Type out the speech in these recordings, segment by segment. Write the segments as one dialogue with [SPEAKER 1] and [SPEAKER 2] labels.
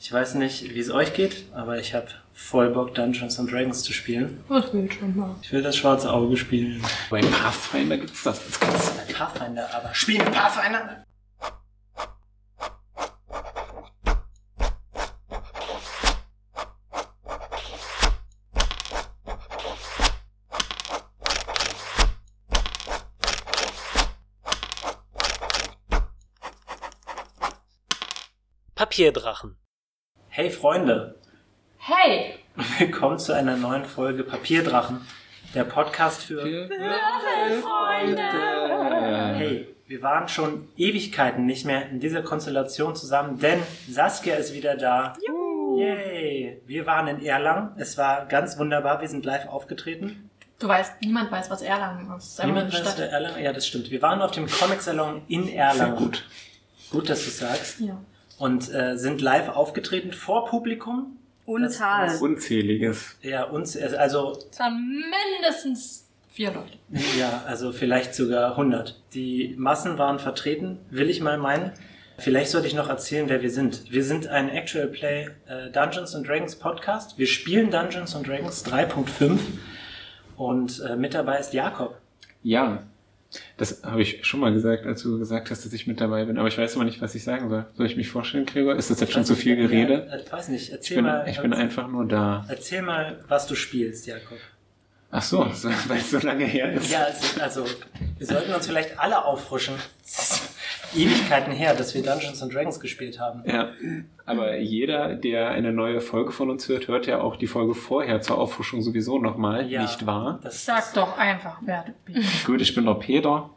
[SPEAKER 1] Ich weiß nicht, wie es euch geht, aber ich habe voll Bock, Dungeons and Dragons zu spielen.
[SPEAKER 2] Ach, will Oh, schon mal.
[SPEAKER 1] Ich will das schwarze Auge spielen.
[SPEAKER 3] Bei Pathfinder gibt's das als Klasse.
[SPEAKER 1] Bei Pathfinder, aber spielen wir Pathfinder?
[SPEAKER 4] Papierdrachen.
[SPEAKER 1] Hey Freunde,
[SPEAKER 2] Hey!
[SPEAKER 1] willkommen zu einer neuen Folge Papierdrachen, der Podcast für... Hey, wir waren schon Ewigkeiten nicht mehr in dieser Konstellation zusammen, denn Saskia ist wieder da. Yay! Wir waren in Erlangen, es war ganz wunderbar, wir sind live aufgetreten.
[SPEAKER 2] Du weißt, niemand weiß, was Erlangen ist. Das ist einfach
[SPEAKER 1] Niemand
[SPEAKER 2] eine
[SPEAKER 1] weiß,
[SPEAKER 2] Stadt.
[SPEAKER 1] wer Erlangen... Ja, das stimmt. Wir waren auf dem Comic-Salon in Erlangen. gut. Gut, dass du sagst.
[SPEAKER 2] Ja.
[SPEAKER 1] und äh, sind live aufgetreten vor Publikum.
[SPEAKER 5] Ohne
[SPEAKER 1] Das-
[SPEAKER 5] Tal.
[SPEAKER 3] Unzähliges.
[SPEAKER 1] Ja, uns, also,
[SPEAKER 2] Es waren mindestens vier Leute.
[SPEAKER 1] ja, also vielleicht sogar 100. Die Massen waren vertreten, will ich mal meinen. Vielleicht sollte ich noch erzählen, wer wir sind. Wir sind ein Actual Play äh, Dungeons and Dragons Podcast. Wir spielen Dungeons and Dragons 3.5 und äh, mit dabei ist Jakob.
[SPEAKER 3] Ja. Das habe ich schon mal gesagt, als du gesagt hast, dass ich mit dabei bin. Aber ich weiß immer nicht, was ich sagen soll. Soll ich mich vorstellen, Gregor? Ist das jetzt schon zu viel Gerede?
[SPEAKER 1] Ja, äh, weiß nicht,
[SPEAKER 3] Ich
[SPEAKER 1] erzähl
[SPEAKER 3] bin,
[SPEAKER 1] mal. äh,
[SPEAKER 3] ich bin einfach nur da.
[SPEAKER 1] Erzähl mal, was du spielst, Jakob.
[SPEAKER 3] Ach so, so- weil es so lange her ist.
[SPEAKER 1] Ja, es ist- also wir sollten uns vielleicht alle auffrischen. Es ist Ewigkeiten her, dass wir Dungeons and Dragons gespielt haben.
[SPEAKER 3] Ja, aber jeder, der eine neue Folge von uns hört, hört ja auch die Folge vorher zur Auffrischung sowieso nochmal,
[SPEAKER 1] Ja.
[SPEAKER 3] nicht wahr?
[SPEAKER 1] Das
[SPEAKER 2] Sag doch einfach, wer du bist.
[SPEAKER 3] Gut, ich bin der Peter.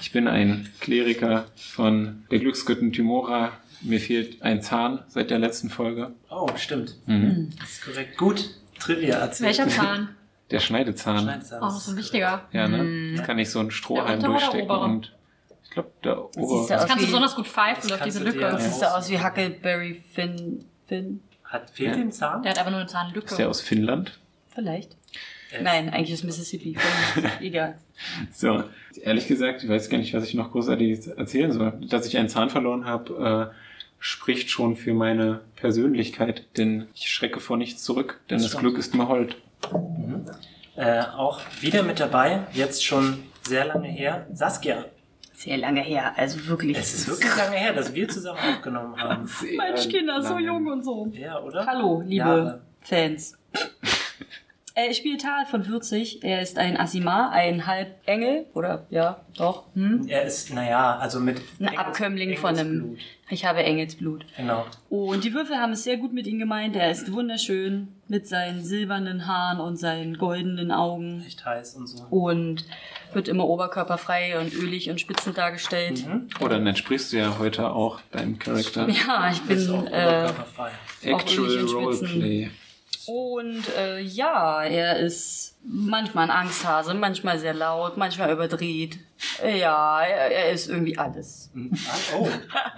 [SPEAKER 3] Ich bin ein Kleriker von der Glücksgöttin Timora. Mir fehlt ein Zahn seit der letzten Folge.
[SPEAKER 1] Oh, stimmt.
[SPEAKER 3] Mhm.
[SPEAKER 1] Das ist korrekt. Gut, Trivia erzählt.
[SPEAKER 2] Welcher Zahn?
[SPEAKER 3] Der Schneidezahn.
[SPEAKER 1] Schneidsam.
[SPEAKER 2] Oh, das ist ein wichtiger.
[SPEAKER 3] Ja,
[SPEAKER 5] Mhm.
[SPEAKER 3] ne? Jetzt kann ich so einen Strohhalm
[SPEAKER 2] Der untere oder
[SPEAKER 3] durchstecken
[SPEAKER 2] obere?
[SPEAKER 3] und ich glaube, der
[SPEAKER 5] Siehst du
[SPEAKER 3] obere.
[SPEAKER 5] aus?
[SPEAKER 2] Das kannst du
[SPEAKER 5] wie-
[SPEAKER 2] besonders gut pfeifen auf
[SPEAKER 1] kannst
[SPEAKER 2] diese
[SPEAKER 1] du dir-
[SPEAKER 2] Lücke.
[SPEAKER 5] Das sieht so aus wie Huckleberry Finn. Finn?
[SPEAKER 1] Hat fehlt
[SPEAKER 3] Ja.
[SPEAKER 1] dem Zahn?
[SPEAKER 2] Der hat einfach nur eine
[SPEAKER 3] Ist der
[SPEAKER 2] Zahnlücke.
[SPEAKER 3] aus Finnland?
[SPEAKER 5] Vielleicht.
[SPEAKER 1] Äh.
[SPEAKER 5] Nein, eigentlich ist Mississippi. Egal.
[SPEAKER 3] So, ehrlich gesagt, ich weiß gar nicht, was ich noch großartig erzählen soll. Dass ich einen Zahn verloren habe, äh, spricht schon für meine Persönlichkeit, denn ich schrecke vor nichts zurück, denn
[SPEAKER 1] Das
[SPEAKER 3] das
[SPEAKER 1] stimmt.
[SPEAKER 3] Glück ist mir hold.
[SPEAKER 1] Äh, auch wieder mit dabei, jetzt schon sehr lange her. Saskia,
[SPEAKER 5] Sehr lange her, also wirklich.
[SPEAKER 1] es ist wirklich äh, lange her, dass wir zusammen aufgenommen haben.
[SPEAKER 5] Menschkinder, so
[SPEAKER 3] Nein.
[SPEAKER 5] jung und so.
[SPEAKER 1] Ja, oder?
[SPEAKER 5] Hallo, liebe
[SPEAKER 1] Jahre.
[SPEAKER 5] Fans. Äh, ich spiele Tal von 40. Er ist ein Asimar, ein Halbengel. Oder, ja, doch. Hm?
[SPEAKER 1] Er ist, naja, also mit.
[SPEAKER 5] Ein
[SPEAKER 1] Engels-
[SPEAKER 5] Abkömmling von einem.
[SPEAKER 1] Engelsblut.
[SPEAKER 5] Ich habe Engelsblut.
[SPEAKER 1] Genau.
[SPEAKER 5] Und die Würfel haben es sehr gut mit ihm gemeint. Er ist wunderschön mit seinen silbernen Haaren und seinen goldenen Augen.
[SPEAKER 1] Echt heiß und so.
[SPEAKER 5] und wird immer oberkörperfrei und ölig und spitzend dargestellt.
[SPEAKER 1] Mhm.
[SPEAKER 3] Oder Oh, dann entsprichst du ja heute auch deinem Charakter.
[SPEAKER 5] Ja, Ah, ich
[SPEAKER 1] Ist auch
[SPEAKER 5] bin. Äh,
[SPEAKER 1] oberkörperfrei.
[SPEAKER 5] Auch
[SPEAKER 3] Actual
[SPEAKER 5] ähnlich in Spitzen.
[SPEAKER 3] Roleplay.
[SPEAKER 5] und äh, ja, er ist manchmal ein Angsthase, manchmal sehr laut, manchmal überdreht. Ja, er, er ist irgendwie alles.
[SPEAKER 1] Mhm. Ah, Oh,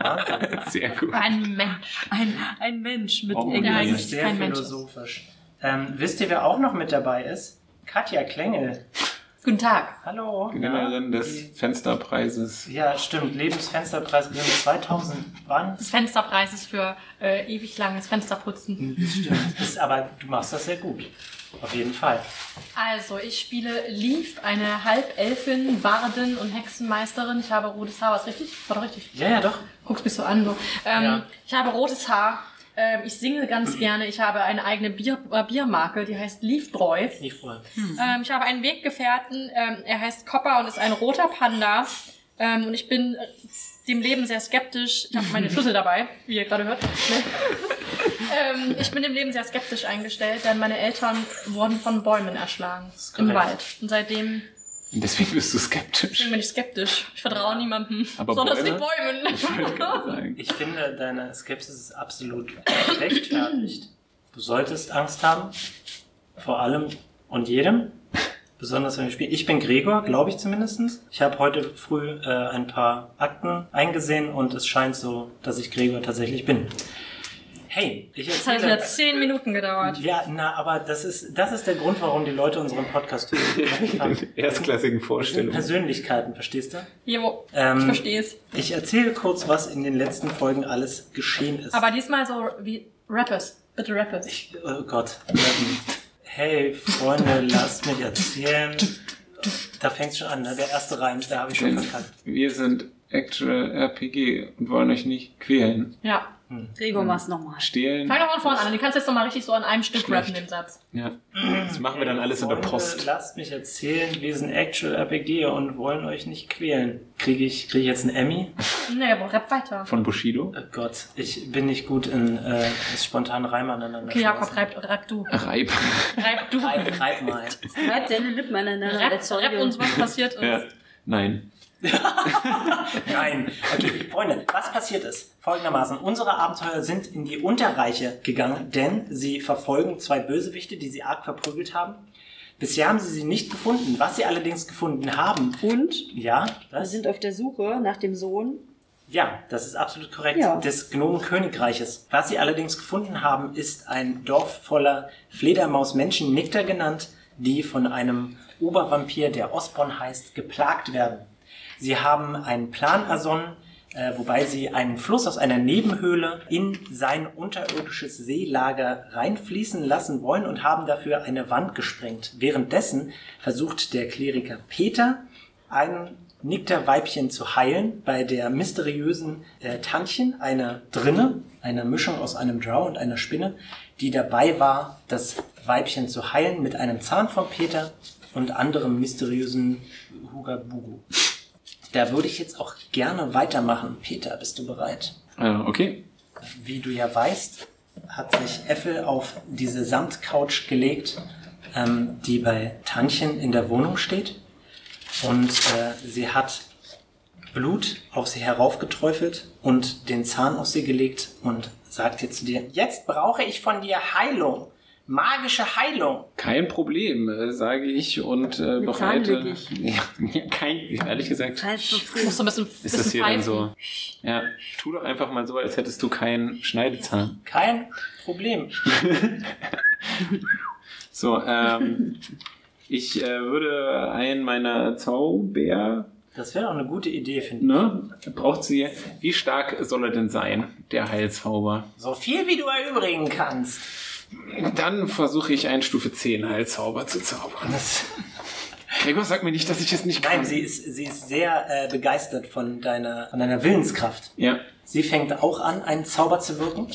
[SPEAKER 1] Wahnsinn.
[SPEAKER 3] Sehr gut.
[SPEAKER 2] Ein Mensch.
[SPEAKER 5] Ein, ein Mensch mit
[SPEAKER 3] Oh,
[SPEAKER 5] Engel.
[SPEAKER 3] ja.
[SPEAKER 1] Das
[SPEAKER 2] eigentlich
[SPEAKER 1] ist sehr
[SPEAKER 2] kein Mensch ist.
[SPEAKER 1] philosophisch. Ähm, wisst ihr, wer auch noch mit dabei ist? Katja Klengel.
[SPEAKER 2] Guten Tag.
[SPEAKER 1] Hallo.
[SPEAKER 3] Gewinnerin des Fensterpreises.
[SPEAKER 1] Ja, stimmt. Lebensfensterpreis 2000. Wann?
[SPEAKER 2] Das Fensterpreis ist für äh, ewig langes Fensterputzen.
[SPEAKER 1] Stimmt. Ist, aber du machst das sehr gut. Auf jeden Fall.
[SPEAKER 2] Also, ich spiele Leaf, eine Halbelfin, Bardin und Hexenmeisterin. Ich habe rotes Haar, war das richtig? War doch richtig.
[SPEAKER 1] Ja, ja, doch.
[SPEAKER 2] Guckst mich so an. So. Ähm,
[SPEAKER 1] Ja.
[SPEAKER 2] Ich habe rotes Haar. Ähm, ich singe ganz gerne. Ich habe eine eigene Bier, äh, Biermarke, die heißt Liefbräu.
[SPEAKER 1] Ich freue mich.
[SPEAKER 2] Ähm, ich habe einen Weggefährten. Ähm, er heißt Copper und ist ein roter Panda. Ähm, und ich bin äh, dem Leben sehr skeptisch. Ich habe meine Schlüssel dabei, wie ihr gerade hört. Ne? ähm, ich bin dem Leben sehr skeptisch eingestellt, denn meine Eltern wurden von Bäumen erschlagen
[SPEAKER 1] ist
[SPEAKER 2] im
[SPEAKER 1] korrekt.
[SPEAKER 2] Wald. Und seitdem
[SPEAKER 3] Und deswegen bist du skeptisch.
[SPEAKER 2] deswegen bin ich skeptisch. Ich vertraue niemandem,
[SPEAKER 3] Aber
[SPEAKER 2] besonders den
[SPEAKER 3] Bäume?
[SPEAKER 2] Bäumen.
[SPEAKER 3] Ich wollte gerade sagen.
[SPEAKER 1] Ich finde, deine Skepsis ist absolut rechtfertigt. Du solltest Angst haben. Vor allem und jedem. Besonders wenn wir spielen. Ich bin Gregor, glaube ich zumindest. Ich habe heute früh äh, ein paar Akten eingesehen und es scheint so, dass ich Gregor tatsächlich bin. Hey, ich
[SPEAKER 2] Das hat
[SPEAKER 1] erzähle...
[SPEAKER 2] wieder zehn Minuten gedauert.
[SPEAKER 1] Ja, na, aber das ist, das ist der Grund, warum die Leute unseren Podcast hören.
[SPEAKER 3] Erstklassigen
[SPEAKER 1] Das sind
[SPEAKER 5] Also,
[SPEAKER 3] Vorstellungen.
[SPEAKER 1] Persönlichkeiten, verstehst du?
[SPEAKER 2] Jo,
[SPEAKER 1] Ähm,
[SPEAKER 2] ich verstehe es.
[SPEAKER 1] Ich erzähle kurz, was in den letzten Folgen alles geschehen ist.
[SPEAKER 2] Aber diesmal so wie Rappers. Bitte Rappers.
[SPEAKER 1] Ich, oh Gott. Ähm, Hey, Freunde, lasst mich erzählen. Da fängt schon an, ne? der erste Reim, da habe ich schon verkackt.
[SPEAKER 3] Wir sind Actual RPG und wollen euch nicht quälen.
[SPEAKER 2] Ja.
[SPEAKER 5] Gregor, mach's nochmal.
[SPEAKER 3] Stehlen.
[SPEAKER 2] Fang doch mal von vorne an. Du kannst jetzt nochmal richtig so an einem Stück
[SPEAKER 3] Schlecht.
[SPEAKER 2] rappen, den Satz.
[SPEAKER 3] Ja. Das machen wir dann alles in der
[SPEAKER 1] Freunde,
[SPEAKER 3] Post.
[SPEAKER 1] Lasst mich erzählen, wir sind Actual RPG und wollen euch nicht quälen. Kriege ich, krieg ich jetzt einen Emmy?
[SPEAKER 2] Nee, aber rapp weiter.
[SPEAKER 3] Von Bushido.
[SPEAKER 1] Oh Gott, ich bin nicht gut in äh, das spontane Reim aneinander.
[SPEAKER 2] Okay, Jakob,
[SPEAKER 1] schmeißen.
[SPEAKER 2] reib, reib du.
[SPEAKER 3] Reib.
[SPEAKER 2] Reib du.
[SPEAKER 1] Reib, reib mal.
[SPEAKER 5] Schreibt deine Lippen aneinander.
[SPEAKER 2] Rapp,
[SPEAKER 5] erzeuge-
[SPEAKER 2] rapp uns, was passiert ist.
[SPEAKER 3] Ja. Nein.
[SPEAKER 1] Nein. Okay, Freunde, was passiert ist? Folgendermaßen, unsere Abenteuer sind in die Unterreiche gegangen, denn sie verfolgen zwei Bösewichte, die sie arg verprügelt haben. Bisher haben sie sie nicht gefunden. Was sie allerdings gefunden haben,
[SPEAKER 4] Und
[SPEAKER 1] ja,
[SPEAKER 4] wir
[SPEAKER 1] das,
[SPEAKER 4] sind auf der Suche nach dem Sohn.
[SPEAKER 1] ja, das ist absolut korrekt,
[SPEAKER 4] Ja.
[SPEAKER 1] des Gnomenkönigreiches. Was sie allerdings gefunden haben, ist ein Dorf voller Fledermaus-Menschen, Nikter genannt, die von einem Obervampir, der Osborn heißt, geplagt werden. Sie haben einen Plan ersonnen, äh, wobei sie einen Fluss aus einer Nebenhöhle in sein unterirdisches Seelager reinfließen lassen wollen und haben dafür eine Wand gesprengt. Währenddessen versucht der Kleriker Peter, ein Nikter-Weibchen zu heilen bei der mysteriösen äh, Tantchen, einer Drinne, einer Mischung aus einem Drow und einer Spinne, die dabei war, das Weibchen zu heilen mit einem Zahn von Peter und anderem mysteriösen Hugabugu. Da würde ich jetzt auch gerne weitermachen. Peter, bist du bereit?
[SPEAKER 3] Äh, okay.
[SPEAKER 1] Wie du ja weißt, hat sich Effel auf diese Samtcouch gelegt, ähm, die bei Tantchen in der Wohnung steht. Und äh, sie hat Blut auf sie heraufgeträufelt und den Zahn auf sie gelegt und sagt jetzt zu dir, jetzt brauche ich von dir Heilung, magische Heilung.
[SPEAKER 3] Kein Problem, äh, sage ich und äh,
[SPEAKER 5] Mit
[SPEAKER 3] bereite.
[SPEAKER 5] Zahnlückig.
[SPEAKER 3] Ja, kein, ehrlich gesagt,
[SPEAKER 5] Schreib's so
[SPEAKER 2] Du
[SPEAKER 5] früh.
[SPEAKER 2] musst so ein bisschen, bisschen
[SPEAKER 3] ist das hier dann
[SPEAKER 2] pfeifen.
[SPEAKER 3] so. Ja, tu doch einfach mal so, als hättest du keinen Schneidezahn.
[SPEAKER 1] Kein Problem.
[SPEAKER 3] So, ähm, ich äh, würde einen meiner Zauber,
[SPEAKER 1] Das wäre doch eine gute Idee, finde ich.
[SPEAKER 3] ne, braucht sie, wie stark soll er denn sein, der Heilzauber?
[SPEAKER 1] So viel wie du erübrigen kannst.
[SPEAKER 3] Dann versuche ich einen Stufe 10 Heilzauber zu zaubern.
[SPEAKER 1] Das
[SPEAKER 3] Gregor, sag mir nicht, dass ich es nicht kann.
[SPEAKER 1] Nein, sie ist, sie ist sehr äh, begeistert von deiner, von deiner Willenskraft.
[SPEAKER 3] Ja,
[SPEAKER 1] Sie fängt auch an, einen Zauber zu wirken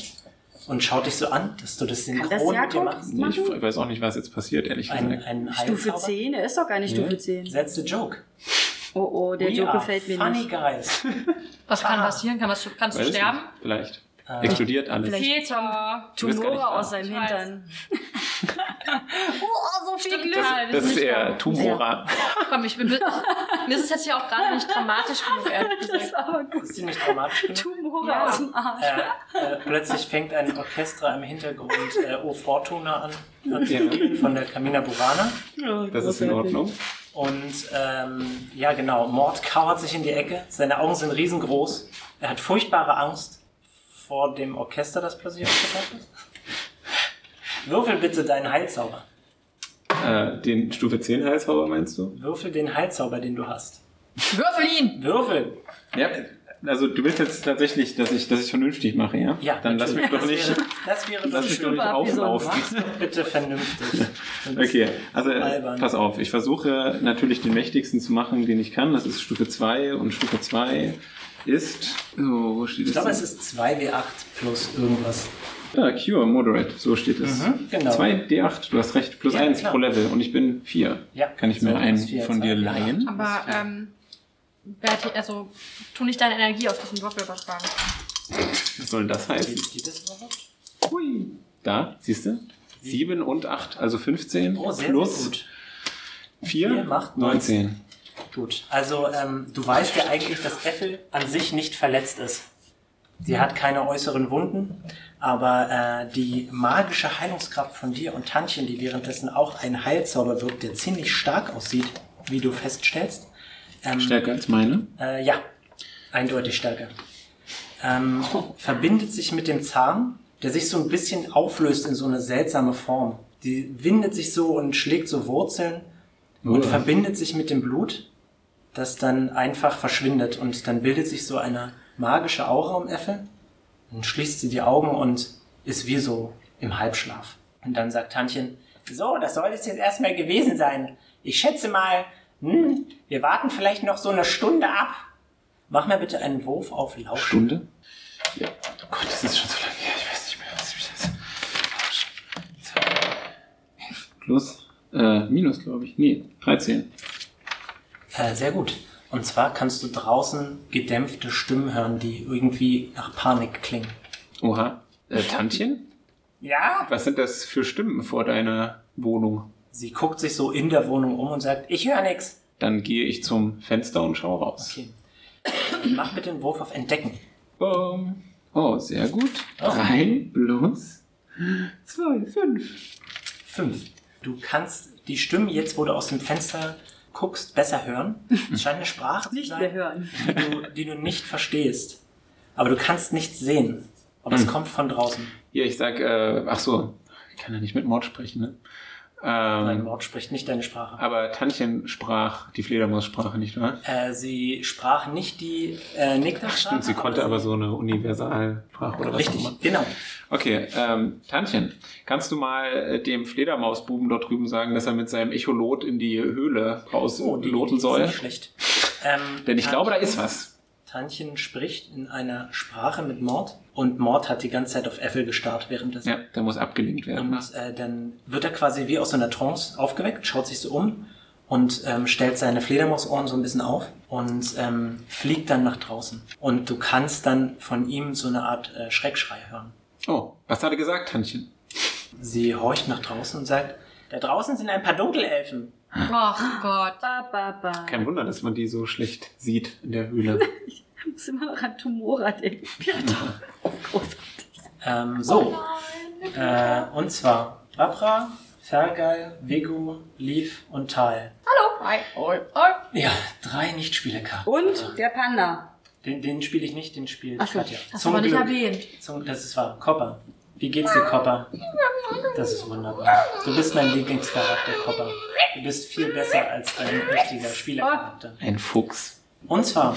[SPEAKER 1] und schaut dich so an, dass du das synchron
[SPEAKER 5] das
[SPEAKER 1] mit dir
[SPEAKER 5] Jakob?
[SPEAKER 1] machst.
[SPEAKER 3] nee, ich weiß auch nicht, was jetzt passiert, ehrlich
[SPEAKER 1] Ein,
[SPEAKER 3] gesagt.
[SPEAKER 1] ein
[SPEAKER 5] Stufe
[SPEAKER 1] Heilzauber.
[SPEAKER 5] 10? Er ist doch gar nicht Stufe 10.
[SPEAKER 1] That's the joke.
[SPEAKER 5] Oh, oh, der
[SPEAKER 1] We
[SPEAKER 5] Joke
[SPEAKER 1] are
[SPEAKER 5] gefällt mir
[SPEAKER 1] funny
[SPEAKER 5] nicht.
[SPEAKER 1] guys.
[SPEAKER 2] Was kann
[SPEAKER 1] Ah.
[SPEAKER 2] passieren? Kann was, kannst du
[SPEAKER 3] Weiß ich
[SPEAKER 2] sterben?
[SPEAKER 3] nicht. Vielleicht. Explodiert alles.
[SPEAKER 5] vielleicht-
[SPEAKER 2] Peter.
[SPEAKER 3] Du bist gar nicht
[SPEAKER 5] Tumora
[SPEAKER 3] da.
[SPEAKER 5] aus seinem
[SPEAKER 2] Ich weiß.
[SPEAKER 5] Hintern. oh, so viel Glück.
[SPEAKER 2] Total, wir
[SPEAKER 3] Das
[SPEAKER 2] sind
[SPEAKER 3] ist
[SPEAKER 2] nicht
[SPEAKER 3] eher
[SPEAKER 2] da.
[SPEAKER 3] Tumora.
[SPEAKER 2] Komm, ich bin, mir ist es jetzt ja auch gerade nicht dramatisch genug, ehrlich gesagt.
[SPEAKER 5] Aber gut.
[SPEAKER 1] Ist ziemlich dramatisch. genug?
[SPEAKER 5] Tumora
[SPEAKER 2] Ja.
[SPEAKER 5] aus dem Arsch.
[SPEAKER 1] Äh, äh, plötzlich fängt ein Orchester im Hintergrund äh, O Fortuna an, an zu
[SPEAKER 3] Ja.
[SPEAKER 1] spielen von der Camina Burana.
[SPEAKER 3] Das ist in Ordnung.
[SPEAKER 1] Und ähm, ja, genau, Mord kauert sich in die Ecke. Seine Augen sind riesengroß. Er hat furchtbare Angst vor dem Orchester, das plötzlich aufgetaucht ist. Würfel bitte deinen Heilzauber.
[SPEAKER 3] Äh, den Stufe 10 Heilzauber meinst du?
[SPEAKER 1] Würfel den Heilzauber, den du hast.
[SPEAKER 2] Würfel ihn!
[SPEAKER 1] Würfel!
[SPEAKER 3] Ja, also du willst jetzt tatsächlich, dass ich dass ich vernünftig mache, ja?
[SPEAKER 1] Ja,
[SPEAKER 3] Dann lass mich
[SPEAKER 1] natürlich.
[SPEAKER 3] doch nicht,
[SPEAKER 1] Das wäre,
[SPEAKER 3] lass
[SPEAKER 1] das
[SPEAKER 3] mich
[SPEAKER 1] wäre
[SPEAKER 3] doch nicht
[SPEAKER 5] Super, wie so ein
[SPEAKER 3] auflaufen.
[SPEAKER 1] bitte vernünftig.
[SPEAKER 3] Okay, also
[SPEAKER 1] Albern.
[SPEAKER 3] pass auf, ich versuche natürlich den mächtigsten zu machen, den ich kann. Das ist Stufe 2 und Stufe 2 ist... Oh, wo steht
[SPEAKER 1] Ich glaube, es
[SPEAKER 3] das?
[SPEAKER 1] ist 2W8 plus irgendwas.
[SPEAKER 3] Da, Cure, Moderate, so steht es.
[SPEAKER 1] Mhm, genau.
[SPEAKER 3] 2D8, du hast recht, plus
[SPEAKER 1] Ja,
[SPEAKER 3] 1
[SPEAKER 1] klar.
[SPEAKER 3] pro Level und ich bin 4.
[SPEAKER 1] Ja,
[SPEAKER 3] kann ich
[SPEAKER 1] so,
[SPEAKER 3] mir
[SPEAKER 1] du
[SPEAKER 3] einen
[SPEAKER 1] bist vier,
[SPEAKER 3] von dir
[SPEAKER 1] zwei,
[SPEAKER 3] leihen?
[SPEAKER 2] Aber, ähm, Berti, also, tu nicht deine Energie auf diesen Würfel übertragen.
[SPEAKER 3] Was soll das heißen?
[SPEAKER 1] Geht, geht das überhaupt?
[SPEAKER 3] Hui. Da, siehst du? 7 und 8, also 15
[SPEAKER 1] Oh, sehr, sehr
[SPEAKER 3] plus
[SPEAKER 1] gut.
[SPEAKER 3] 4,
[SPEAKER 1] Vier macht
[SPEAKER 3] 19.
[SPEAKER 1] Gut, also ähm, du weißt ja eigentlich, dass Ethel an sich nicht verletzt ist. Sie hat keine äußeren Wunden, aber äh, die magische Heilungskraft von dir und Tantchen, die währenddessen auch ein Heilzauber wirkt, der ziemlich stark aussieht, wie du feststellst. Ähm,
[SPEAKER 3] Stärker als meine.
[SPEAKER 1] äh, ja, eindeutig stärker. Ähm, verbindet sich mit dem Zahn, der sich so ein bisschen auflöst in so eine seltsame Form. Die windet sich so und schlägt so Wurzeln und
[SPEAKER 3] Uah.
[SPEAKER 1] verbindet sich mit dem Blut, das dann einfach verschwindet und dann bildet sich so eine magische Aura um Effe. Dann schließt sie die Augen und ist wie so im Halbschlaf. Und dann sagt Tantchen, so, das soll es jetzt erstmal gewesen sein. Ich schätze mal, hm, wir warten vielleicht noch so eine Stunde ab. Mach mir bitte einen Wurf auf Lauschen.
[SPEAKER 3] Stunde? Ja. Oh Gott, das ist schon so lange her. Ich weiß nicht mehr, was ich das. Plus, äh, minus, glaube ich. Nee, 13.
[SPEAKER 1] Äh, sehr gut. Und zwar kannst du draußen gedämpfte Stimmen hören, die irgendwie nach Panik klingen.
[SPEAKER 3] Oha. Äh, Tantchen?
[SPEAKER 1] Ja?
[SPEAKER 3] Was sind das für Stimmen vor deiner Wohnung?
[SPEAKER 1] Sie guckt sich so in der Wohnung um und sagt, ich höre nix.
[SPEAKER 3] Dann gehe ich zum Fenster und schaue raus.
[SPEAKER 1] Okay. Mach bitte einen Wurf auf Entdecken.
[SPEAKER 3] Bom. Oh, sehr gut. Drei plus zwei, fünf.
[SPEAKER 1] Fünf. Du kannst die Stimmen jetzt, wo du aus dem Fenster guckst, besser hören. Es scheint eine Sprache zu
[SPEAKER 5] Nicht
[SPEAKER 1] sein.
[SPEAKER 5] mehr hören.
[SPEAKER 1] die du, die du nicht verstehst. Aber du kannst nichts sehen. Aber
[SPEAKER 3] Hm.
[SPEAKER 1] es kommt von draußen.
[SPEAKER 3] Hier, ich sag, äh, ach so, ich kann ja nicht mit Mord sprechen, ne?
[SPEAKER 1] Dein
[SPEAKER 3] Ähm,
[SPEAKER 1] Mord spricht nicht deine Sprache.
[SPEAKER 3] aber Tantchen sprach die Fledermaussprache, nicht wahr?
[SPEAKER 1] Äh, sie sprach nicht die äh, Nicknacksprache.
[SPEAKER 3] Stimmt, sie konnte aber so eine Universalsprache oder was auch immer.
[SPEAKER 1] Richtig, genau.
[SPEAKER 3] Okay, ähm, Tantchen, kannst du mal äh, dem Fledermausbuben dort drüben sagen, dass er mit seinem Echolot in die Höhle rausloten
[SPEAKER 1] Oh, ist
[SPEAKER 3] soll?
[SPEAKER 1] Nicht schlecht. Ähm,
[SPEAKER 3] Denn ich
[SPEAKER 1] Tan-
[SPEAKER 3] glaube, da ist was.
[SPEAKER 1] Tantchen spricht in einer Sprache mit Mord und Mord hat die ganze Zeit auf Äffel gestarrt während des
[SPEAKER 3] Ja, da muss abgelenkt werden.
[SPEAKER 1] Und äh, dann wird er quasi wie aus so einer Trance aufgeweckt, schaut sich so um und ähm, stellt seine Fledermausohren so ein bisschen auf und ähm, fliegt dann nach draußen. Und du kannst dann von ihm so eine Art äh, Schreckschrei hören.
[SPEAKER 3] Oh, was hat er gesagt, Tantchen?
[SPEAKER 1] Sie horcht nach draußen und sagt, da draußen sind ein paar Dunkelelfen.
[SPEAKER 2] Ach Gott.
[SPEAKER 5] Ba, ba, ba.
[SPEAKER 3] Kein Wunder, dass man die so schlecht sieht in der Höhle.
[SPEAKER 5] Ich muss immer noch an Tumora denken.
[SPEAKER 1] Ähm, so, äh, und zwar Abra, Fergal, Vigo, Leaf und Tal.
[SPEAKER 2] Hallo. Hi. Oi. Oi.
[SPEAKER 1] Ja, drei Nicht-Spielerkarten.
[SPEAKER 4] Und der Panda.
[SPEAKER 1] Den, den spiele ich nicht, den spielt
[SPEAKER 4] Ach so,
[SPEAKER 1] Katja.
[SPEAKER 2] Hast du
[SPEAKER 1] Zum
[SPEAKER 2] aber nicht
[SPEAKER 1] Glück.
[SPEAKER 2] erwähnt.
[SPEAKER 1] Zum, das ist wahr. Copper. Wie geht's dir, Copper? Das ist wunderbar. Du bist mein Lieblingscharakter, Copper. Du bist viel besser als dein richtiger Spielercharakter.
[SPEAKER 3] Ein Fuchs.
[SPEAKER 1] Und zwar.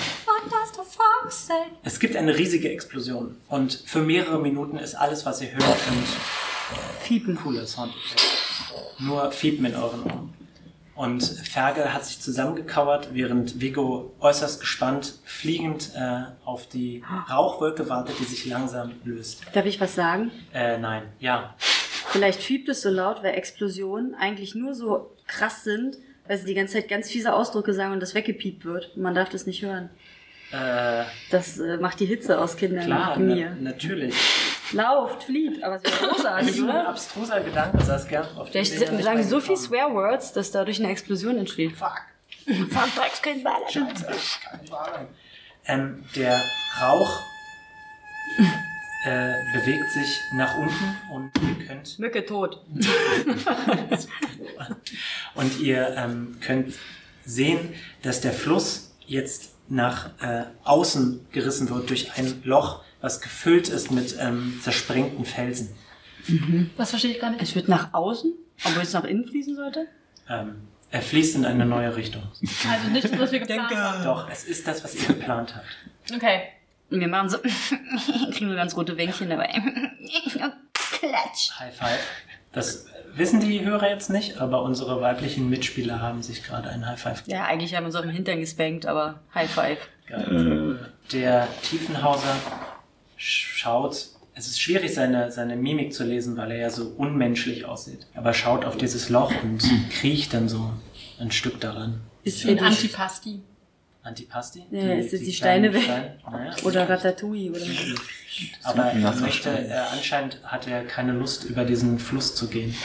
[SPEAKER 1] Es gibt eine riesige Explosion. Und für mehrere Minuten ist alles, was ihr hört, und
[SPEAKER 5] Fiepen.
[SPEAKER 1] cooler Sound. Nur Fiepen in euren Ohren. Und Fergal hat sich zusammengekauert, während Vigo äußerst gespannt, fliegend äh, auf die Rauchwolke wartet, die sich langsam löst.
[SPEAKER 4] Darf ich was sagen?
[SPEAKER 1] Äh, nein, ja.
[SPEAKER 4] Vielleicht fiebt es so laut, weil Explosionen eigentlich nur so krass sind, weil sie die ganze Zeit ganz fiese Ausdrücke sagen und das weggepiept wird. Und man darf das nicht hören.
[SPEAKER 1] Äh,
[SPEAKER 4] Das äh, macht die Hitze aus Kindern
[SPEAKER 1] Klar, ne?
[SPEAKER 4] in
[SPEAKER 1] na,
[SPEAKER 4] mir.
[SPEAKER 1] natürlich.
[SPEAKER 4] Lauft, flieht, aber es wäre
[SPEAKER 1] Das
[SPEAKER 4] großartig,
[SPEAKER 1] ist ein
[SPEAKER 4] oder?
[SPEAKER 1] abstruser Gedanke, Saskia. Auf den
[SPEAKER 5] Vielleicht
[SPEAKER 1] bin ich noch nicht
[SPEAKER 5] sagen so viel
[SPEAKER 1] reingekommen.
[SPEAKER 5] Swearwords, dass dadurch eine Explosion entsteht.
[SPEAKER 1] Fuck.
[SPEAKER 5] Fuck, Dreckskind, Ballern.
[SPEAKER 1] Scheiße. Keine Ahnung. Ähm, der Rauch äh, bewegt sich nach unten und ihr könnt,
[SPEAKER 5] Mücke tot.
[SPEAKER 1] und ihr, ähm, könnt sehen, dass der Fluss jetzt nach äh, außen gerissen wird durch ein Loch, was gefüllt ist mit ähm, zersprengten Felsen.
[SPEAKER 2] Das verstehe ich gar nicht.
[SPEAKER 5] Es wird nach außen, obwohl es nach innen fließen sollte.
[SPEAKER 1] Ähm, er fließt in eine neue Richtung.
[SPEAKER 2] Also nicht, dass wir geplant haben.
[SPEAKER 1] Doch, es ist das, was ihr geplant habt.
[SPEAKER 2] Okay.
[SPEAKER 5] Wir machen so, kriegen wir ganz rote Wänkchen dabei. Klatsch.
[SPEAKER 1] High Five. Das wissen die Hörer jetzt nicht, aber unsere weiblichen Mitspieler haben sich gerade ein High Five
[SPEAKER 5] Ja, eigentlich haben wir uns auf den Hintern gespankt, aber High Five.
[SPEAKER 1] gehalten. Der Tiefenhauser sch- schaut. Es ist schwierig, seine, seine Mimik zu lesen, weil er ja so unmenschlich aussieht. Aber schaut auf dieses Loch und kriecht dann so ein Stück daran.
[SPEAKER 4] Ist
[SPEAKER 2] Den
[SPEAKER 4] die-
[SPEAKER 2] Antipasti.
[SPEAKER 1] Antipasti?
[SPEAKER 4] Ja, es ist die
[SPEAKER 1] kleinen
[SPEAKER 4] Steine weg.
[SPEAKER 1] Steine? Naja.
[SPEAKER 4] Oder Ratatouille, oder?
[SPEAKER 1] Aber er
[SPEAKER 3] Nasser
[SPEAKER 1] möchte,
[SPEAKER 3] Stein.
[SPEAKER 1] äh, anscheinend hat er keine Lust, über diesen Fluss zu gehen.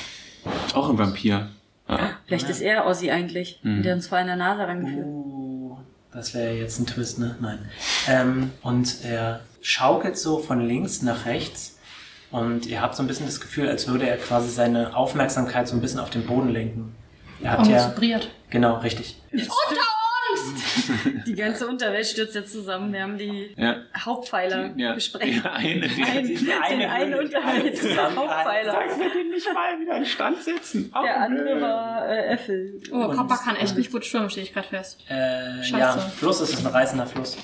[SPEAKER 3] Auch ein Vampir. Ja.
[SPEAKER 4] Vielleicht ist er Ossi eigentlich,
[SPEAKER 3] Mhm.
[SPEAKER 4] der uns vor einer Nase rangeführt.
[SPEAKER 1] Uh,
[SPEAKER 3] Oh.
[SPEAKER 1] das wäre jetzt ein Twist, ne? Nein. Ähm, und er schaukelt so von links nach rechts und ihr habt so ein bisschen das Gefühl, als würde er quasi seine Aufmerksamkeit so ein bisschen auf den Boden lenken. Ihr habt
[SPEAKER 2] Und
[SPEAKER 1] ja.
[SPEAKER 2] vibriert.
[SPEAKER 1] Genau, richtig.
[SPEAKER 4] Die ganze Unterwelt stürzt jetzt zusammen. Wir haben die
[SPEAKER 3] Ja.
[SPEAKER 4] Hauptpfeiler
[SPEAKER 3] ja.
[SPEAKER 4] besprechen.
[SPEAKER 3] Ja, eine
[SPEAKER 4] Ein,
[SPEAKER 3] Rede.
[SPEAKER 4] den einen
[SPEAKER 1] Höhle, die alle
[SPEAKER 4] Unterhalt, der
[SPEAKER 1] zusammengehalten.
[SPEAKER 4] Hauptpfeiler.
[SPEAKER 3] Kannst du den nicht mal wieder in Stand setzen? Auch
[SPEAKER 4] Der andere
[SPEAKER 3] nö.
[SPEAKER 4] war äh, Äffel.
[SPEAKER 2] Oh,
[SPEAKER 1] Und-
[SPEAKER 2] Copper kann echt nicht gut schwimmen, stehe ich gerade fest.
[SPEAKER 1] Äh,
[SPEAKER 2] Scheiße.
[SPEAKER 1] ja, Fluss ist es ein reißender Fluss.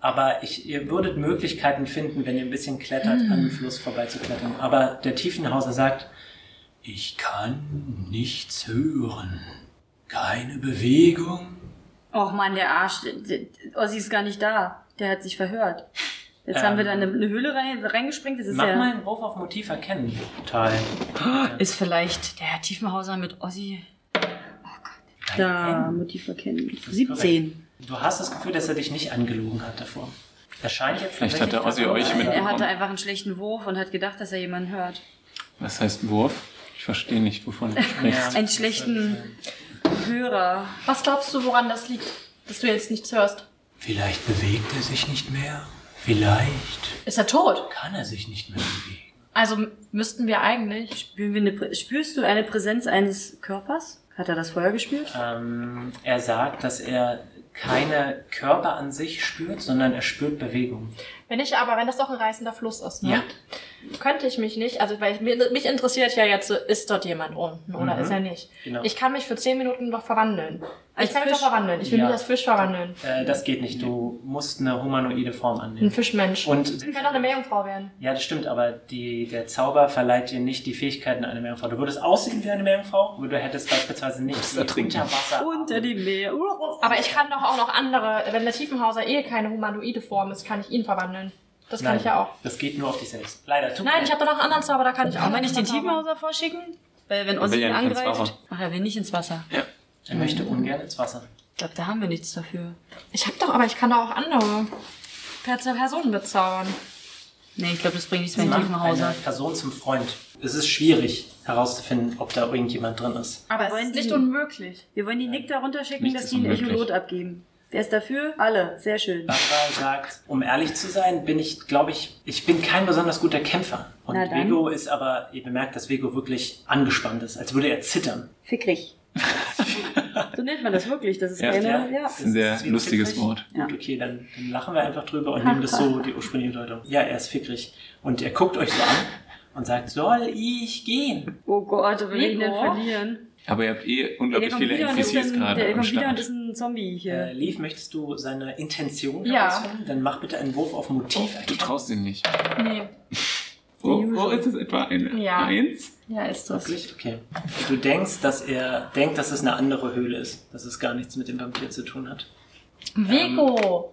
[SPEAKER 1] Aber ich, ihr würdet Möglichkeiten finden, wenn ihr ein bisschen klettert, an dem Fluss vorbeizuklettern. Aber der Tiefenhauser sagt, ich kann nichts hören. Keine Bewegung.
[SPEAKER 4] Och man, der Arsch. der- der- Ossi ist gar nicht da. Der hat sich verhört. Jetzt
[SPEAKER 1] Ähm.
[SPEAKER 4] haben wir da eine, eine Höhle rein, reingesprengt. Das ist
[SPEAKER 1] Mach
[SPEAKER 4] ja.
[SPEAKER 1] mal einen Wurf auf Motiv erkennen. Teil.
[SPEAKER 5] Ist vielleicht der Herr Tiefenhauser mit Ossi.
[SPEAKER 4] Da, Motiv erkennen.
[SPEAKER 1] ist
[SPEAKER 4] 17.
[SPEAKER 1] Du hast das Gefühl, dass er dich nicht angelogen hat davor. Er scheint jetzt
[SPEAKER 3] Vielleicht hat der
[SPEAKER 1] tatsächlich
[SPEAKER 3] Ossi euch
[SPEAKER 1] verrückt.
[SPEAKER 3] mit-
[SPEAKER 4] Er hatte einfach einen schlechten Wurf und hat gedacht, dass er jemanden hört.
[SPEAKER 3] Was heißt Wurf? Ich verstehe nicht, wovon du sprichst.
[SPEAKER 1] Ja.
[SPEAKER 4] Einen schlechten Hörer.
[SPEAKER 2] Was glaubst du, woran das liegt, dass du jetzt nichts hörst?
[SPEAKER 1] Vielleicht bewegt er sich nicht mehr. Vielleicht
[SPEAKER 2] Ist er tot?
[SPEAKER 1] kann er sich nicht mehr bewegen.
[SPEAKER 2] Also m- müssten wir eigentlich.
[SPEAKER 4] Spüren wir eine, Prä- spürst du eine Präsenz eines Körpers? Hat er das Feuer gespürt?
[SPEAKER 1] Ähm, er sagt, dass er keine Körper an sich spürt, sondern er spürt Bewegung.
[SPEAKER 2] Wenn ich aber, wenn das doch ein reißender Fluss ist, ne?
[SPEAKER 1] Ja.
[SPEAKER 2] könnte ich mich nicht, also weil ich, mir- mich interessiert ja jetzt, so, ist dort jemand unten oder
[SPEAKER 1] Mhm.
[SPEAKER 2] ist er nicht?
[SPEAKER 1] Genau.
[SPEAKER 2] Ich kann mich für 10 Minuten doch verwandeln.
[SPEAKER 5] Als
[SPEAKER 2] ich kann mich
[SPEAKER 5] Fisch?
[SPEAKER 2] doch verwandeln. Ich will
[SPEAKER 1] Ja.
[SPEAKER 2] mich als Fisch verwandeln.
[SPEAKER 1] Äh, das geht nicht. Du musst eine humanoide Form annehmen.
[SPEAKER 2] Ein Fischmensch.
[SPEAKER 1] Und
[SPEAKER 2] ich kann doch eine Meerjungfrau werden.
[SPEAKER 1] ja, das stimmt, aber die, der Zauber verleiht dir nicht die Fähigkeiten einer Meerjungfrau. Du würdest aussehen wie eine Meerjungfrau, aber du hättest beispielsweise nicht die
[SPEAKER 3] ertrinken.
[SPEAKER 1] Unterwasser.
[SPEAKER 2] äh,
[SPEAKER 4] Unter die Meer.
[SPEAKER 2] Aber ich kann doch auch noch andere, wenn der Tiefenhauser eh keine humanoide Form ist, kann ich ihn verwandeln. Das kann
[SPEAKER 1] Nein,
[SPEAKER 2] ich ja auch.
[SPEAKER 1] Das geht nur auf dich selbst. Leider. Tut mir
[SPEAKER 2] Nein, ich habe doch noch einen anderen Zauber, da kann ich auch.
[SPEAKER 5] Kann man nicht den
[SPEAKER 2] Zauber.
[SPEAKER 5] Tiefenhauser vorschicken? Weil wenn
[SPEAKER 3] Er will
[SPEAKER 5] Ossi
[SPEAKER 3] ja
[SPEAKER 5] ihn
[SPEAKER 3] nicht ins Wasser.
[SPEAKER 5] angreift. Ach, er will nicht ins Wasser.
[SPEAKER 1] Er möchte ungern ins Wasser.
[SPEAKER 5] Ich glaube, da haben wir nichts dafür.
[SPEAKER 2] Ich habe doch, aber ich kann doch auch andere Per- Personen bezaubern.
[SPEAKER 5] Nee, ich glaube, das bringt nichts mehr in
[SPEAKER 1] Macht eine
[SPEAKER 5] Tiefenhauser.
[SPEAKER 1] Person zum Freund. Es ist schwierig herauszufinden, ob da irgendjemand drin ist.
[SPEAKER 2] Aber
[SPEAKER 4] Wollen
[SPEAKER 2] es ist nicht
[SPEAKER 4] die-
[SPEAKER 2] unmöglich.
[SPEAKER 4] Wir wollen die Nick darunter schicken,
[SPEAKER 3] Nichts
[SPEAKER 4] dass
[SPEAKER 3] ist
[SPEAKER 4] die einen
[SPEAKER 3] unmöglich.
[SPEAKER 4] Echolot abgeben. Wer ist dafür? Alle. Sehr schön.
[SPEAKER 1] Barbara sagt, um ehrlich zu sein, bin ich, glaube ich, ich bin kein besonders guter Kämpfer. Und
[SPEAKER 4] Na dann.
[SPEAKER 1] Vigo ist aber, ihr bemerkt, dass Vigo wirklich angespannt ist, als würde er zittern.
[SPEAKER 4] Fickrig. so nennt man das wirklich. Das ist
[SPEAKER 3] Ja,
[SPEAKER 4] keine. Ja.
[SPEAKER 3] ist ein sehr
[SPEAKER 1] wie
[SPEAKER 3] lustiges Wort.
[SPEAKER 1] Gut, okay, dann, dann lachen wir einfach drüber und nehmen das so, die ursprüngliche Bedeutung. Ja, er ist fickrig. Und er guckt euch so an und sagt, soll ich gehen?
[SPEAKER 4] Oh Gott, wir werden den
[SPEAKER 2] Nico?
[SPEAKER 4] verlieren.
[SPEAKER 3] Aber ihr habt eh
[SPEAKER 4] Der
[SPEAKER 3] unglaublich
[SPEAKER 4] kommt
[SPEAKER 3] viele
[SPEAKER 4] wieder und ist
[SPEAKER 3] NPCs
[SPEAKER 4] ein-
[SPEAKER 3] gerade
[SPEAKER 4] Der
[SPEAKER 3] am
[SPEAKER 4] kommt wieder und
[SPEAKER 3] Start.
[SPEAKER 4] ist ein Zombie
[SPEAKER 1] Äh,
[SPEAKER 4] hier.
[SPEAKER 1] Leaf, möchtest du seine Intention
[SPEAKER 2] Ja.
[SPEAKER 1] herausfinden? Dann mach bitte einen Wurf auf Motiv.
[SPEAKER 3] Du traust ihn nicht.
[SPEAKER 2] Nee.
[SPEAKER 3] Oh, oh ist es etwa eine
[SPEAKER 2] Ja.
[SPEAKER 3] Eins?
[SPEAKER 2] Ja, ist das.
[SPEAKER 1] Wirklich? Okay. Du denkst, dass er denkt, dass es eine andere Höhle ist, dass es gar nichts mit dem Vampir zu tun hat. Ähm.
[SPEAKER 2] Vigo.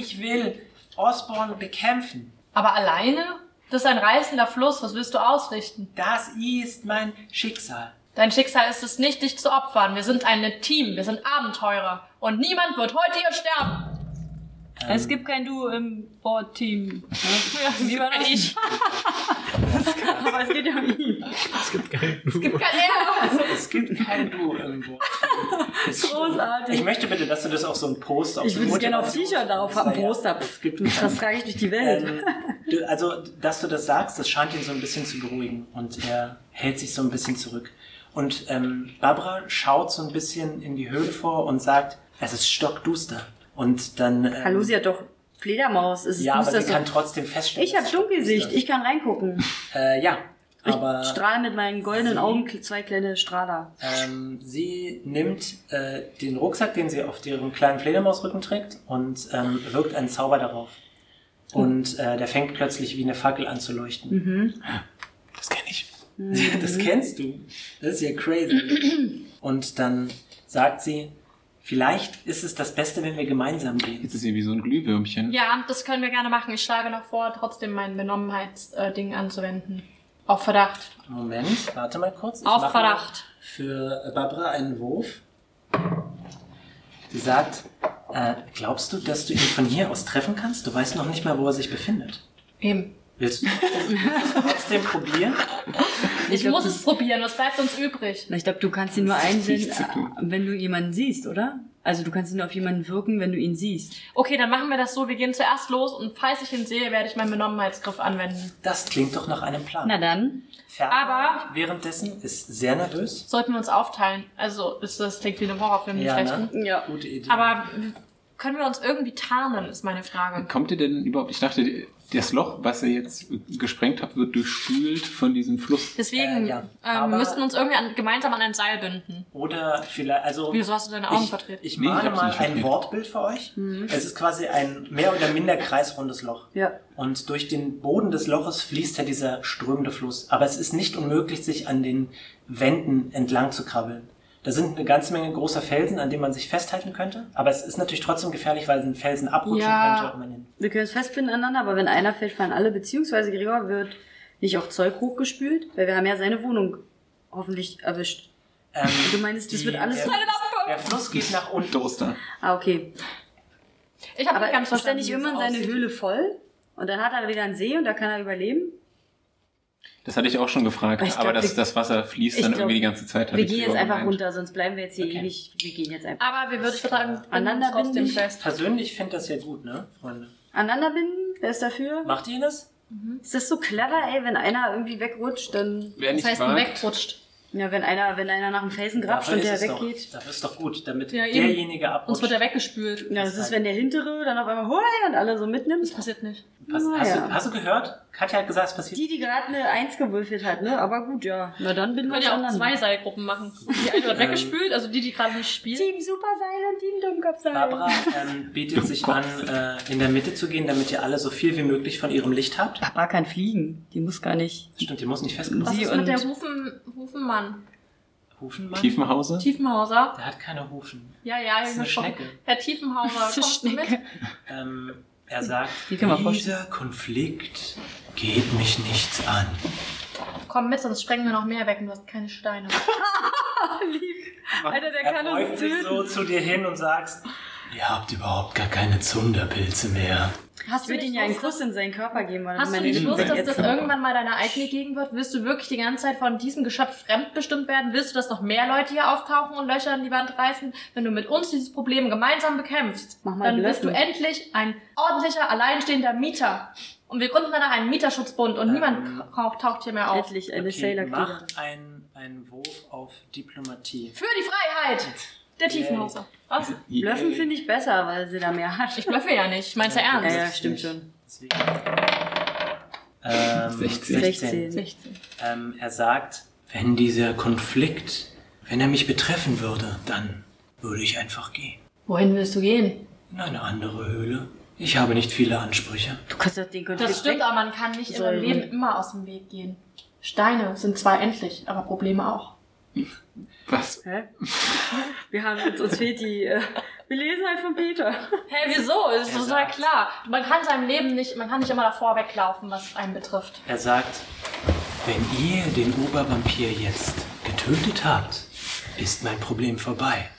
[SPEAKER 1] Ich will Osborne bekämpfen.
[SPEAKER 2] Aber alleine? Das ist ein reißender Fluss. Was willst du ausrichten?
[SPEAKER 1] Das ist mein Schicksal.
[SPEAKER 2] Dein Schicksal ist es nicht, dich zu opfern. Wir sind ein Team. Wir sind Abenteurer. Und niemand wird heute hier sterben.
[SPEAKER 5] Es gibt kein Du im Bordteam. Ja, wie war das?
[SPEAKER 2] Ich.
[SPEAKER 4] Aber es geht ja um ihn.
[SPEAKER 2] Es gibt kein Ärger.
[SPEAKER 1] Ähm, Es gibt kein Du irgendwo. Das stimmt.
[SPEAKER 4] Großartig.
[SPEAKER 1] Ich möchte bitte, dass du das auf so ein Post auf
[SPEAKER 4] Ich
[SPEAKER 1] so
[SPEAKER 4] würde es gerne auf
[SPEAKER 1] Motivations-
[SPEAKER 4] T-Shirt darauf haben.
[SPEAKER 1] Ja, ja.
[SPEAKER 4] Poster.
[SPEAKER 1] Es gibt
[SPEAKER 4] Das trage ich durch die Welt.
[SPEAKER 1] Ähm, du, also, dass du das sagst, das scheint ihn so ein bisschen zu beruhigen und er hält sich so ein bisschen zurück. Und ähm, Barbara schaut so ein bisschen in die Höhle vor und sagt, es ist stockduster. Und dann. Ähm,
[SPEAKER 4] Hallo, sie hat doch Fledermaus. Es ist
[SPEAKER 1] ja, aber
[SPEAKER 4] Muster
[SPEAKER 1] sie
[SPEAKER 4] so-
[SPEAKER 1] kann trotzdem feststellen.
[SPEAKER 4] Ich habe
[SPEAKER 1] dass es
[SPEAKER 4] Dunkelsicht,
[SPEAKER 1] stockduster
[SPEAKER 4] ich kann reingucken.
[SPEAKER 1] ist. Äh, ja,
[SPEAKER 4] Ich
[SPEAKER 1] aber
[SPEAKER 4] strahle mit meinen goldenen Augen kl- zwei kleine Strahler.
[SPEAKER 1] ähm, sie nimmt äh, den Rucksack, den sie auf ihrem kleinen Fledermausrücken trägt, und ähm, wirkt einen Zauber darauf.
[SPEAKER 2] Hm.
[SPEAKER 1] Und äh, der fängt plötzlich wie eine Fackel an zu leuchten.
[SPEAKER 3] Das kenne ich.
[SPEAKER 2] Mhm.
[SPEAKER 1] Das kennst du. Das ist ja crazy. Und dann sagt sie, vielleicht ist es das Beste, wenn wir gemeinsam gehen.
[SPEAKER 3] Jetzt ist irgendwie so ein Glühwürmchen.
[SPEAKER 2] Ja, das können wir gerne machen. Ich schlage noch vor, trotzdem mein Benommenheitsding anzuwenden. Auf Verdacht.
[SPEAKER 1] Moment, warte mal kurz. Ich
[SPEAKER 2] Auf
[SPEAKER 1] mache
[SPEAKER 2] Verdacht.
[SPEAKER 1] Für Barbara einen Wurf. Sie sagt, äh, glaubst du, dass du ihn von hier aus treffen kannst? Du weißt noch nicht mal, wo er sich befindet.
[SPEAKER 2] Eben.
[SPEAKER 1] Willst du trotzdem probieren?
[SPEAKER 2] Ich
[SPEAKER 5] glaub,
[SPEAKER 2] muss
[SPEAKER 5] das-
[SPEAKER 2] es probieren, was bleibt uns übrig?
[SPEAKER 5] Na, ich glaube, du kannst ihn nur
[SPEAKER 3] Das hat
[SPEAKER 5] einsehen,
[SPEAKER 3] nichts zu tun.
[SPEAKER 5] äh, wenn du jemanden siehst, oder? Also du kannst ihn auf jemanden wirken, wenn du ihn siehst.
[SPEAKER 2] Okay, dann machen wir das so, wir gehen zuerst los und falls ich ihn sehe, werde ich meinen Benommenheitsgriff anwenden.
[SPEAKER 1] Das klingt doch nach einem Plan.
[SPEAKER 5] Na dann.
[SPEAKER 1] Ferner
[SPEAKER 2] aber-
[SPEAKER 1] währenddessen ist sehr nervös.
[SPEAKER 2] Sollten wir uns aufteilen. Also, ist das klingt wie ein Horrorfilm, nicht
[SPEAKER 1] Ja,
[SPEAKER 2] recht.
[SPEAKER 1] ne?
[SPEAKER 4] Ja.
[SPEAKER 1] Gute Idee.
[SPEAKER 2] Aber Können wir uns irgendwie tarnen, ist meine Frage.
[SPEAKER 3] Kommt ihr denn überhaupt? Ich dachte, das Loch, was ihr jetzt gesprengt habt, wird durchspült von diesem Fluss.
[SPEAKER 2] Deswegen
[SPEAKER 1] Äh, ja.
[SPEAKER 2] ähm,
[SPEAKER 1] Aber-
[SPEAKER 2] wir müssten uns irgendwie an, gemeinsam an ein Seil binden.
[SPEAKER 1] Oder vielleicht, also.
[SPEAKER 2] Wieso hast du deine Augen
[SPEAKER 1] ich,
[SPEAKER 2] verdreht? Mhm.
[SPEAKER 1] Ich
[SPEAKER 3] Nee, ich
[SPEAKER 1] male
[SPEAKER 3] hab's
[SPEAKER 1] mal
[SPEAKER 3] nicht
[SPEAKER 1] ein
[SPEAKER 3] verdreht.
[SPEAKER 1] Wortbild für euch. Es ist quasi ein mehr oder minder kreisrundes Loch.
[SPEAKER 4] Ja.
[SPEAKER 1] Und durch den Boden des Loches fließt ja dieser strömende Fluss. Aber es ist nicht unmöglich, sich an den Wänden entlang zu krabbeln. Da sind eine ganze Menge großer Felsen, an denen man sich festhalten könnte. Aber es ist natürlich trotzdem gefährlich, weil ein Felsen abrutschen
[SPEAKER 2] Ja.
[SPEAKER 1] könnte. Und man ihn
[SPEAKER 4] Wir können es festbinden aneinander, aber wenn einer fällt, fallen alle. Beziehungsweise Gregor wird nicht auch Zeug hochgespült, weil wir haben ja seine Wohnung hoffentlich erwischt.
[SPEAKER 1] ähm,
[SPEAKER 4] Du meinst, das wird alles-
[SPEAKER 1] der, der Fluss geht nach unten.
[SPEAKER 3] Doster.
[SPEAKER 4] Ah, okay.
[SPEAKER 2] Ich habe
[SPEAKER 4] Aber
[SPEAKER 2] nicht ganz
[SPEAKER 4] ist er
[SPEAKER 2] verstanden.
[SPEAKER 4] nicht
[SPEAKER 2] wie es
[SPEAKER 4] immer in seine
[SPEAKER 2] aussieht.
[SPEAKER 4] Höhle voll? Und dann hat er wieder einen See und da kann er überleben?
[SPEAKER 3] Das hatte ich auch schon gefragt.
[SPEAKER 4] Ich glaub,
[SPEAKER 3] aber das,
[SPEAKER 4] wir-
[SPEAKER 3] das Wasser fließt
[SPEAKER 4] ich
[SPEAKER 3] dann
[SPEAKER 4] glaub,
[SPEAKER 3] irgendwie die ganze Zeit. hatte
[SPEAKER 4] wir
[SPEAKER 3] ich
[SPEAKER 4] gehen jetzt
[SPEAKER 3] überall
[SPEAKER 4] einfach
[SPEAKER 3] gemeint.
[SPEAKER 4] runter, sonst bleiben wir jetzt hier
[SPEAKER 1] Okay.
[SPEAKER 4] ewig. Wir gehen jetzt einfach.
[SPEAKER 2] Aber wir würden sagen,
[SPEAKER 4] Aneinander
[SPEAKER 2] aus dem
[SPEAKER 4] binden.
[SPEAKER 2] Fest.
[SPEAKER 1] Persönlich finde das ja gut, ne, Freunde?
[SPEAKER 4] Aneinander binden? Wer ist dafür?
[SPEAKER 1] Macht ihr das?
[SPEAKER 4] Ist das so clever, ey? Wenn einer irgendwie wegrutscht, dann.
[SPEAKER 3] Wer
[SPEAKER 2] Das
[SPEAKER 3] nicht
[SPEAKER 2] heißt,
[SPEAKER 3] wagt,
[SPEAKER 2] wegrutscht.
[SPEAKER 4] Ja, wenn einer, wenn einer nach dem Felsen grapscht und der
[SPEAKER 1] es
[SPEAKER 4] weggeht.
[SPEAKER 1] Doch, dafür ist doch gut, damit
[SPEAKER 2] Ja, eben.
[SPEAKER 1] derjenige
[SPEAKER 2] Uns
[SPEAKER 1] abrutscht.
[SPEAKER 2] wird er weggespült.
[SPEAKER 4] Ja,
[SPEAKER 1] halt
[SPEAKER 4] das ist, wenn der hintere dann auf einmal hoi und alle so
[SPEAKER 2] Das
[SPEAKER 4] mitnimmt.
[SPEAKER 2] passiert nicht.
[SPEAKER 1] Pass, hast,
[SPEAKER 4] Naja.
[SPEAKER 1] du, hast du gehört? Katja hat gesagt, es passiert.
[SPEAKER 4] Die, die gerade eine Eins gewürfelt hat, ne? Aber gut, ja. Na dann bin
[SPEAKER 2] Wir können ja auch zwei Seilgruppen machen. Die eine wird
[SPEAKER 1] Ähm.
[SPEAKER 2] weggespült, also die, die gerade nicht spielt.
[SPEAKER 4] Team Superseil und Team Dummkopfseil.
[SPEAKER 1] Barbara ähm, bietet sich an, äh, in der Mitte zu gehen, damit ihr alle so viel wie möglich von ihrem Licht habt.
[SPEAKER 5] Papa kann fliegen. Die muss gar nicht.
[SPEAKER 1] Stimmt, ihr muss nicht festgenommen
[SPEAKER 2] Was
[SPEAKER 5] Sie
[SPEAKER 2] ist mit
[SPEAKER 5] und-
[SPEAKER 2] der Hufen, Hufenmann?
[SPEAKER 1] Hufenmann?
[SPEAKER 3] Tiefenhauser?
[SPEAKER 2] Tiefenhauser?
[SPEAKER 1] Der hat keine Hufen.
[SPEAKER 2] Ja, ja,
[SPEAKER 1] Das
[SPEAKER 2] ich
[SPEAKER 1] ist eine Schnecke.
[SPEAKER 2] Herr Tiefenhauser,
[SPEAKER 5] Das ist eine
[SPEAKER 2] kommst du mit?
[SPEAKER 5] Schnecke.
[SPEAKER 1] Ähm, er sagt,
[SPEAKER 5] Die können wir
[SPEAKER 1] dieser Konflikt geht mich nichts an.
[SPEAKER 2] Komm mit, sonst sprengen wir noch mehr weg und du hast keine Steine.
[SPEAKER 4] Alter, der
[SPEAKER 1] er beugt sich so zu dir hin und sagt, ihr habt überhaupt gar keine Zunderpilze mehr.
[SPEAKER 2] Hast
[SPEAKER 4] Ich würde
[SPEAKER 2] nicht
[SPEAKER 4] ihm ja einen
[SPEAKER 2] Lust,
[SPEAKER 4] Kuss in seinen Körper geben. Weil
[SPEAKER 2] Hast du
[SPEAKER 4] meine
[SPEAKER 2] nicht
[SPEAKER 4] Liebe
[SPEAKER 2] Lust, dass
[SPEAKER 4] jetzt-
[SPEAKER 2] das irgendwann mal deine eigene Gegend wird? Willst du wirklich die ganze Zeit von diesem Geschöpf fremdbestimmt werden? Willst du, dass noch mehr Leute hier auftauchen und Löcher in die Wand reißen? Wenn du mit uns dieses Problem gemeinsam bekämpfst,
[SPEAKER 4] Mach mal
[SPEAKER 2] dann bist du
[SPEAKER 4] Blöffen.
[SPEAKER 2] endlich ein ordentlicher, alleinstehender Mieter. Und wir gründen danach einen Mieterschutzbund und
[SPEAKER 1] Ähm,
[SPEAKER 2] niemand taucht, taucht hier mehr auf.
[SPEAKER 4] Endlich eine
[SPEAKER 1] Okay,
[SPEAKER 4] sailor
[SPEAKER 1] mach
[SPEAKER 4] sailor
[SPEAKER 1] einen, einen Wurf auf Diplomatie.
[SPEAKER 2] Für die Freiheit! Der
[SPEAKER 1] Yay.
[SPEAKER 2] Tiefenhauser. Was?
[SPEAKER 4] Bluffen finde ich besser, weil sie da mehr hat.
[SPEAKER 2] Ich blöffe ja nicht. Ich mein's ja
[SPEAKER 4] Ja,
[SPEAKER 2] ernst.
[SPEAKER 4] ja, stimmt schon.
[SPEAKER 1] Deswegen. Ähm,
[SPEAKER 3] 16.
[SPEAKER 1] 16.
[SPEAKER 4] 16.
[SPEAKER 2] 16.
[SPEAKER 1] Ähm, er sagt, wenn dieser Konflikt, wenn er mich betreffen würde, dann würde ich einfach gehen.
[SPEAKER 2] Wohin willst du gehen?
[SPEAKER 1] In eine andere Höhle. Ich habe nicht viele Ansprüche.
[SPEAKER 4] Du kannst doch den Konflikt
[SPEAKER 2] Das stimmt,
[SPEAKER 4] weg-
[SPEAKER 2] aber man kann nicht in im
[SPEAKER 4] Säulen.
[SPEAKER 2] Leben immer aus dem Weg gehen. Steine sind zwar endlich, aber Probleme auch.
[SPEAKER 3] Was?
[SPEAKER 4] Hä? Wir haben uns, uns fehlt die äh, Belesenheit von Peter.
[SPEAKER 2] Hä, wieso? Das
[SPEAKER 1] Er
[SPEAKER 2] ist total
[SPEAKER 1] sagt-
[SPEAKER 2] klar. Man kann seinem Leben nicht, man kann nicht immer davor weglaufen, was einen betrifft.
[SPEAKER 1] Er sagt, wenn ihr den Obervampir jetzt getötet habt, ist mein Problem vorbei.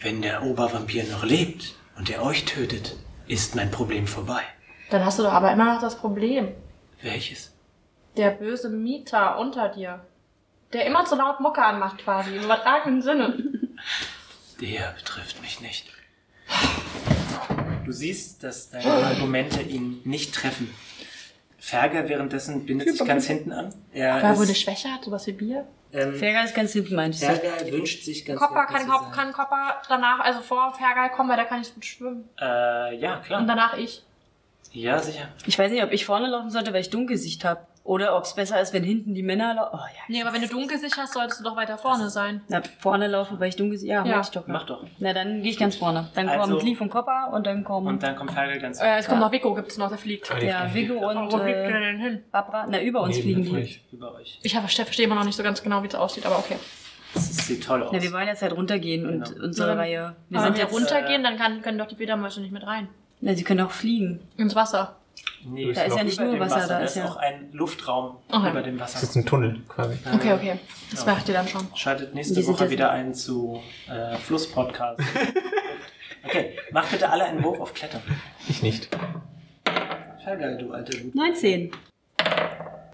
[SPEAKER 1] Wenn der Obervampir noch lebt und er euch tötet, ist mein Problem vorbei.
[SPEAKER 2] Dann hast du doch aber immer noch das Problem.
[SPEAKER 1] Welches?
[SPEAKER 2] Der böse Mieter unter dir. Der immer zu laut Mucke anmacht quasi, im übertragenen Sinne.
[SPEAKER 1] Der betrifft mich nicht. Du siehst, dass deine Argumente ihn nicht treffen. Ferger währenddessen bindet sich ganz hinten an. Er
[SPEAKER 2] Wer wurde
[SPEAKER 1] ist,
[SPEAKER 2] schwächer? Hat sowas wie Bier?
[SPEAKER 1] ähm,
[SPEAKER 5] Fergal ist ganz lieb, meinst du?
[SPEAKER 1] Ferger wünscht sich ganz
[SPEAKER 2] Kopper
[SPEAKER 1] hinten
[SPEAKER 2] kann,
[SPEAKER 1] zu
[SPEAKER 2] Kopper
[SPEAKER 1] sein.
[SPEAKER 2] kann Kopper danach, also vor Fergal kommen, weil da kann ich gut schwimmen.
[SPEAKER 1] Äh, ja,
[SPEAKER 2] Und
[SPEAKER 1] klar.
[SPEAKER 2] danach ich.
[SPEAKER 1] Ja, sicher.
[SPEAKER 5] Ich weiß nicht, ob ich vorne laufen sollte, weil ich Dunkelsicht habe. Oder ob es besser ist, wenn hinten die Männer laufen. Oh ja.
[SPEAKER 2] Nee, aber wenn du dunkelsicht hast, solltest du doch weiter vorne sein.
[SPEAKER 5] Na, vorne laufen, weil ich Dunkelsicht Ja,
[SPEAKER 2] Ja.
[SPEAKER 5] mach ich doch.
[SPEAKER 1] Mach doch.
[SPEAKER 5] Na, dann gehe ich ganz vorne. Dann
[SPEAKER 1] Also-
[SPEAKER 5] kommt Lief und Kopper und dann kommen.
[SPEAKER 1] Und dann kommt Ferger ganz
[SPEAKER 2] Äh, es kommt noch Vico, gibt's noch, der fliegt. Oh,
[SPEAKER 5] ja, Viggo und
[SPEAKER 2] Wo fliegt der
[SPEAKER 5] äh,
[SPEAKER 2] denn hin?
[SPEAKER 5] Barbara. Na, über uns fliegen die.
[SPEAKER 1] über euch.
[SPEAKER 2] Ich hab- verstehe immer noch nicht so ganz genau, wie es aussieht, aber okay.
[SPEAKER 1] Das ist- sieht toll aus.
[SPEAKER 5] Na, wir wollen jetzt halt runtergehen und
[SPEAKER 1] Genau.
[SPEAKER 5] unsere
[SPEAKER 2] Ja. Ah,
[SPEAKER 5] Reihe. Wir
[SPEAKER 2] Aber wenn
[SPEAKER 5] sind
[SPEAKER 2] wir
[SPEAKER 5] jetzt.
[SPEAKER 1] äh,
[SPEAKER 2] runtergehen, dann kann, können doch die Fledermäuse nicht mit rein.
[SPEAKER 5] Na, sie können auch fliegen.
[SPEAKER 2] Ins Wasser.
[SPEAKER 1] nee,
[SPEAKER 5] da ist ja nicht
[SPEAKER 1] über
[SPEAKER 5] nur
[SPEAKER 1] dem
[SPEAKER 5] Wasser, da
[SPEAKER 1] da
[SPEAKER 5] ist
[SPEAKER 1] ist
[SPEAKER 5] ja-
[SPEAKER 1] auch ein Luftraum
[SPEAKER 2] Aha.
[SPEAKER 1] über dem
[SPEAKER 6] Das ist jetzt
[SPEAKER 1] Wasser.
[SPEAKER 6] ein Tunnel quasi.
[SPEAKER 2] Okay, okay. Das
[SPEAKER 1] Äh, Ja.
[SPEAKER 2] macht ihr dann schon.
[SPEAKER 1] Schaltet nächste
[SPEAKER 4] Wir sind
[SPEAKER 1] Woche
[SPEAKER 4] jetzt-
[SPEAKER 1] wieder ein zu äh, Fluss-Podcast. okay, macht bitte alle einen Wurf auf Klettern.
[SPEAKER 6] Ich nicht.
[SPEAKER 1] Fergal, du alte Wut.
[SPEAKER 4] 19.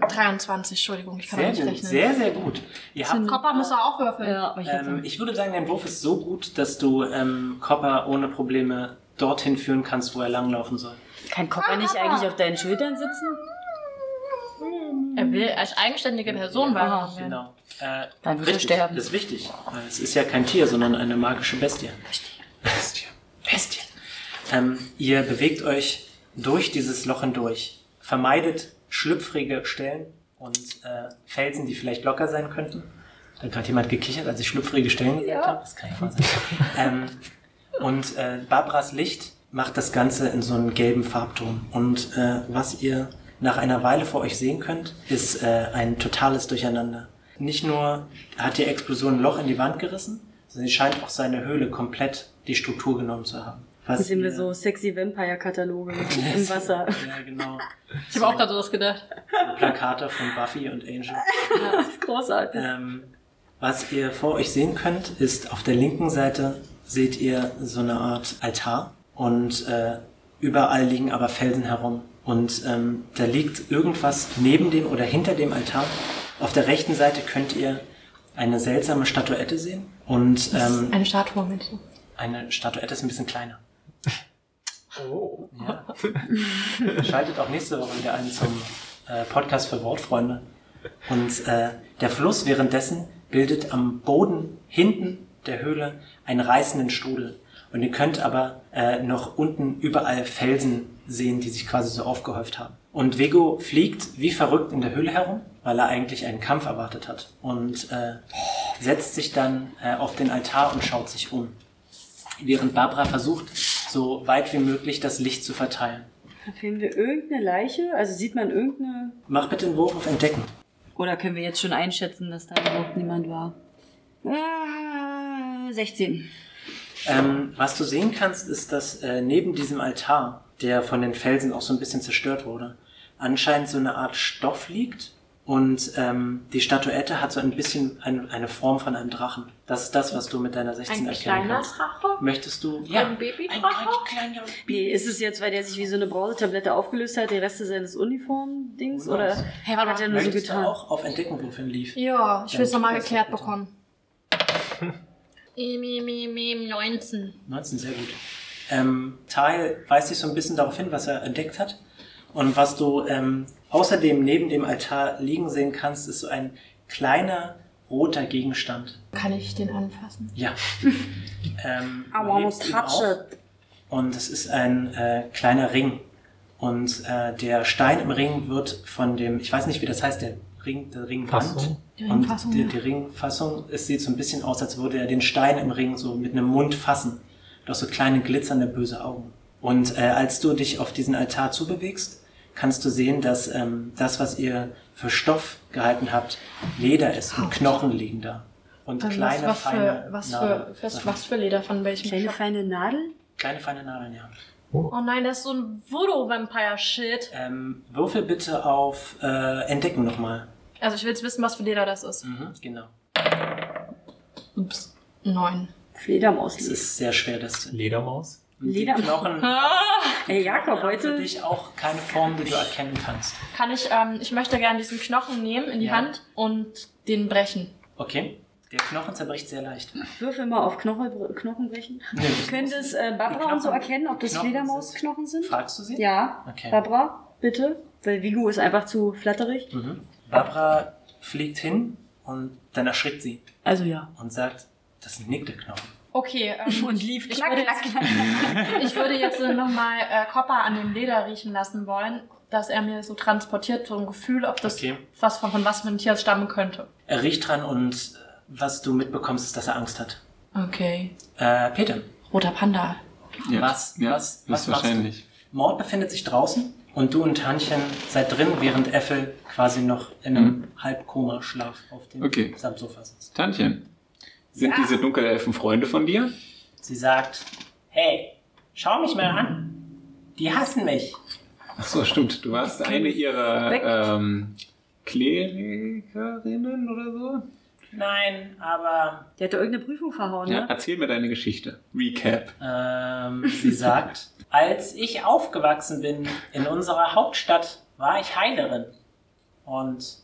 [SPEAKER 2] 23, Entschuldigung, ich kann
[SPEAKER 1] Sehr
[SPEAKER 2] nicht
[SPEAKER 1] gut,
[SPEAKER 2] rechnen.
[SPEAKER 1] sehr, sehr gut. Ihr habt,
[SPEAKER 2] Kopper müsst ihr auch würfeln.
[SPEAKER 5] Ja, aber ich würd
[SPEAKER 1] ähm,
[SPEAKER 5] sagen.
[SPEAKER 1] ich würde sagen, dein Wurf ist so gut, dass du ähm, Copper ohne Probleme dorthin führen kannst, wo er langlaufen soll.
[SPEAKER 5] Kann Kopper nicht
[SPEAKER 4] Ah.
[SPEAKER 5] eigentlich auf deinen Schultern sitzen?
[SPEAKER 2] Er will als eigenständige Person wahrgenommen werden.
[SPEAKER 1] Genau. Äh,
[SPEAKER 5] Dann wird er
[SPEAKER 1] richtig,
[SPEAKER 5] sterben.
[SPEAKER 1] Das ist wichtig. weil Es ist ja kein Tier, sondern eine magische Bestie.
[SPEAKER 5] Verstehe.
[SPEAKER 1] Bestie. Ähm, ihr bewegt euch durch dieses Loch hindurch. Vermeidet schlüpfrige Stellen und äh, Felsen, die vielleicht locker sein könnten. Da hat gerade jemand gekichert, als ich schlüpfrige Stellen gesagt habe. Das kann ja wahr sein. ähm, und äh, Barbras Licht macht das Ganze in so einen gelben Farbton. Und äh, was ihr nach einer Weile vor euch sehen könnt, ist äh, ein totales Durcheinander. Nicht nur hat die Explosion ein Loch in die Wand gerissen, sondern sie scheint auch seine Höhle komplett die Struktur genommen zu haben. Was
[SPEAKER 4] Das sehen wir
[SPEAKER 1] ihr-
[SPEAKER 4] so sexy Vampire-Kataloge im Wasser.
[SPEAKER 1] Ja, genau.
[SPEAKER 2] Ich habe auch gerade so was gedacht.
[SPEAKER 1] Plakate von Buffy und Angel.
[SPEAKER 4] Das ist großartig.
[SPEAKER 1] Ähm, was ihr vor euch sehen könnt, ist auf der linken Seite seht ihr so eine Art Altar und äh, überall liegen aber Felsen herum. Und ähm, da liegt irgendwas neben dem oder hinter dem Altar. Auf der rechten Seite könnt ihr eine seltsame Statuette sehen und ähm,
[SPEAKER 2] Eine Statue, Männchen.
[SPEAKER 1] eine Statuette ist ein bisschen kleiner. Oh. Ja. Schaltet auch nächste Woche wieder ein zum äh, Podcast für Wortfreunde. Und äh, der Fluss währenddessen bildet am Boden hinten der Höhle einen reißenden Strudel. Und ihr könnt aber äh, noch unten überall Felsen sehen, die sich quasi so aufgehäuft haben. Und Vego fliegt wie verrückt in der Höhle herum, weil er eigentlich einen Kampf erwartet hat. Und äh, setzt sich dann äh, auf den Altar und schaut sich um während Barbara versucht, so weit wie möglich das Licht zu verteilen.
[SPEAKER 4] Finden wir irgendeine Leiche? Also sieht man irgendeine.
[SPEAKER 1] Mach bitte einen Wurf auf Entdecken.
[SPEAKER 5] Oder können wir jetzt schon einschätzen, dass da überhaupt niemand war?
[SPEAKER 4] Ah, 16.
[SPEAKER 1] Ähm, was du sehen kannst, ist, dass äh, neben diesem Altar, der von den Felsen auch so ein bisschen zerstört wurde, anscheinend so eine Art Stoff liegt und ähm, die Statuette hat so ein bisschen ein, eine Form von einem Drachen. Das ist das, was du mit deiner 16
[SPEAKER 6] Ein
[SPEAKER 1] erkennen
[SPEAKER 6] kleiner
[SPEAKER 1] kannst.
[SPEAKER 6] Drache?
[SPEAKER 1] Möchtest du?
[SPEAKER 6] Ein Babydrache?
[SPEAKER 1] kleiner
[SPEAKER 4] Nee, ist es jetzt, weil der sich wie so eine Brausetablette aufgelöst hat, die Reste seines Uniform-Dings? Oder
[SPEAKER 2] Hey, warte
[SPEAKER 4] hat er
[SPEAKER 2] mal.
[SPEAKER 4] nur so
[SPEAKER 1] Möchtest du
[SPEAKER 4] getan?
[SPEAKER 1] auch auf Entdecken rufen, Leaf?
[SPEAKER 2] Ja, ich will es
[SPEAKER 1] Dann
[SPEAKER 2] nochmal
[SPEAKER 1] ist das
[SPEAKER 2] geklärt
[SPEAKER 1] bitte.
[SPEAKER 2] bekommen. Im, im, im, im 19.
[SPEAKER 1] 19, sehr gut. Ähm, Teil weist dich so ein bisschen darauf hin, was er entdeckt hat. Und was du ähm, außerdem neben dem Altar liegen sehen kannst, ist so ein kleiner roter Gegenstand.
[SPEAKER 2] Kann ich den anfassen?
[SPEAKER 1] Ja. ähm,
[SPEAKER 4] I
[SPEAKER 1] du
[SPEAKER 4] almost
[SPEAKER 1] hebst ihn auf
[SPEAKER 4] touch it.
[SPEAKER 1] Und es ist ein äh, kleiner Ring. Und äh, der Stein im Ring wird von dem, ich weiß nicht, wie das heißt, der Ring, der Ringwand.
[SPEAKER 7] Fassung?
[SPEAKER 2] Die
[SPEAKER 1] Und
[SPEAKER 2] Ringfassung,
[SPEAKER 1] die,
[SPEAKER 2] ja.
[SPEAKER 1] die Ringfassung, es sieht so ein bisschen aus, als würde er den Stein im Ring so mit einem Mund fassen. Doch so kleine glitzernde böse Augen. Und äh, als du dich auf diesen Altar zubewegst, kannst du sehen, dass ähm, das, was ihr für Stoff gehalten habt, Leder ist und Knochen liegen da. Und
[SPEAKER 2] Ähm,
[SPEAKER 1] kleine,
[SPEAKER 2] was, was,
[SPEAKER 1] feine
[SPEAKER 2] für, was,
[SPEAKER 1] Nadeln.
[SPEAKER 2] für, was, was für Leder von welchem
[SPEAKER 4] Kleine
[SPEAKER 2] Shop?
[SPEAKER 4] feine Nadel?
[SPEAKER 1] Kleine, feine Nadeln, ja.
[SPEAKER 2] Oh nein, das ist so ein Voodoo-Vampire-Shit.
[SPEAKER 1] Ähm, würfel bitte auf äh, Entdecken nochmal.
[SPEAKER 2] Also ich will jetzt wissen, was für Leder das ist.
[SPEAKER 1] Mhm, genau.
[SPEAKER 2] Ups. Neun.
[SPEAKER 4] Fledermaus.
[SPEAKER 1] Es ist sehr schwer, das zu
[SPEAKER 7] Ledermaus?
[SPEAKER 4] Leder-
[SPEAKER 1] Die Knochen
[SPEAKER 2] Ah.
[SPEAKER 4] Ey, Jakob,
[SPEAKER 1] haben für
[SPEAKER 4] heute.
[SPEAKER 1] dich auch keine Form, die du erkennen kannst.
[SPEAKER 2] Kann ich, ähm, ich möchte gerne diesen Knochen nehmen in die
[SPEAKER 1] Ja.
[SPEAKER 2] Hand und den brechen.
[SPEAKER 1] Okay. Der Knochen zerbricht sehr leicht. Nö,
[SPEAKER 4] Würfel mal auf Knochen, Knochen brechen.
[SPEAKER 1] das
[SPEAKER 4] Können
[SPEAKER 1] muss-
[SPEAKER 4] das äh, Barbara und so
[SPEAKER 1] Knochen-
[SPEAKER 4] erkennen, ob das
[SPEAKER 1] Knochen
[SPEAKER 4] Fledermausknochen sind?
[SPEAKER 1] Fragst du sie?
[SPEAKER 4] Ja.
[SPEAKER 1] Okay.
[SPEAKER 4] Barbara, bitte. Weil Vigo ist einfach zu flatterig.
[SPEAKER 1] Mhm. Barbara fliegt hin und dann erschrickt sie
[SPEAKER 5] Also ja.
[SPEAKER 1] und sagt, das sind Nickelknochen.
[SPEAKER 2] Okay, ähm,
[SPEAKER 5] Und lief
[SPEAKER 2] knack, knack, ich würde jetzt nochmal äh, Copper an dem Leder riechen lassen wollen, dass er mir so transportiert, so ein Gefühl, ob das
[SPEAKER 1] Okay.
[SPEAKER 2] was von, von was für einem Tier stammen könnte.
[SPEAKER 1] Er riecht dran und äh, was du mitbekommst, ist, dass er Angst hat.
[SPEAKER 2] Okay.
[SPEAKER 1] Äh, Peter,
[SPEAKER 2] Roter Panda.
[SPEAKER 3] Ja,
[SPEAKER 1] was,
[SPEAKER 3] ja,
[SPEAKER 1] was, was machst du?
[SPEAKER 3] wahrscheinlich.
[SPEAKER 1] Mord befindet sich draußen und du und Hannchen seid drin, während Äffel quasi noch in einem Halbkoma-Schlaf auf dem
[SPEAKER 3] Okay.
[SPEAKER 1] Samtsofa sitzt.
[SPEAKER 3] Tantchen, sind diese Dunkelelfen Freunde von dir?
[SPEAKER 1] Sie sagt, hey, schau mich mal an. Die hassen mich.
[SPEAKER 3] Ach so, stimmt. Du warst eine
[SPEAKER 4] Respekt.
[SPEAKER 3] ihrer ähm, Klerikerinnen oder so.
[SPEAKER 1] Nein, aber
[SPEAKER 4] Der hat doch irgendeine Prüfung verhauen,
[SPEAKER 3] Ja,
[SPEAKER 4] ne?
[SPEAKER 3] erzähl mir deine Geschichte. Recap.
[SPEAKER 1] Ähm, sie sagt, als ich aufgewachsen bin in unserer Hauptstadt, war ich Heilerin. Und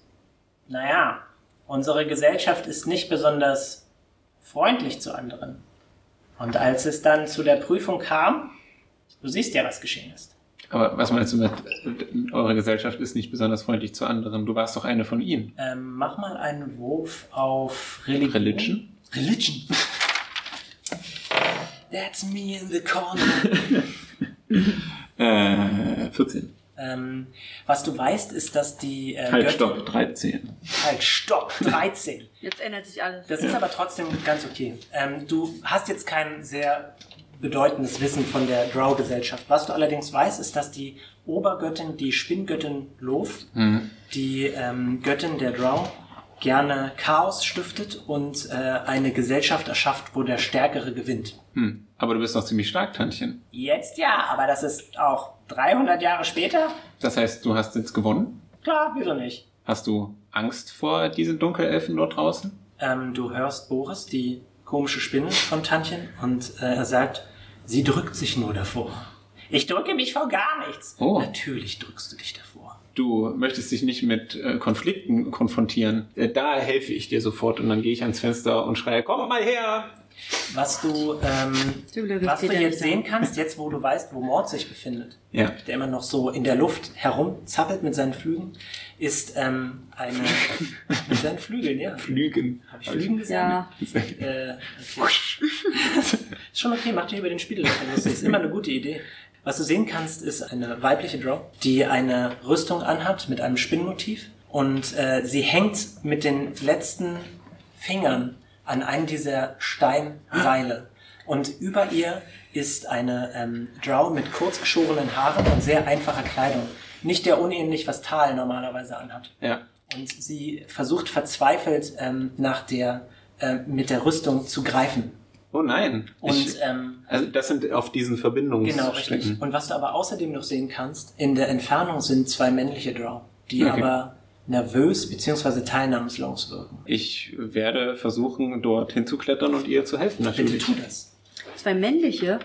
[SPEAKER 1] naja, unsere Gesellschaft ist nicht besonders freundlich zu anderen. Und als es dann zu der Prüfung kam, du siehst ja, was geschehen ist.
[SPEAKER 3] Aber was meinst du mit, äh, eure Gesellschaft ist nicht besonders freundlich zu anderen? Du warst doch eine von ihnen.
[SPEAKER 1] Ähm, mach mal einen Wurf auf Religion.
[SPEAKER 3] Religion?
[SPEAKER 1] Religion. That's me in the corner.
[SPEAKER 3] äh, 14.
[SPEAKER 1] Ähm, was du weißt, ist, dass die... Äh,
[SPEAKER 3] Halt,
[SPEAKER 1] Gött-
[SPEAKER 3] stopp, 13.
[SPEAKER 1] Halt, stopp, 13.
[SPEAKER 4] Jetzt ändert sich alles.
[SPEAKER 1] Das ist aber trotzdem ganz okay. Ähm, du hast jetzt kein sehr bedeutendes Wissen von der Drow-Gesellschaft. Was du allerdings weißt, ist, dass die Obergöttin, die Spinngöttin Lof, die ähm, Göttin der Drow, gerne Chaos stiftet und äh, eine Gesellschaft erschafft, wo der Stärkere gewinnt.
[SPEAKER 3] Hm. Aber du bist noch ziemlich stark, Tantchen.
[SPEAKER 1] Jetzt ja, aber das ist auch 300 Jahre später.
[SPEAKER 3] Das heißt, du hast jetzt gewonnen.
[SPEAKER 1] Klar, wieso nicht?
[SPEAKER 3] Hast du Angst vor diesen Dunkelelfen dort draußen?
[SPEAKER 1] Ähm, du hörst Boris, die komische Spinne von Tantchen, und äh, er sagt, sie drückt sich nur davor. Ich drücke mich vor gar nichts.
[SPEAKER 3] Oh.
[SPEAKER 1] Natürlich drückst du dich davor.
[SPEAKER 3] Du möchtest dich nicht mit äh, Konflikten konfrontieren. Äh, da helfe ich dir sofort und dann gehe ich ans Fenster und schreie, komm mal her!
[SPEAKER 1] Was du, ähm,
[SPEAKER 4] Zum Glück ist
[SPEAKER 1] was du
[SPEAKER 4] Peter
[SPEAKER 1] jetzt
[SPEAKER 4] nicht da.
[SPEAKER 1] sehen kannst, jetzt wo du weißt, wo Mord sich befindet,
[SPEAKER 3] Ja.
[SPEAKER 1] der immer noch so in der Luft herumzappelt mit seinen Flügen, ist ähm, eine... mit seinen Flügeln, ja.
[SPEAKER 3] Flügen.
[SPEAKER 1] Hab ich Flügen gesagt?
[SPEAKER 4] Ja,
[SPEAKER 1] Äh, okay. ist schon okay, mach dich über den Spiegel lachen. Das ist immer eine gute Idee. Was du sehen kannst, ist eine weibliche Drow, die eine Rüstung anhat mit einem Spinnenmotiv und äh, sie hängt mit den letzten Fingern an einem dieser Steinseile. Und über ihr ist eine ähm, Drow mit kurz geschorenen Haaren und sehr einfacher Kleidung. Nicht der unähnlich, was Tal normalerweise anhat.
[SPEAKER 3] Ja.
[SPEAKER 1] Und sie versucht verzweifelt ähm, nach der, ähm, mit der Rüstung zu greifen.
[SPEAKER 3] Oh nein.
[SPEAKER 1] Und
[SPEAKER 3] ich,
[SPEAKER 1] ähm,
[SPEAKER 3] also das sind auf diesen
[SPEAKER 1] genau, richtig.
[SPEAKER 3] Verbindungsstrecken.
[SPEAKER 1] Und was du aber außerdem noch sehen kannst, in der Entfernung sind zwei männliche Drow, die
[SPEAKER 3] Okay.
[SPEAKER 1] aber nervös bzw. teilnahmslos wirken.
[SPEAKER 3] Ich werde versuchen, dort hinzuklettern und ihr zu helfen
[SPEAKER 1] Bitte
[SPEAKER 3] natürlich.
[SPEAKER 1] tu das.
[SPEAKER 4] zwei männliche.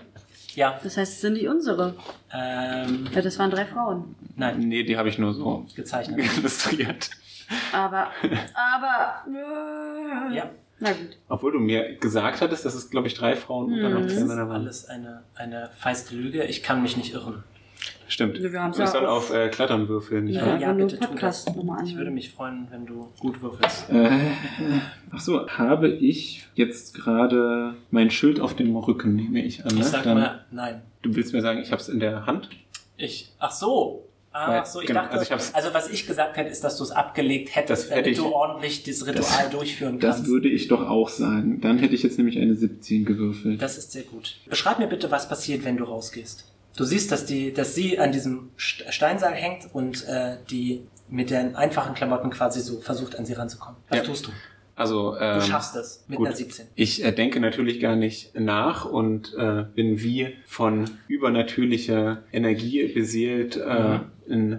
[SPEAKER 1] Ja.
[SPEAKER 4] Das heißt, es sind nicht unsere.
[SPEAKER 1] Ähm,
[SPEAKER 4] Ja, das waren drei Frauen.
[SPEAKER 1] nein,
[SPEAKER 3] Nee, die habe ich nur so
[SPEAKER 1] gezeichnet.
[SPEAKER 3] illustriert.
[SPEAKER 4] Aber, aber, äh,
[SPEAKER 1] Ja,
[SPEAKER 4] na gut.
[SPEAKER 3] Obwohl du mir gesagt hattest, dass es, glaube ich, drei Frauen und dann
[SPEAKER 4] Mhm.
[SPEAKER 3] noch zwei Männer waren.
[SPEAKER 1] alles eine, eine feiste Lüge. Ich kann mich nicht irren.
[SPEAKER 3] Stimmt.
[SPEAKER 4] Also Wir haben's
[SPEAKER 3] Wir
[SPEAKER 4] ja
[SPEAKER 3] sollen
[SPEAKER 4] auf-
[SPEAKER 3] auf äh, Klettern würfeln, nicht
[SPEAKER 4] Ja.
[SPEAKER 3] wahr?
[SPEAKER 4] wenn du Podcast nochmal anhören.
[SPEAKER 1] Ich würde mich freuen, wenn du gut würfelst.
[SPEAKER 3] Äh, ach so, habe ich jetzt gerade mein Schild auf dem Rücken, nehme ich an. Ne?
[SPEAKER 1] Ich sag
[SPEAKER 3] Dann-
[SPEAKER 1] mal, nein.
[SPEAKER 3] Du willst mir sagen, ich habe es in der Hand?
[SPEAKER 1] Ich. Ach so. Ah,
[SPEAKER 3] Weil-
[SPEAKER 1] ach so, ich
[SPEAKER 3] genau,
[SPEAKER 1] dachte,
[SPEAKER 3] also
[SPEAKER 1] also,
[SPEAKER 3] ich hab's-
[SPEAKER 1] was ich gesagt hätte, ist, dass du es abgelegt hättest,
[SPEAKER 3] Das hätte
[SPEAKER 1] damit
[SPEAKER 3] ich-
[SPEAKER 1] du ordentlich das Ritual
[SPEAKER 3] das-
[SPEAKER 1] durchführen
[SPEAKER 3] Das
[SPEAKER 1] kannst.
[SPEAKER 3] würde ich doch auch sagen. Dann hätte ich jetzt nämlich eine 17 gewürfelt.
[SPEAKER 1] das ist sehr gut. Beschreib mir bitte, was passiert, wenn du rausgehst. Du siehst, dass, die, dass sie an diesem St- Steinseil hängt und äh, die mit den einfachen Klamotten quasi so versucht, an sie ranzukommen. Was
[SPEAKER 3] Ja.
[SPEAKER 1] tust du? Du
[SPEAKER 3] also, ähm,
[SPEAKER 1] schaffst es mit
[SPEAKER 3] gut.
[SPEAKER 1] einer 17.
[SPEAKER 3] Ich äh, denke natürlich gar nicht nach und äh, bin wie von übernatürlicher Energie beseelt. Äh,
[SPEAKER 1] Mhm.
[SPEAKER 3] in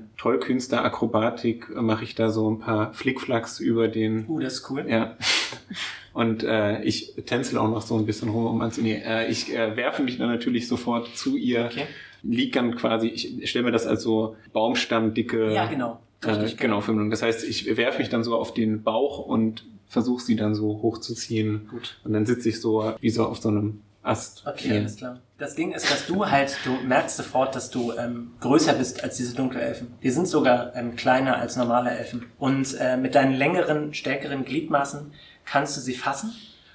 [SPEAKER 3] Tollkünstler-Akrobatik äh, mache ich da so ein paar Flickflacks über den
[SPEAKER 1] Uh, das ist cool.
[SPEAKER 3] Ja. Und äh, ich tänzel auch noch so ein bisschen rum um Anthony. Äh, ich äh, werfe mich dann natürlich sofort zu ihr.
[SPEAKER 1] Okay.
[SPEAKER 3] Liegt dann quasi, ich stelle mir das als so baumstammdicke
[SPEAKER 1] Ja, genau.
[SPEAKER 3] äh,
[SPEAKER 1] Richtig,
[SPEAKER 3] genau Vermögen. Das heißt, ich werfe mich dann so auf den Bauch und versuche sie dann so hochzuziehen.
[SPEAKER 1] Gut.
[SPEAKER 3] Und dann sitze ich so wie so auf so einem Ast.
[SPEAKER 1] Okay,
[SPEAKER 3] Ja.
[SPEAKER 1] alles klar. Das Ding ist, dass du halt, du merkst sofort, dass du ähm, größer bist als diese Dunkelelfen. Die sind sogar ähm, kleiner als normale Elfen. Und äh, mit deinen längeren, stärkeren Gliedmaßen kannst du sie fassen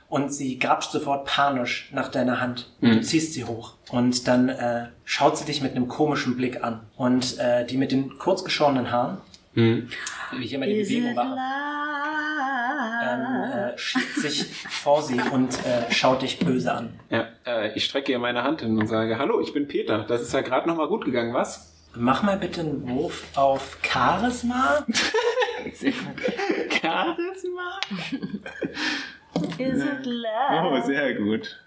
[SPEAKER 1] und sie grapscht sofort panisch nach deiner Hand. Du ziehst sie hoch und dann äh, schaut sie dich mit einem komischen Blick an. Und äh, die mit den kurzgeschorenen Haaren,
[SPEAKER 3] Hm.
[SPEAKER 1] wie ich immer die
[SPEAKER 4] Is
[SPEAKER 1] Bewegung
[SPEAKER 4] it
[SPEAKER 1] mache, ähm,
[SPEAKER 4] love?
[SPEAKER 1] äh, schiebt sich vor sie und äh, schaut dich böse an.
[SPEAKER 3] Ja. Äh, ich strecke ihr meine Hand hin und sage, hallo, ich bin Peter. Das ist ja gerade nochmal gut gegangen, was?
[SPEAKER 1] Mach mal bitte einen Wurf auf Charisma.
[SPEAKER 3] Charisma?
[SPEAKER 5] Is it
[SPEAKER 3] Oh, sehr gut.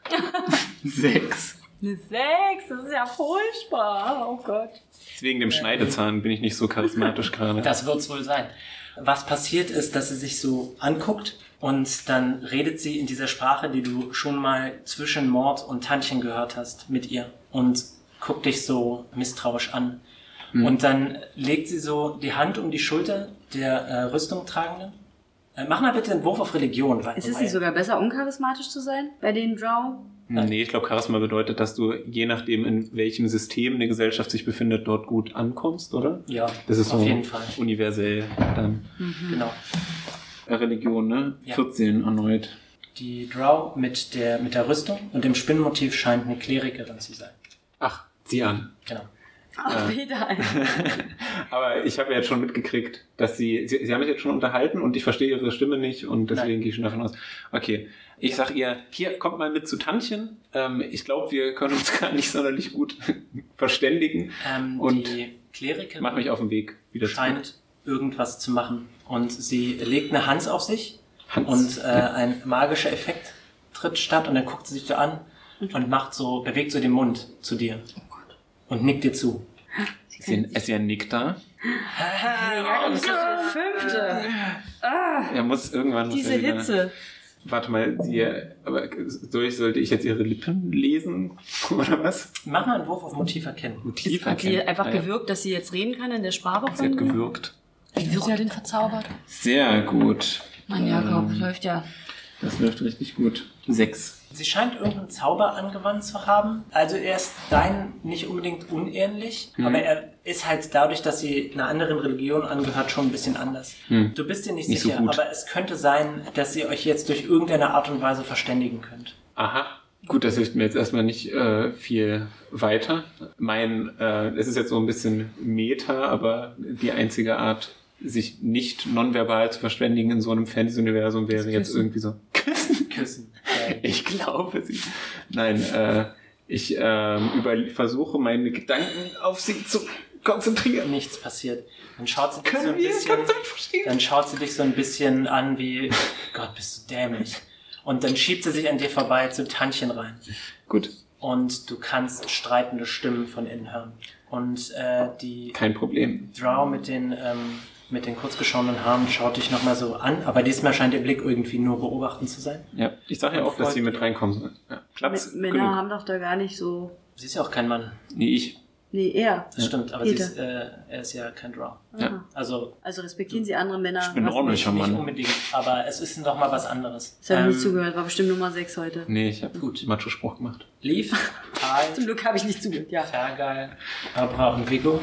[SPEAKER 3] Sechs.
[SPEAKER 5] Eine 6, das ist ja furchtbar. Oh Gott.
[SPEAKER 3] Wegen dem Schneidezahn bin ich nicht so charismatisch gerade.
[SPEAKER 1] Das wird's wohl sein. Was passiert ist, dass sie sich so anguckt und dann redet sie in dieser Sprache, die du schon mal zwischen Mord und Tantchen gehört hast, mit ihr und guckt dich so misstrauisch an. Und dann legt sie so die Hand um die Schulter der äh, Rüstungtragenden. Äh, mach mal bitte einen Wurf auf Religion. Weil,
[SPEAKER 4] Ist es nicht sogar besser, uncharismatisch zu sein bei den Drow?
[SPEAKER 3] Nee, ich glaube, Charisma bedeutet, dass du je nachdem, in welchem System eine Gesellschaft sich befindet, dort gut ankommst, oder?
[SPEAKER 1] Ja,
[SPEAKER 3] Das ist
[SPEAKER 1] auf
[SPEAKER 3] so
[SPEAKER 1] jeden Fall.
[SPEAKER 3] universell dann.
[SPEAKER 1] Genau.
[SPEAKER 3] Äh, Religion, ne?
[SPEAKER 1] Ja.
[SPEAKER 3] 14 erneut.
[SPEAKER 1] Die Drow mit der, mit der Rüstung und dem Spinnenmotiv scheint eine Klerikerin zu sein.
[SPEAKER 3] Ach, sie an.
[SPEAKER 1] Genau.
[SPEAKER 4] Auf Pedal.
[SPEAKER 3] Aber ich habe ja jetzt schon mitgekriegt, dass sie, sie, sie haben mich jetzt schon unterhalten und ich verstehe ihre Stimme nicht und deswegen
[SPEAKER 1] Nein.
[SPEAKER 3] gehe ich schon davon aus. Okay, ich sag ihr, hier kommt mal mit zu Tantchen. Ähm, ich glaube, wir können uns gar nicht sonderlich gut verständigen.
[SPEAKER 1] Ähm,
[SPEAKER 3] Und
[SPEAKER 1] die Klerikerin
[SPEAKER 3] Mach mich auf den Weg wieder zurück.
[SPEAKER 1] scheint irgendwas zu machen. Und sie legt eine Hand auf sich
[SPEAKER 3] Hans.
[SPEAKER 1] und äh, ein magischer Effekt tritt statt und dann guckt sie dich so an und macht so, bewegt so den Mund zu dir und nickt dir zu.
[SPEAKER 3] ist, ihr, ist ihr Nick da?
[SPEAKER 5] Ja, das ist das fünfte.
[SPEAKER 3] Er muss irgendwann. muss
[SPEAKER 5] Diese
[SPEAKER 3] er wieder-
[SPEAKER 5] Hitze.
[SPEAKER 3] Warte mal, sie, aber soll ich, sollte ich jetzt ihre Lippen lesen oder was?
[SPEAKER 1] Mach mal einen Wurf auf Motiv erkennen.
[SPEAKER 5] Ist, hat sie einfach gewirkt, dass sie jetzt reden kann in der Sprache
[SPEAKER 3] Ah Sie
[SPEAKER 5] von
[SPEAKER 3] hat
[SPEAKER 5] mir?
[SPEAKER 3] gewirkt.
[SPEAKER 2] Wie wird er denn verzaubert?
[SPEAKER 3] Sehr gut. Ähm,
[SPEAKER 5] Mann, Jakob, läuft ja.
[SPEAKER 3] Das läuft richtig gut. Sechs.
[SPEAKER 1] Sie scheint irgendeinen Zauber angewandt zu haben. Also er ist dein nicht unbedingt unähnlich,
[SPEAKER 3] Mhm.
[SPEAKER 1] aber er ist halt dadurch, dass sie einer anderen Religion angehört, schon ein bisschen anders. Du bist dir nicht,
[SPEAKER 3] Mhm. Nicht so
[SPEAKER 1] sicher,
[SPEAKER 3] gut.
[SPEAKER 1] aber es könnte sein, dass ihr euch jetzt durch irgendeine Art und Weise verständigen könnt.
[SPEAKER 3] Aha. Gut, das hilft mir jetzt erstmal nicht äh, viel weiter. Mein, äh, es ist jetzt so ein bisschen Meta, aber die einzige Art, sich nicht nonverbal zu verständigen in so einem Fantasy-Universum wäre jetzt irgendwie so.
[SPEAKER 1] Küssen.
[SPEAKER 3] Ich glaube sie. Nein, äh, ich ähm, über versuche meine Gedanken auf sie zu konzentrieren.
[SPEAKER 1] Nichts passiert. Dann schaut sie dich so ein
[SPEAKER 3] Können wir es
[SPEAKER 1] bisschen,
[SPEAKER 3] ganz einfach verstehen?
[SPEAKER 1] dann schaut sie dich so ein bisschen an wie, Gott, bist du dämlich. Und dann schiebt sie sich an dir vorbei zu Tantchen rein.
[SPEAKER 3] Gut,
[SPEAKER 1] Und du kannst streitende Stimmen von innen hören. Und äh, die
[SPEAKER 3] kein Problem.
[SPEAKER 1] Drow mit den, ähm, mit den kurzgeschorenen Haaren schaut dich nochmal so an, aber diesmal scheint ihr Blick irgendwie nur beobachtend zu sein.
[SPEAKER 3] Ja, ich sage ja auch, dass sie mit reinkommen soll. Ja, Platz
[SPEAKER 4] M- Männer
[SPEAKER 3] genug.
[SPEAKER 4] haben doch da gar nicht so.
[SPEAKER 1] Sie ist ja auch kein Mann,
[SPEAKER 3] Nee, ich.
[SPEAKER 4] Nee, er.
[SPEAKER 1] das stimmt, aber sie
[SPEAKER 4] Peter.
[SPEAKER 1] ist, äh, er ist ja kein Drow.
[SPEAKER 3] Ja.
[SPEAKER 1] Also
[SPEAKER 4] Also respektieren sie andere Männer.
[SPEAKER 3] Ich bin ein
[SPEAKER 4] Was
[SPEAKER 3] ordentlicher
[SPEAKER 1] nicht
[SPEAKER 3] Mann.
[SPEAKER 1] unbedingt, aber es ist noch mal was anderes.
[SPEAKER 4] Das habe ich nicht
[SPEAKER 1] Ähm,
[SPEAKER 4] zugehört, war bestimmt Nummer 6 heute.
[SPEAKER 3] Nee, ich habe
[SPEAKER 1] Gut.
[SPEAKER 3] Macho-Spruch gemacht.
[SPEAKER 1] Leaf, Tal,
[SPEAKER 4] Zum Glück habe ich nicht zugehört, ja.
[SPEAKER 1] Fergal, Abra und Vigo.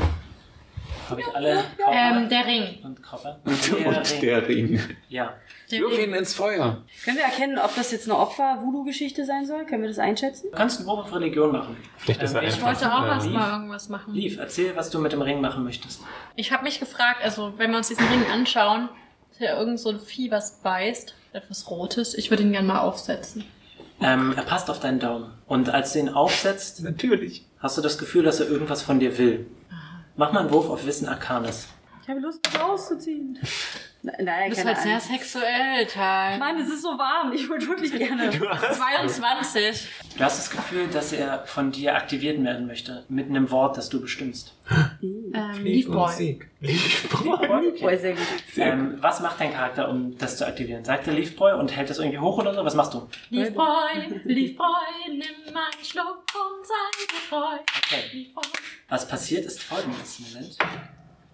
[SPEAKER 1] Habe ich alle? Copper
[SPEAKER 2] Ähm, der Ring.
[SPEAKER 1] und Copper?
[SPEAKER 3] Und der Ring.
[SPEAKER 1] Ja.
[SPEAKER 2] Der
[SPEAKER 3] Wirf ihn
[SPEAKER 2] Ring.
[SPEAKER 3] ins Feuer.
[SPEAKER 4] Können wir erkennen, ob das jetzt eine Opfer-Voodoo-Geschichte sein soll? Können wir das einschätzen?
[SPEAKER 1] Du kannst einen Wurf auf Religion machen.
[SPEAKER 3] Vielleicht ist
[SPEAKER 1] Ähm,
[SPEAKER 3] er
[SPEAKER 1] ich
[SPEAKER 2] Ich wollte auch
[SPEAKER 3] Äh,
[SPEAKER 2] erst mal irgendwas machen.
[SPEAKER 1] Leaf, erzähl, was du mit dem Ring machen möchtest.
[SPEAKER 2] Ich habe mich gefragt, also wenn wir uns diesen Ring anschauen, ist ja irgend so ein Vieh, was beißt. Etwas Rotes. Ich würde ihn gerne mal aufsetzen.
[SPEAKER 1] Ähm, er passt auf deinen Daumen. Und als du ihn aufsetzt,
[SPEAKER 3] Natürlich.
[SPEAKER 1] hast du das Gefühl, dass er irgendwas von dir will. Mach mal einen Wurf auf Wissen Arcanis.
[SPEAKER 4] Ich habe Lust, mich auszuziehen. Na, nein,
[SPEAKER 2] Du bist
[SPEAKER 4] keine
[SPEAKER 2] halt sehr
[SPEAKER 4] Ahnung.
[SPEAKER 2] sexuell, Tal.
[SPEAKER 4] Mann, es ist so warm. Ich würde wirklich gerne.
[SPEAKER 2] 22.
[SPEAKER 1] Du hast das Gefühl, dass er von dir aktiviert werden möchte. Mit einem Wort, das du bestimmst.
[SPEAKER 2] Ähm, Leafboy.
[SPEAKER 4] Boah, sehr gut.
[SPEAKER 1] Ähm, was macht dein Charakter, um das zu aktivieren? Sagt der Leafboy und hält das irgendwie hoch oder so? Was machst du?
[SPEAKER 2] Leafboy, Leafboy, nimm mal einen Schluck und sei getreu.
[SPEAKER 1] Okay.
[SPEAKER 2] Leafboy.
[SPEAKER 1] Was passiert ist folgendes Moment.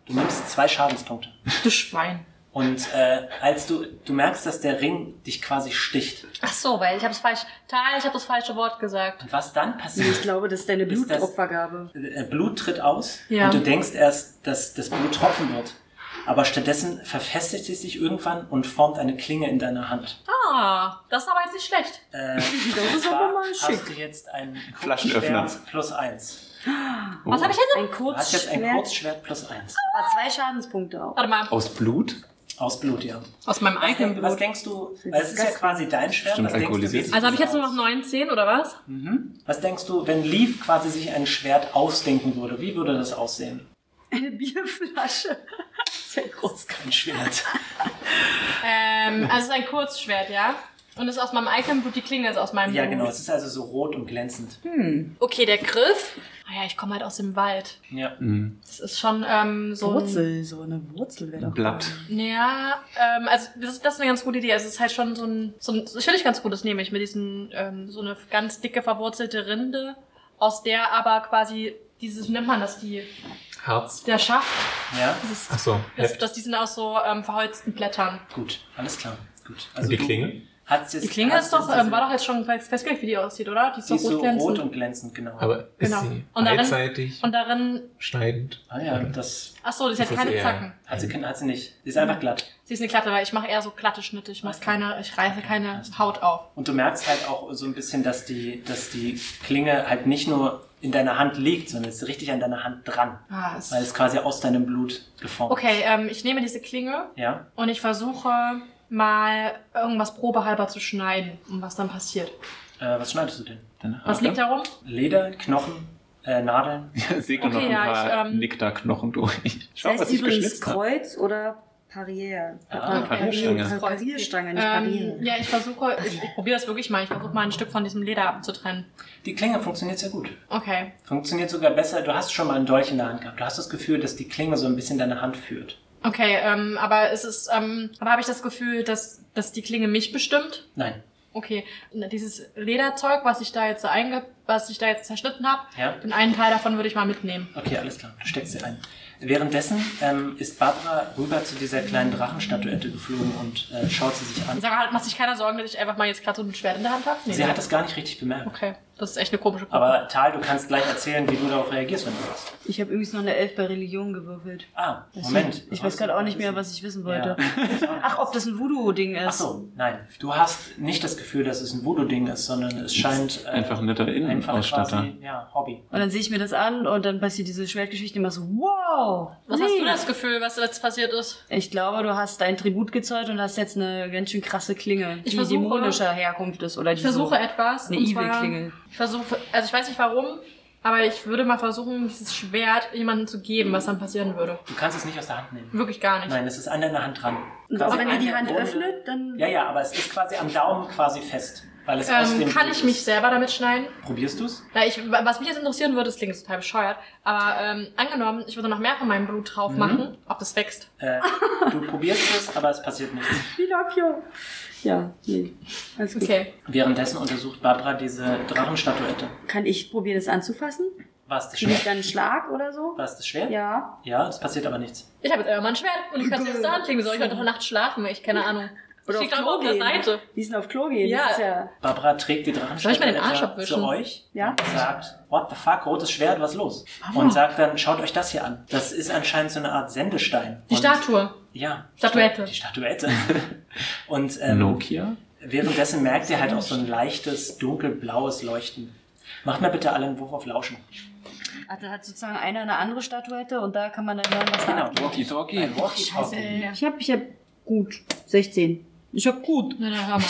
[SPEAKER 1] Du nimmst zwei Schadenspunkte.
[SPEAKER 2] Du Schwein.
[SPEAKER 1] Und äh, als du, du merkst, dass der Ring dich quasi sticht.
[SPEAKER 2] Ach so, weil ich hab's falsch. Tal, ich habe das falsche Wort gesagt.
[SPEAKER 1] Und was dann
[SPEAKER 4] Nee, ich
[SPEAKER 1] passiert,
[SPEAKER 4] glaube, das ist deine
[SPEAKER 1] Ist das-
[SPEAKER 4] Blutopfergabe.
[SPEAKER 1] äh, Blut tritt aus
[SPEAKER 2] Ja.
[SPEAKER 1] und du denkst erst, dass das Blut tropfen wird. Aber stattdessen verfestigt es sich irgendwann und formt eine Klinge in deiner Hand.
[SPEAKER 2] Ah, das ist aber jetzt nicht schlecht.
[SPEAKER 1] Äh, das
[SPEAKER 4] ist aber mal schick.
[SPEAKER 1] Hast du jetzt ein
[SPEAKER 3] Flaschenöffner.
[SPEAKER 1] Kurzschwert plus eins.
[SPEAKER 2] Was
[SPEAKER 3] Oh.
[SPEAKER 2] habe ich jetzt?
[SPEAKER 4] Ein
[SPEAKER 1] Du hast jetzt ein
[SPEAKER 4] Kurzschmerz.
[SPEAKER 1] Kurzschwert plus eins.
[SPEAKER 4] Aber zwei Schadenspunkte auch.
[SPEAKER 2] Warte mal.
[SPEAKER 3] Aus Blut?
[SPEAKER 1] Aus Blut, ja.
[SPEAKER 2] Aus meinem
[SPEAKER 1] Was,
[SPEAKER 2] eigenen
[SPEAKER 1] denk, was
[SPEAKER 2] Blut.
[SPEAKER 1] denkst du, weil es ist ja
[SPEAKER 4] Disgusting.
[SPEAKER 1] quasi dein Schwert,
[SPEAKER 3] Stimmt,
[SPEAKER 1] was denkst du,
[SPEAKER 3] alkoholisiert.
[SPEAKER 1] sieht
[SPEAKER 2] Also habe ich
[SPEAKER 1] das
[SPEAKER 2] jetzt nur noch
[SPEAKER 1] aus?
[SPEAKER 2] 19 oder was?
[SPEAKER 1] Was denkst du, wenn Leaf quasi sich ein Schwert ausdenken würde, wie würde das aussehen?
[SPEAKER 4] Eine Bierflasche. Sehr groß.
[SPEAKER 1] Kein Schwert.
[SPEAKER 2] Ähm, also es ist ein Kurzschwert, ja? Und es ist aus meinem eigenen Blut, die Klinge ist aus meinem
[SPEAKER 1] Ja,
[SPEAKER 2] Blut.
[SPEAKER 1] genau. Es ist also so rot und glänzend.
[SPEAKER 2] Okay, der Griff. Naja, ich komme halt aus dem Wald.
[SPEAKER 1] Ja.
[SPEAKER 2] Das ist schon ähm, so ein...
[SPEAKER 5] so eine Wurzel wäre
[SPEAKER 3] Ein Blatt.
[SPEAKER 2] Ja, ähm, also das ist, das ist eine ganz gute Idee. Also es ist halt schon so ein... So ein das finde ich ganz gut, das nehme ich mit diesen... Ähm, so eine ganz dicke, verwurzelte Rinde, aus der aber quasi dieses... Wie nennt man das? Die,
[SPEAKER 6] Herz.
[SPEAKER 2] der Schaft.
[SPEAKER 1] Ja.
[SPEAKER 2] Dieses,
[SPEAKER 6] Achso,
[SPEAKER 2] das,
[SPEAKER 6] Heft.
[SPEAKER 2] das, die sind aus so ähm, verholzten Blättern.
[SPEAKER 1] Gut. Alles klar. Gut.
[SPEAKER 6] Und die
[SPEAKER 1] du-
[SPEAKER 6] Klinge?
[SPEAKER 1] Hat sie
[SPEAKER 2] Die Klinge ist doch, ähm, war doch jetzt schon festgelegt, wie die aussieht, oder? Die ist
[SPEAKER 1] Sie
[SPEAKER 2] doch
[SPEAKER 1] ist so rot
[SPEAKER 2] rot glänzend.
[SPEAKER 1] und glänzend, genau.
[SPEAKER 6] Aber ist
[SPEAKER 2] Genau.
[SPEAKER 6] sie
[SPEAKER 2] Und darin-
[SPEAKER 6] beidseitig,
[SPEAKER 2] und darin,
[SPEAKER 6] schneidend?
[SPEAKER 1] ah ja,
[SPEAKER 6] Oder?
[SPEAKER 1] das
[SPEAKER 2] ach so, die
[SPEAKER 6] Ist
[SPEAKER 2] hat
[SPEAKER 6] das
[SPEAKER 2] keine
[SPEAKER 6] eher-
[SPEAKER 2] Zacken.
[SPEAKER 1] hat sie, kann- hat sie nicht. Sie ist einfach glatt.
[SPEAKER 2] Sie ist eine glatte, weil ich mache eher so glatte Schnitte. Ich mache
[SPEAKER 1] Okay.
[SPEAKER 2] keine, ich reiße keine Haut auf.
[SPEAKER 1] Und du merkst halt auch so ein bisschen, dass die, dass die Klinge halt nicht nur in deiner Hand liegt, sondern es ist richtig an deiner Hand dran.
[SPEAKER 2] Ah, ist
[SPEAKER 1] Weil es quasi aus deinem Blut geformt
[SPEAKER 2] okay,
[SPEAKER 1] ist.
[SPEAKER 2] ähm, ich nehme diese Klinge
[SPEAKER 1] Ja?
[SPEAKER 2] und ich versuche mal irgendwas probehalber zu schneiden und was dann passiert.
[SPEAKER 1] Äh, was schneidest du denn?
[SPEAKER 3] Deine
[SPEAKER 2] Was
[SPEAKER 3] Haare?
[SPEAKER 2] liegt darum?
[SPEAKER 1] Leder, Knochen, äh, Nadeln.
[SPEAKER 3] Ja, segel
[SPEAKER 2] Okay,
[SPEAKER 3] noch ein
[SPEAKER 2] ja,
[SPEAKER 3] paar
[SPEAKER 2] ich, ähm,
[SPEAKER 3] Nickda-Knochen durch. Schau,
[SPEAKER 4] Das
[SPEAKER 3] was
[SPEAKER 4] heißt
[SPEAKER 3] ich
[SPEAKER 4] übrigens
[SPEAKER 3] geschnitzt habe.
[SPEAKER 4] Kreuz oder Parier.
[SPEAKER 1] Ah,
[SPEAKER 4] Äh,
[SPEAKER 3] Parierstange.
[SPEAKER 4] Parier- Parierstange, nicht Parier.
[SPEAKER 2] Ähm, ja, ich versuche, ich, ich probiere das wirklich mal. Ich versuche mal ein Stück von diesem Leder abzutrennen.
[SPEAKER 1] Die Klinge funktioniert sehr gut.
[SPEAKER 2] Okay.
[SPEAKER 1] Funktioniert sogar besser. Du hast schon mal einen Dolch in der Hand gehabt. Du hast das Gefühl, dass die Klinge so ein bisschen deine Hand führt.
[SPEAKER 2] Okay, ähm, aber es ist, ähm, aber habe ich das Gefühl, dass, dass die Klinge mich bestimmt?
[SPEAKER 1] Nein.
[SPEAKER 2] Okay. Na, Dieses Lederzeug, was ich da jetzt so einge was ich da jetzt zerschnitten habe,
[SPEAKER 1] Ja?
[SPEAKER 2] den einen Teil davon würde ich mal mitnehmen.
[SPEAKER 1] Okay, alles klar. Du steckst sie ein. Währenddessen ähm, ist Barbara rüber zu dieser kleinen Drachenstatuette geflogen und äh, schaut sie sich an.
[SPEAKER 2] Sarah halt, macht sich keiner Sorgen, dass ich einfach mal jetzt gerade so ein Schwert in der Hand habe?
[SPEAKER 1] Sie hat das gar nicht richtig bemerkt.
[SPEAKER 2] Okay, das ist echt eine komische Gruppe.
[SPEAKER 1] Aber Tal, du kannst gleich erzählen, wie du darauf reagierst, wenn du willst.
[SPEAKER 5] Ich habe übrigens noch eine Elf bei Religion gewürfelt.
[SPEAKER 1] Ah, Moment.
[SPEAKER 5] Ich weiß gerade auch nicht mehr, was ich wissen wollte.
[SPEAKER 1] Ja.
[SPEAKER 5] Ach, ob das ein Voodoo-Ding ist.
[SPEAKER 1] Ach so, nein. Du hast nicht das Gefühl, dass es ein Voodoo-Ding ist, sondern es scheint äh,
[SPEAKER 3] Einfach ein netter
[SPEAKER 1] einfach
[SPEAKER 3] Innenausstatter.
[SPEAKER 1] quasi, ja, Hobby.
[SPEAKER 5] Und dann sehe ich mir das an und dann passiert diese Schwertgeschichte und mach so, wow.
[SPEAKER 2] was hast du
[SPEAKER 5] neat.
[SPEAKER 2] das Gefühl, was jetzt passiert ist?
[SPEAKER 5] Ich glaube, du hast dein Tribut gezollt und hast jetzt eine ganz schön krasse Klinge,
[SPEAKER 2] Ich
[SPEAKER 5] die
[SPEAKER 2] versuche-
[SPEAKER 5] dämonischer Herkunft ist oder die
[SPEAKER 2] Ich versuche
[SPEAKER 5] so
[SPEAKER 2] etwas.
[SPEAKER 5] eine
[SPEAKER 2] und zwar-
[SPEAKER 5] Evil-Klinge.
[SPEAKER 2] Ich versuche, also ich weiß nicht warum, aber ich würde mal versuchen, dieses Schwert jemandem zu geben, was dann passieren würde.
[SPEAKER 1] Du kannst es nicht aus der Hand nehmen.
[SPEAKER 2] Wirklich gar nicht.
[SPEAKER 1] Nein, es ist an deiner Hand dran.
[SPEAKER 4] Und was, wenn ihr die
[SPEAKER 1] an
[SPEAKER 4] Hand
[SPEAKER 1] der Wunde-
[SPEAKER 4] öffnet, dann
[SPEAKER 1] Ja, ja, aber es ist quasi am Daumen quasi fest. Weil es aus
[SPEAKER 2] Ähm,
[SPEAKER 1] dem
[SPEAKER 2] kann
[SPEAKER 1] Blut
[SPEAKER 2] ich mich
[SPEAKER 1] ist.
[SPEAKER 2] selber damit schneiden?
[SPEAKER 1] Probierst du es?
[SPEAKER 2] Na, ich, was mich jetzt interessieren würde, das klingt jetzt total bescheuert, aber ähm, angenommen, ich würde noch mehr von meinem Blut drauf
[SPEAKER 1] Mhm.
[SPEAKER 2] machen, ob das wächst.
[SPEAKER 1] Äh, du probierst es, aber es passiert nichts.
[SPEAKER 4] Pinocchio. Ja, nee. Alles gut.
[SPEAKER 2] Okay.
[SPEAKER 1] Währenddessen untersucht Barbara diese Drachenstatuette.
[SPEAKER 4] Kann ich probieren, das anzufassen?
[SPEAKER 1] War es das
[SPEAKER 4] Kriege ich
[SPEAKER 1] Schwert?
[SPEAKER 4] dann einen Schlag oder so?
[SPEAKER 1] War es das Schwert?
[SPEAKER 4] Ja.
[SPEAKER 1] ja, es passiert aber nichts.
[SPEAKER 2] Ich habe jetzt einfach mal ein Schwert und ich kann es jetzt da anlegen. Wie soll ich heute Nacht schlafen? Ich keine Ahnung.
[SPEAKER 4] Oder
[SPEAKER 2] Steht
[SPEAKER 4] auf
[SPEAKER 2] aber
[SPEAKER 4] Klo
[SPEAKER 2] auf der
[SPEAKER 4] gehen.
[SPEAKER 2] Seite.
[SPEAKER 4] Wie ist denn auf Klo gehen?
[SPEAKER 2] Ja.
[SPEAKER 4] Das ist ja
[SPEAKER 1] Barbara trägt die Drachenstatuette
[SPEAKER 2] Soll ich mal den Arsch abwischen?
[SPEAKER 1] zu euch
[SPEAKER 4] Ja.
[SPEAKER 1] und sagt, what the fuck, rotes Schwert, was los? Und sagt dann, schaut euch das hier an. Das ist anscheinend so eine Art Sendestein.
[SPEAKER 2] Die
[SPEAKER 1] und,
[SPEAKER 2] Statue.
[SPEAKER 1] Ja.
[SPEAKER 2] Statuette.
[SPEAKER 1] Die Statuette. und ähm,
[SPEAKER 3] Nokia?
[SPEAKER 1] währenddessen merkt ihr halt auch so ein leichtes, dunkelblaues Leuchten. Macht mal bitte alle einen Wurf auf Lauschen.
[SPEAKER 5] Ah, da hat sozusagen einer eine andere Statuette und da kann man dann hören, was da
[SPEAKER 1] Genau.
[SPEAKER 5] ab-
[SPEAKER 3] Walkie-talkie.
[SPEAKER 1] Walkie-Talkie.
[SPEAKER 4] Ich hab, ich hab gut. 16.
[SPEAKER 5] Ich hab gut.
[SPEAKER 2] Na, na, hör mal.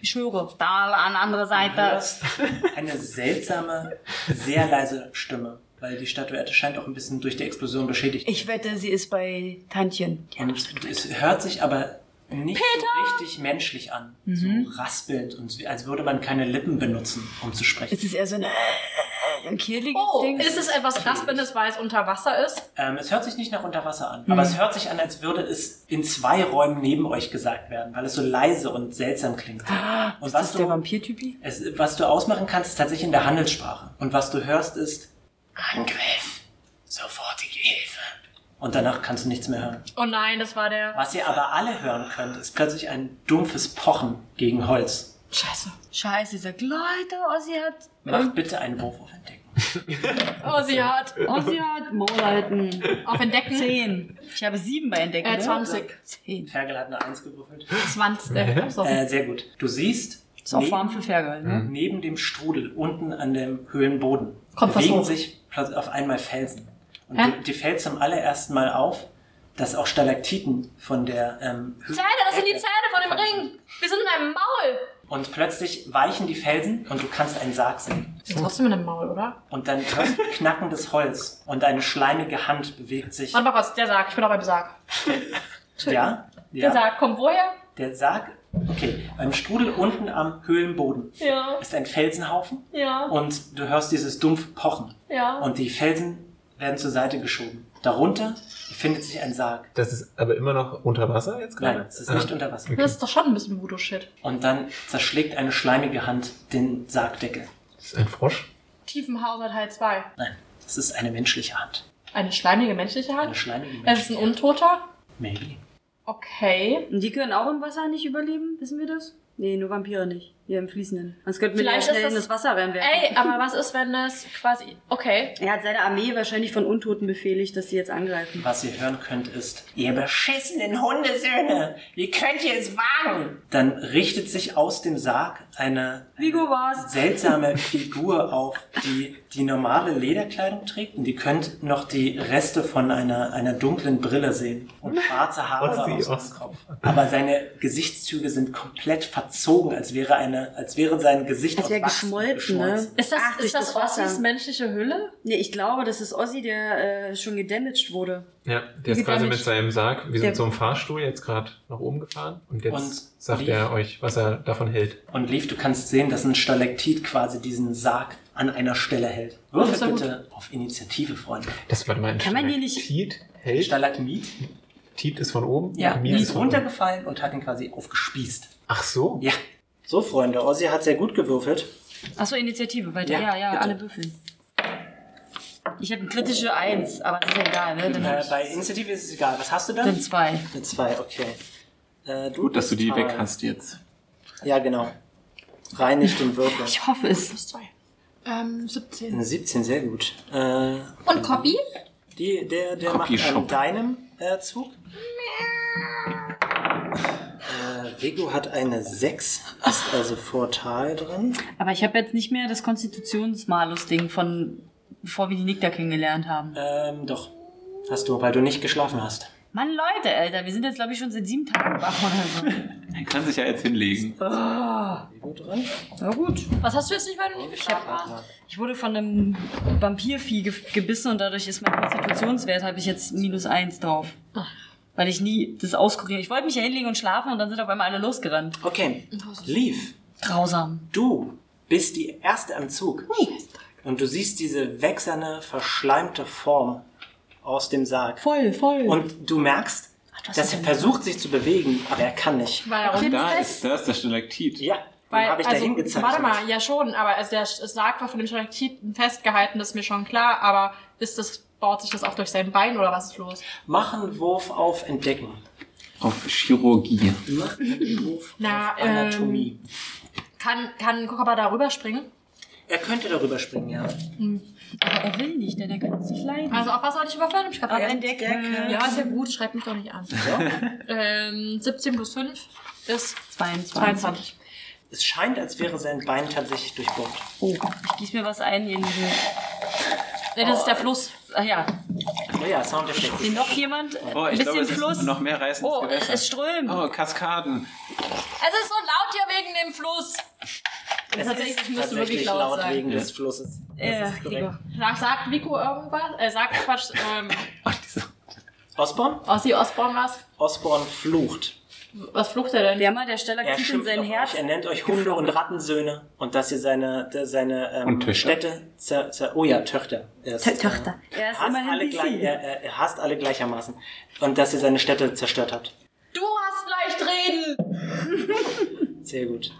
[SPEAKER 5] Ich schwöre. Da an andere
[SPEAKER 1] Du
[SPEAKER 5] Seite.
[SPEAKER 1] hörst eine seltsame, sehr leise Stimme, weil die Statuette scheint auch ein bisschen durch die Explosion beschädigt.
[SPEAKER 5] Ich wette, sie ist bei Tantchen.
[SPEAKER 1] Und es hört sich aber nicht so richtig menschlich an. So raspelnd und so, als würde man keine Lippen benutzen, um zu sprechen.
[SPEAKER 5] Es ist eher so ein, äh, ein kehliges
[SPEAKER 2] Oh,
[SPEAKER 5] Ding.
[SPEAKER 2] ist es etwas Raspendes, weil es unter Wasser ist?
[SPEAKER 1] Ähm, es hört sich nicht nach Unterwasser an,
[SPEAKER 5] Mhm.
[SPEAKER 1] aber es hört sich an, als würde es in zwei Räumen neben euch gesagt werden, weil es so leise und seltsam klingt. Und
[SPEAKER 5] ist Ah, das
[SPEAKER 1] was
[SPEAKER 5] der
[SPEAKER 1] du,
[SPEAKER 5] Vampirtypi?
[SPEAKER 1] es, was du ausmachen kannst, ist tatsächlich in der Handelssprache. Und was du hörst, ist Angriff, sofortige Hilfe. Und danach kannst du nichts mehr hören.
[SPEAKER 2] Oh nein, das war der.
[SPEAKER 1] Was ihr aber alle hören könnt, ist plötzlich ein dumpfes Pochen gegen Holz.
[SPEAKER 2] Scheiße.
[SPEAKER 5] Scheiße, ich sag, Leute, Ossi hat.
[SPEAKER 1] Mach bitte einen Wurf auf Entdecken.
[SPEAKER 2] Oh, sie hat.
[SPEAKER 4] Ossi hat Moleiten.
[SPEAKER 2] Auf Entdecken.
[SPEAKER 5] Zehn. Ich habe sieben bei Entdecken.
[SPEAKER 2] Äh,
[SPEAKER 5] ne?
[SPEAKER 2] 20.
[SPEAKER 5] Zehn.
[SPEAKER 1] Fergal hat eine Eins gewürfelt.
[SPEAKER 2] 20. Äh, so.
[SPEAKER 1] Äh, sehr gut. Du siehst
[SPEAKER 5] Ist auch warm
[SPEAKER 1] neben,
[SPEAKER 5] für Fergal, ne?
[SPEAKER 1] neben dem Strudel, unten an dem Höhlenboden,
[SPEAKER 2] Kommt was
[SPEAKER 1] bewegen
[SPEAKER 2] hoch.
[SPEAKER 1] sich plötzlich auf einmal Felsen. Und
[SPEAKER 2] Hä?
[SPEAKER 1] die, die fällt zum allerersten Mal auf, dass auch Stalaktiten von der ähm, Höhle-
[SPEAKER 2] Zähne, das sind die Zähne von dem Ring. Wir sind in einem Maul.
[SPEAKER 1] Und plötzlich weichen die Felsen und du kannst einen Sarg sehen.
[SPEAKER 2] Wir sind trotzdem in einem Maul, oder?
[SPEAKER 1] Und dann hörst du knackendes Holz und eine schleimige Hand bewegt sich.
[SPEAKER 2] Warte mal kurz, der Sarg. Ich bin auch beim Sarg.
[SPEAKER 1] Ja?
[SPEAKER 2] Der
[SPEAKER 1] ja.
[SPEAKER 2] Sarg kommt woher?
[SPEAKER 1] Der Sarg. Okay, beim Strudel unten am Höhlenboden
[SPEAKER 2] Ja,
[SPEAKER 1] ist ein Felsenhaufen
[SPEAKER 2] ja,
[SPEAKER 1] und du hörst dieses dumpfe Pochen.
[SPEAKER 2] ja.
[SPEAKER 1] Und die Felsen werden zur Seite geschoben. Darunter befindet sich ein Sarg.
[SPEAKER 6] Das ist aber immer noch unter Wasser jetzt gerade?
[SPEAKER 1] Nein, es ist nicht
[SPEAKER 6] Ah,
[SPEAKER 1] unter Wasser.
[SPEAKER 2] Das ist doch schon ein bisschen Voodoo-Shit.
[SPEAKER 1] Und dann zerschlägt eine schleimige Hand den Sargdeckel.
[SPEAKER 6] Das ist ein Frosch?
[SPEAKER 2] Tiefenhauser Teil 2.
[SPEAKER 1] Nein, es ist eine menschliche Hand.
[SPEAKER 2] Eine schleimige menschliche
[SPEAKER 1] Eine
[SPEAKER 2] Hand?
[SPEAKER 1] schleimige
[SPEAKER 2] Das ist
[SPEAKER 1] menschliche
[SPEAKER 2] ein Untoter?
[SPEAKER 1] Maybe.
[SPEAKER 2] Okay.
[SPEAKER 4] Und die können auch im Wasser nicht überleben, wissen wir das? Nee, nur Vampire nicht. Hier im Fließenden. Sonst könnten wir ja
[SPEAKER 2] Vielleicht
[SPEAKER 4] schnell
[SPEAKER 2] ist
[SPEAKER 4] in das
[SPEAKER 2] das-
[SPEAKER 4] Wasser reinwerfen.
[SPEAKER 2] Ey, aber was ist, wenn das quasi. Okay.
[SPEAKER 4] Er hat seine Armee wahrscheinlich von Untoten befehligt, dass sie jetzt angreifen.
[SPEAKER 1] Was ihr hören könnt ist, ihr beschissenen Hundesöhne, wie könnt ihr es wagen? Dann richtet sich aus dem Sarg eine,
[SPEAKER 4] Vigo war's.
[SPEAKER 1] seltsame Figur auf, die die normale Lederkleidung trägt. Und ihr könnt noch die Reste von einer, einer dunklen Brille sehen und schwarze Haare
[SPEAKER 6] Was sie
[SPEAKER 1] Ah, aus
[SPEAKER 6] aus-
[SPEAKER 1] dem Kopf. Aber seine Gesichtszüge sind komplett verzogen, als wäre eine, als wäre sein Gesicht
[SPEAKER 4] Als
[SPEAKER 1] aus
[SPEAKER 4] wäre
[SPEAKER 1] Wachs
[SPEAKER 4] geschmolzen, ne?
[SPEAKER 2] Ist das,
[SPEAKER 4] Ach, durch
[SPEAKER 2] ist das
[SPEAKER 4] Wasser.
[SPEAKER 2] Ossis menschliche Hülle?
[SPEAKER 4] Nee, ich glaube, das ist Ozzy, der äh, schon gedamaged wurde.
[SPEAKER 6] Ja, der
[SPEAKER 2] Wie
[SPEAKER 6] ist quasi
[SPEAKER 2] damit-
[SPEAKER 6] mit seinem Sarg, wie so
[SPEAKER 4] Der-
[SPEAKER 6] mit so einem Fahrstuhl, jetzt gerade nach oben gefahren. Und jetzt
[SPEAKER 1] Und
[SPEAKER 6] sagt
[SPEAKER 1] lief.
[SPEAKER 6] er euch, was er davon hält.
[SPEAKER 1] Und Leaf, du kannst sehen, dass ein Stalaktit quasi diesen Sarg an einer Stelle hält.
[SPEAKER 5] Oh,
[SPEAKER 1] Würfel bitte auf Initiative, Freunde.
[SPEAKER 6] Das warte mal ein
[SPEAKER 4] Kann man die nicht-
[SPEAKER 6] Stalaktit hält.
[SPEAKER 1] Stalagmit
[SPEAKER 6] Tiet ist von oben.
[SPEAKER 1] ja,
[SPEAKER 6] Miet
[SPEAKER 1] ist
[SPEAKER 6] von unten.
[SPEAKER 1] runtergefallen und hat ihn quasi aufgespießt.
[SPEAKER 6] Ach so.
[SPEAKER 1] Ja. So, Freunde, Ozzy hat sehr gut gewürfelt.
[SPEAKER 5] Achso, Initiative, weiter.
[SPEAKER 1] Ja,
[SPEAKER 5] Ja, ja,
[SPEAKER 1] bitte.
[SPEAKER 5] alle würfeln. Ich habe eine kritische Eins, aber das ist ja egal, ne? Dann hab
[SPEAKER 1] Äh,
[SPEAKER 5] ich
[SPEAKER 1] bei Initiative ist es egal. Was hast du dann?
[SPEAKER 5] dann zwei.
[SPEAKER 1] Eine 2, okay. Äh, du
[SPEAKER 3] Gut, dass du
[SPEAKER 1] bist
[SPEAKER 3] die
[SPEAKER 1] dran.
[SPEAKER 3] weg hast jetzt.
[SPEAKER 1] Ja, genau. Reinigt den Würfel.
[SPEAKER 5] Ich hoffe es.
[SPEAKER 2] Ähm, 17.
[SPEAKER 1] Eine 17, sehr gut. Äh,
[SPEAKER 2] Und Copy?
[SPEAKER 1] die, der der
[SPEAKER 3] Copy
[SPEAKER 1] macht an
[SPEAKER 3] Shop.
[SPEAKER 1] deinem äh, Zug. Äh, Vigo hat eine 6, ist also Vorteil drin.
[SPEAKER 5] Aber ich habe jetzt nicht mehr das Konstitutionsmalus-Ding von bevor wir die Nick da kennengelernt haben.
[SPEAKER 1] Ähm, doch. Hast du, weil du nicht geschlafen hast.
[SPEAKER 5] Mann, Leute, Alter, wir sind jetzt, glaube ich, schon seit sieben Tagen wach oder Oh. so.
[SPEAKER 3] Er kann sich ja jetzt hinlegen.
[SPEAKER 1] Vigo dran.
[SPEAKER 5] Na gut.
[SPEAKER 2] Was hast du jetzt nicht, weil du nicht geschlafen hast?
[SPEAKER 5] Ich wurde von einem Vampirvieh ge gebissen und dadurch ist mein Konstitutionswert, habe ich jetzt minus eins drauf. Weil ich nie das auskuriere. Ich wollte mich ja hinlegen und schlafen und dann sind auf einmal alle losgerannt.
[SPEAKER 1] Okay. Leaf,
[SPEAKER 5] Grausam.
[SPEAKER 1] du bist die Erste am Zug. Und du siehst diese wächserne, verschleimte Form aus dem Sarg.
[SPEAKER 5] Voll, voll.
[SPEAKER 1] Und du merkst,
[SPEAKER 5] das
[SPEAKER 1] dass
[SPEAKER 5] ist
[SPEAKER 1] er
[SPEAKER 5] ja-
[SPEAKER 1] versucht, sich zu bewegen, aber er kann nicht.
[SPEAKER 2] Warum?
[SPEAKER 3] Da ist, da ist das Stalaktit.
[SPEAKER 1] Ja, den habe ich
[SPEAKER 2] also,
[SPEAKER 1] dahin gezeichnet.
[SPEAKER 2] Warte mal, ja schon, aber also der Sarg war von dem Stalaktit festgehalten, das ist mir schon klar, aber ist das, baut sich das auch durch sein Bein oder was ist los?
[SPEAKER 1] Mach einen Wurf auf Entdecken.
[SPEAKER 3] Auf Chirurgie.
[SPEAKER 1] Mach einen Wurf
[SPEAKER 2] Na,
[SPEAKER 1] auf Anatomie.
[SPEAKER 4] ähm.
[SPEAKER 2] Kann, kann Kokaba da rüberspringen?
[SPEAKER 1] Er könnte darüber springen, ja.
[SPEAKER 5] Aber er will nicht, denn er kann es nicht leiden.
[SPEAKER 2] Also auf was soll ich überfallen? Ich
[SPEAKER 5] Auf Entdecken.
[SPEAKER 2] Ja, ist ja gut, schreib mich doch nicht an. ähm, 17 plus 5 ist
[SPEAKER 5] 22.
[SPEAKER 2] 22.
[SPEAKER 1] Es scheint, als wäre sein Bein tatsächlich durchbohrt.
[SPEAKER 5] Oh, ich gieß mir was ein hier in diesen...
[SPEAKER 2] Nee, das ist der Fluss.
[SPEAKER 5] Ach ja,
[SPEAKER 1] Oh ja, Soundeffekt.
[SPEAKER 5] den noch jemand?
[SPEAKER 3] Oh,
[SPEAKER 5] Ein
[SPEAKER 3] ich
[SPEAKER 5] bisschen
[SPEAKER 3] glaube, es
[SPEAKER 5] Fluss.
[SPEAKER 3] ist noch mehr reißendes
[SPEAKER 5] oh,
[SPEAKER 3] Gewässer.
[SPEAKER 5] es strömt.
[SPEAKER 3] oh, Kaskaden.
[SPEAKER 2] Es ist so laut hier wegen dem Fluss.
[SPEAKER 1] Es
[SPEAKER 2] tatsächlich
[SPEAKER 1] ist
[SPEAKER 2] müsste
[SPEAKER 1] tatsächlich
[SPEAKER 2] wirklich laut
[SPEAKER 1] laut
[SPEAKER 2] sein.
[SPEAKER 1] wegen
[SPEAKER 3] Ja.
[SPEAKER 1] des Flusses. Das
[SPEAKER 5] Äh,
[SPEAKER 1] ist korrekt.
[SPEAKER 5] Gregor.
[SPEAKER 2] Sag, sagt Vico irgendwas? Äh, sagt Quatsch, ähm,
[SPEAKER 3] Ach, diese.
[SPEAKER 1] Osborn?
[SPEAKER 2] Ossi Osborn was?
[SPEAKER 1] Osborn flucht.
[SPEAKER 2] Was flucht er denn?
[SPEAKER 4] Wir haben mal der
[SPEAKER 1] Er
[SPEAKER 4] Stalaktit in
[SPEAKER 1] schimpft
[SPEAKER 4] sein
[SPEAKER 1] auf
[SPEAKER 4] Herz.
[SPEAKER 1] euch. Er nennt euch Hunde und Rattensöhne und dass ihr seine, de- seine ähm,
[SPEAKER 3] Und Töchter.
[SPEAKER 1] Städte zer, zer, Oh ja, Töchter. Er ist, äh,
[SPEAKER 4] Tö- Töchter. Er ist
[SPEAKER 1] hasst alle
[SPEAKER 4] immerhin
[SPEAKER 1] gleich,
[SPEAKER 4] DC.
[SPEAKER 1] er, er, er hasst alle gleichermaßen. Und dass ihr seine Städte zerstört habt.
[SPEAKER 2] Du hast leicht reden!
[SPEAKER 1] Sehr gut.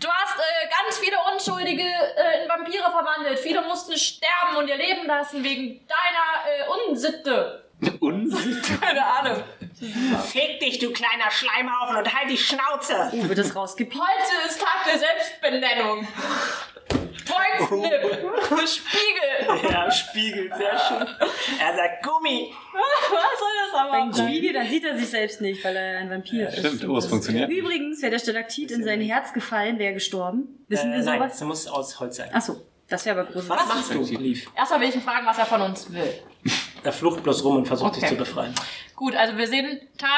[SPEAKER 2] Du hast äh, ganz viele Unschuldige äh, in Vampire verwandelt. Viele mussten sterben und ihr Leben lassen wegen deiner äh, Unsitte.
[SPEAKER 3] Unsicht.
[SPEAKER 2] Keine Ahnung.
[SPEAKER 1] Fick dich, du kleiner Schleimhaufen, und halt die Schnauze!
[SPEAKER 4] Oh, wird das rausgepiept?
[SPEAKER 2] Heute ist Tag der Selbstbenennung. Tollknipp. Spiegel.
[SPEAKER 1] Ja, Spiegel, sehr schön. Er sagt Gummi.
[SPEAKER 2] Was soll das aber?
[SPEAKER 4] Beim Spiegel, dann sieht er sich selbst nicht, weil er ein Vampir ist.
[SPEAKER 3] Stimmt, oh, es funktioniert.
[SPEAKER 4] Übrigens, wäre der Stalaktit in sein Herz gefallen, wäre er gestorben. Wissen
[SPEAKER 1] äh,
[SPEAKER 4] wir
[SPEAKER 1] nein,
[SPEAKER 4] sowas?
[SPEAKER 1] es muss aus Holz sein.
[SPEAKER 4] Achso, das wäre aber großartig.
[SPEAKER 1] Was machst du, Lief?
[SPEAKER 2] Erstmal will ich ihn fragen, was er von uns will.
[SPEAKER 1] Er flucht bloß rum und versucht sich
[SPEAKER 2] Okay.
[SPEAKER 1] zu befreien.
[SPEAKER 2] Gut, also wir sehen Tal.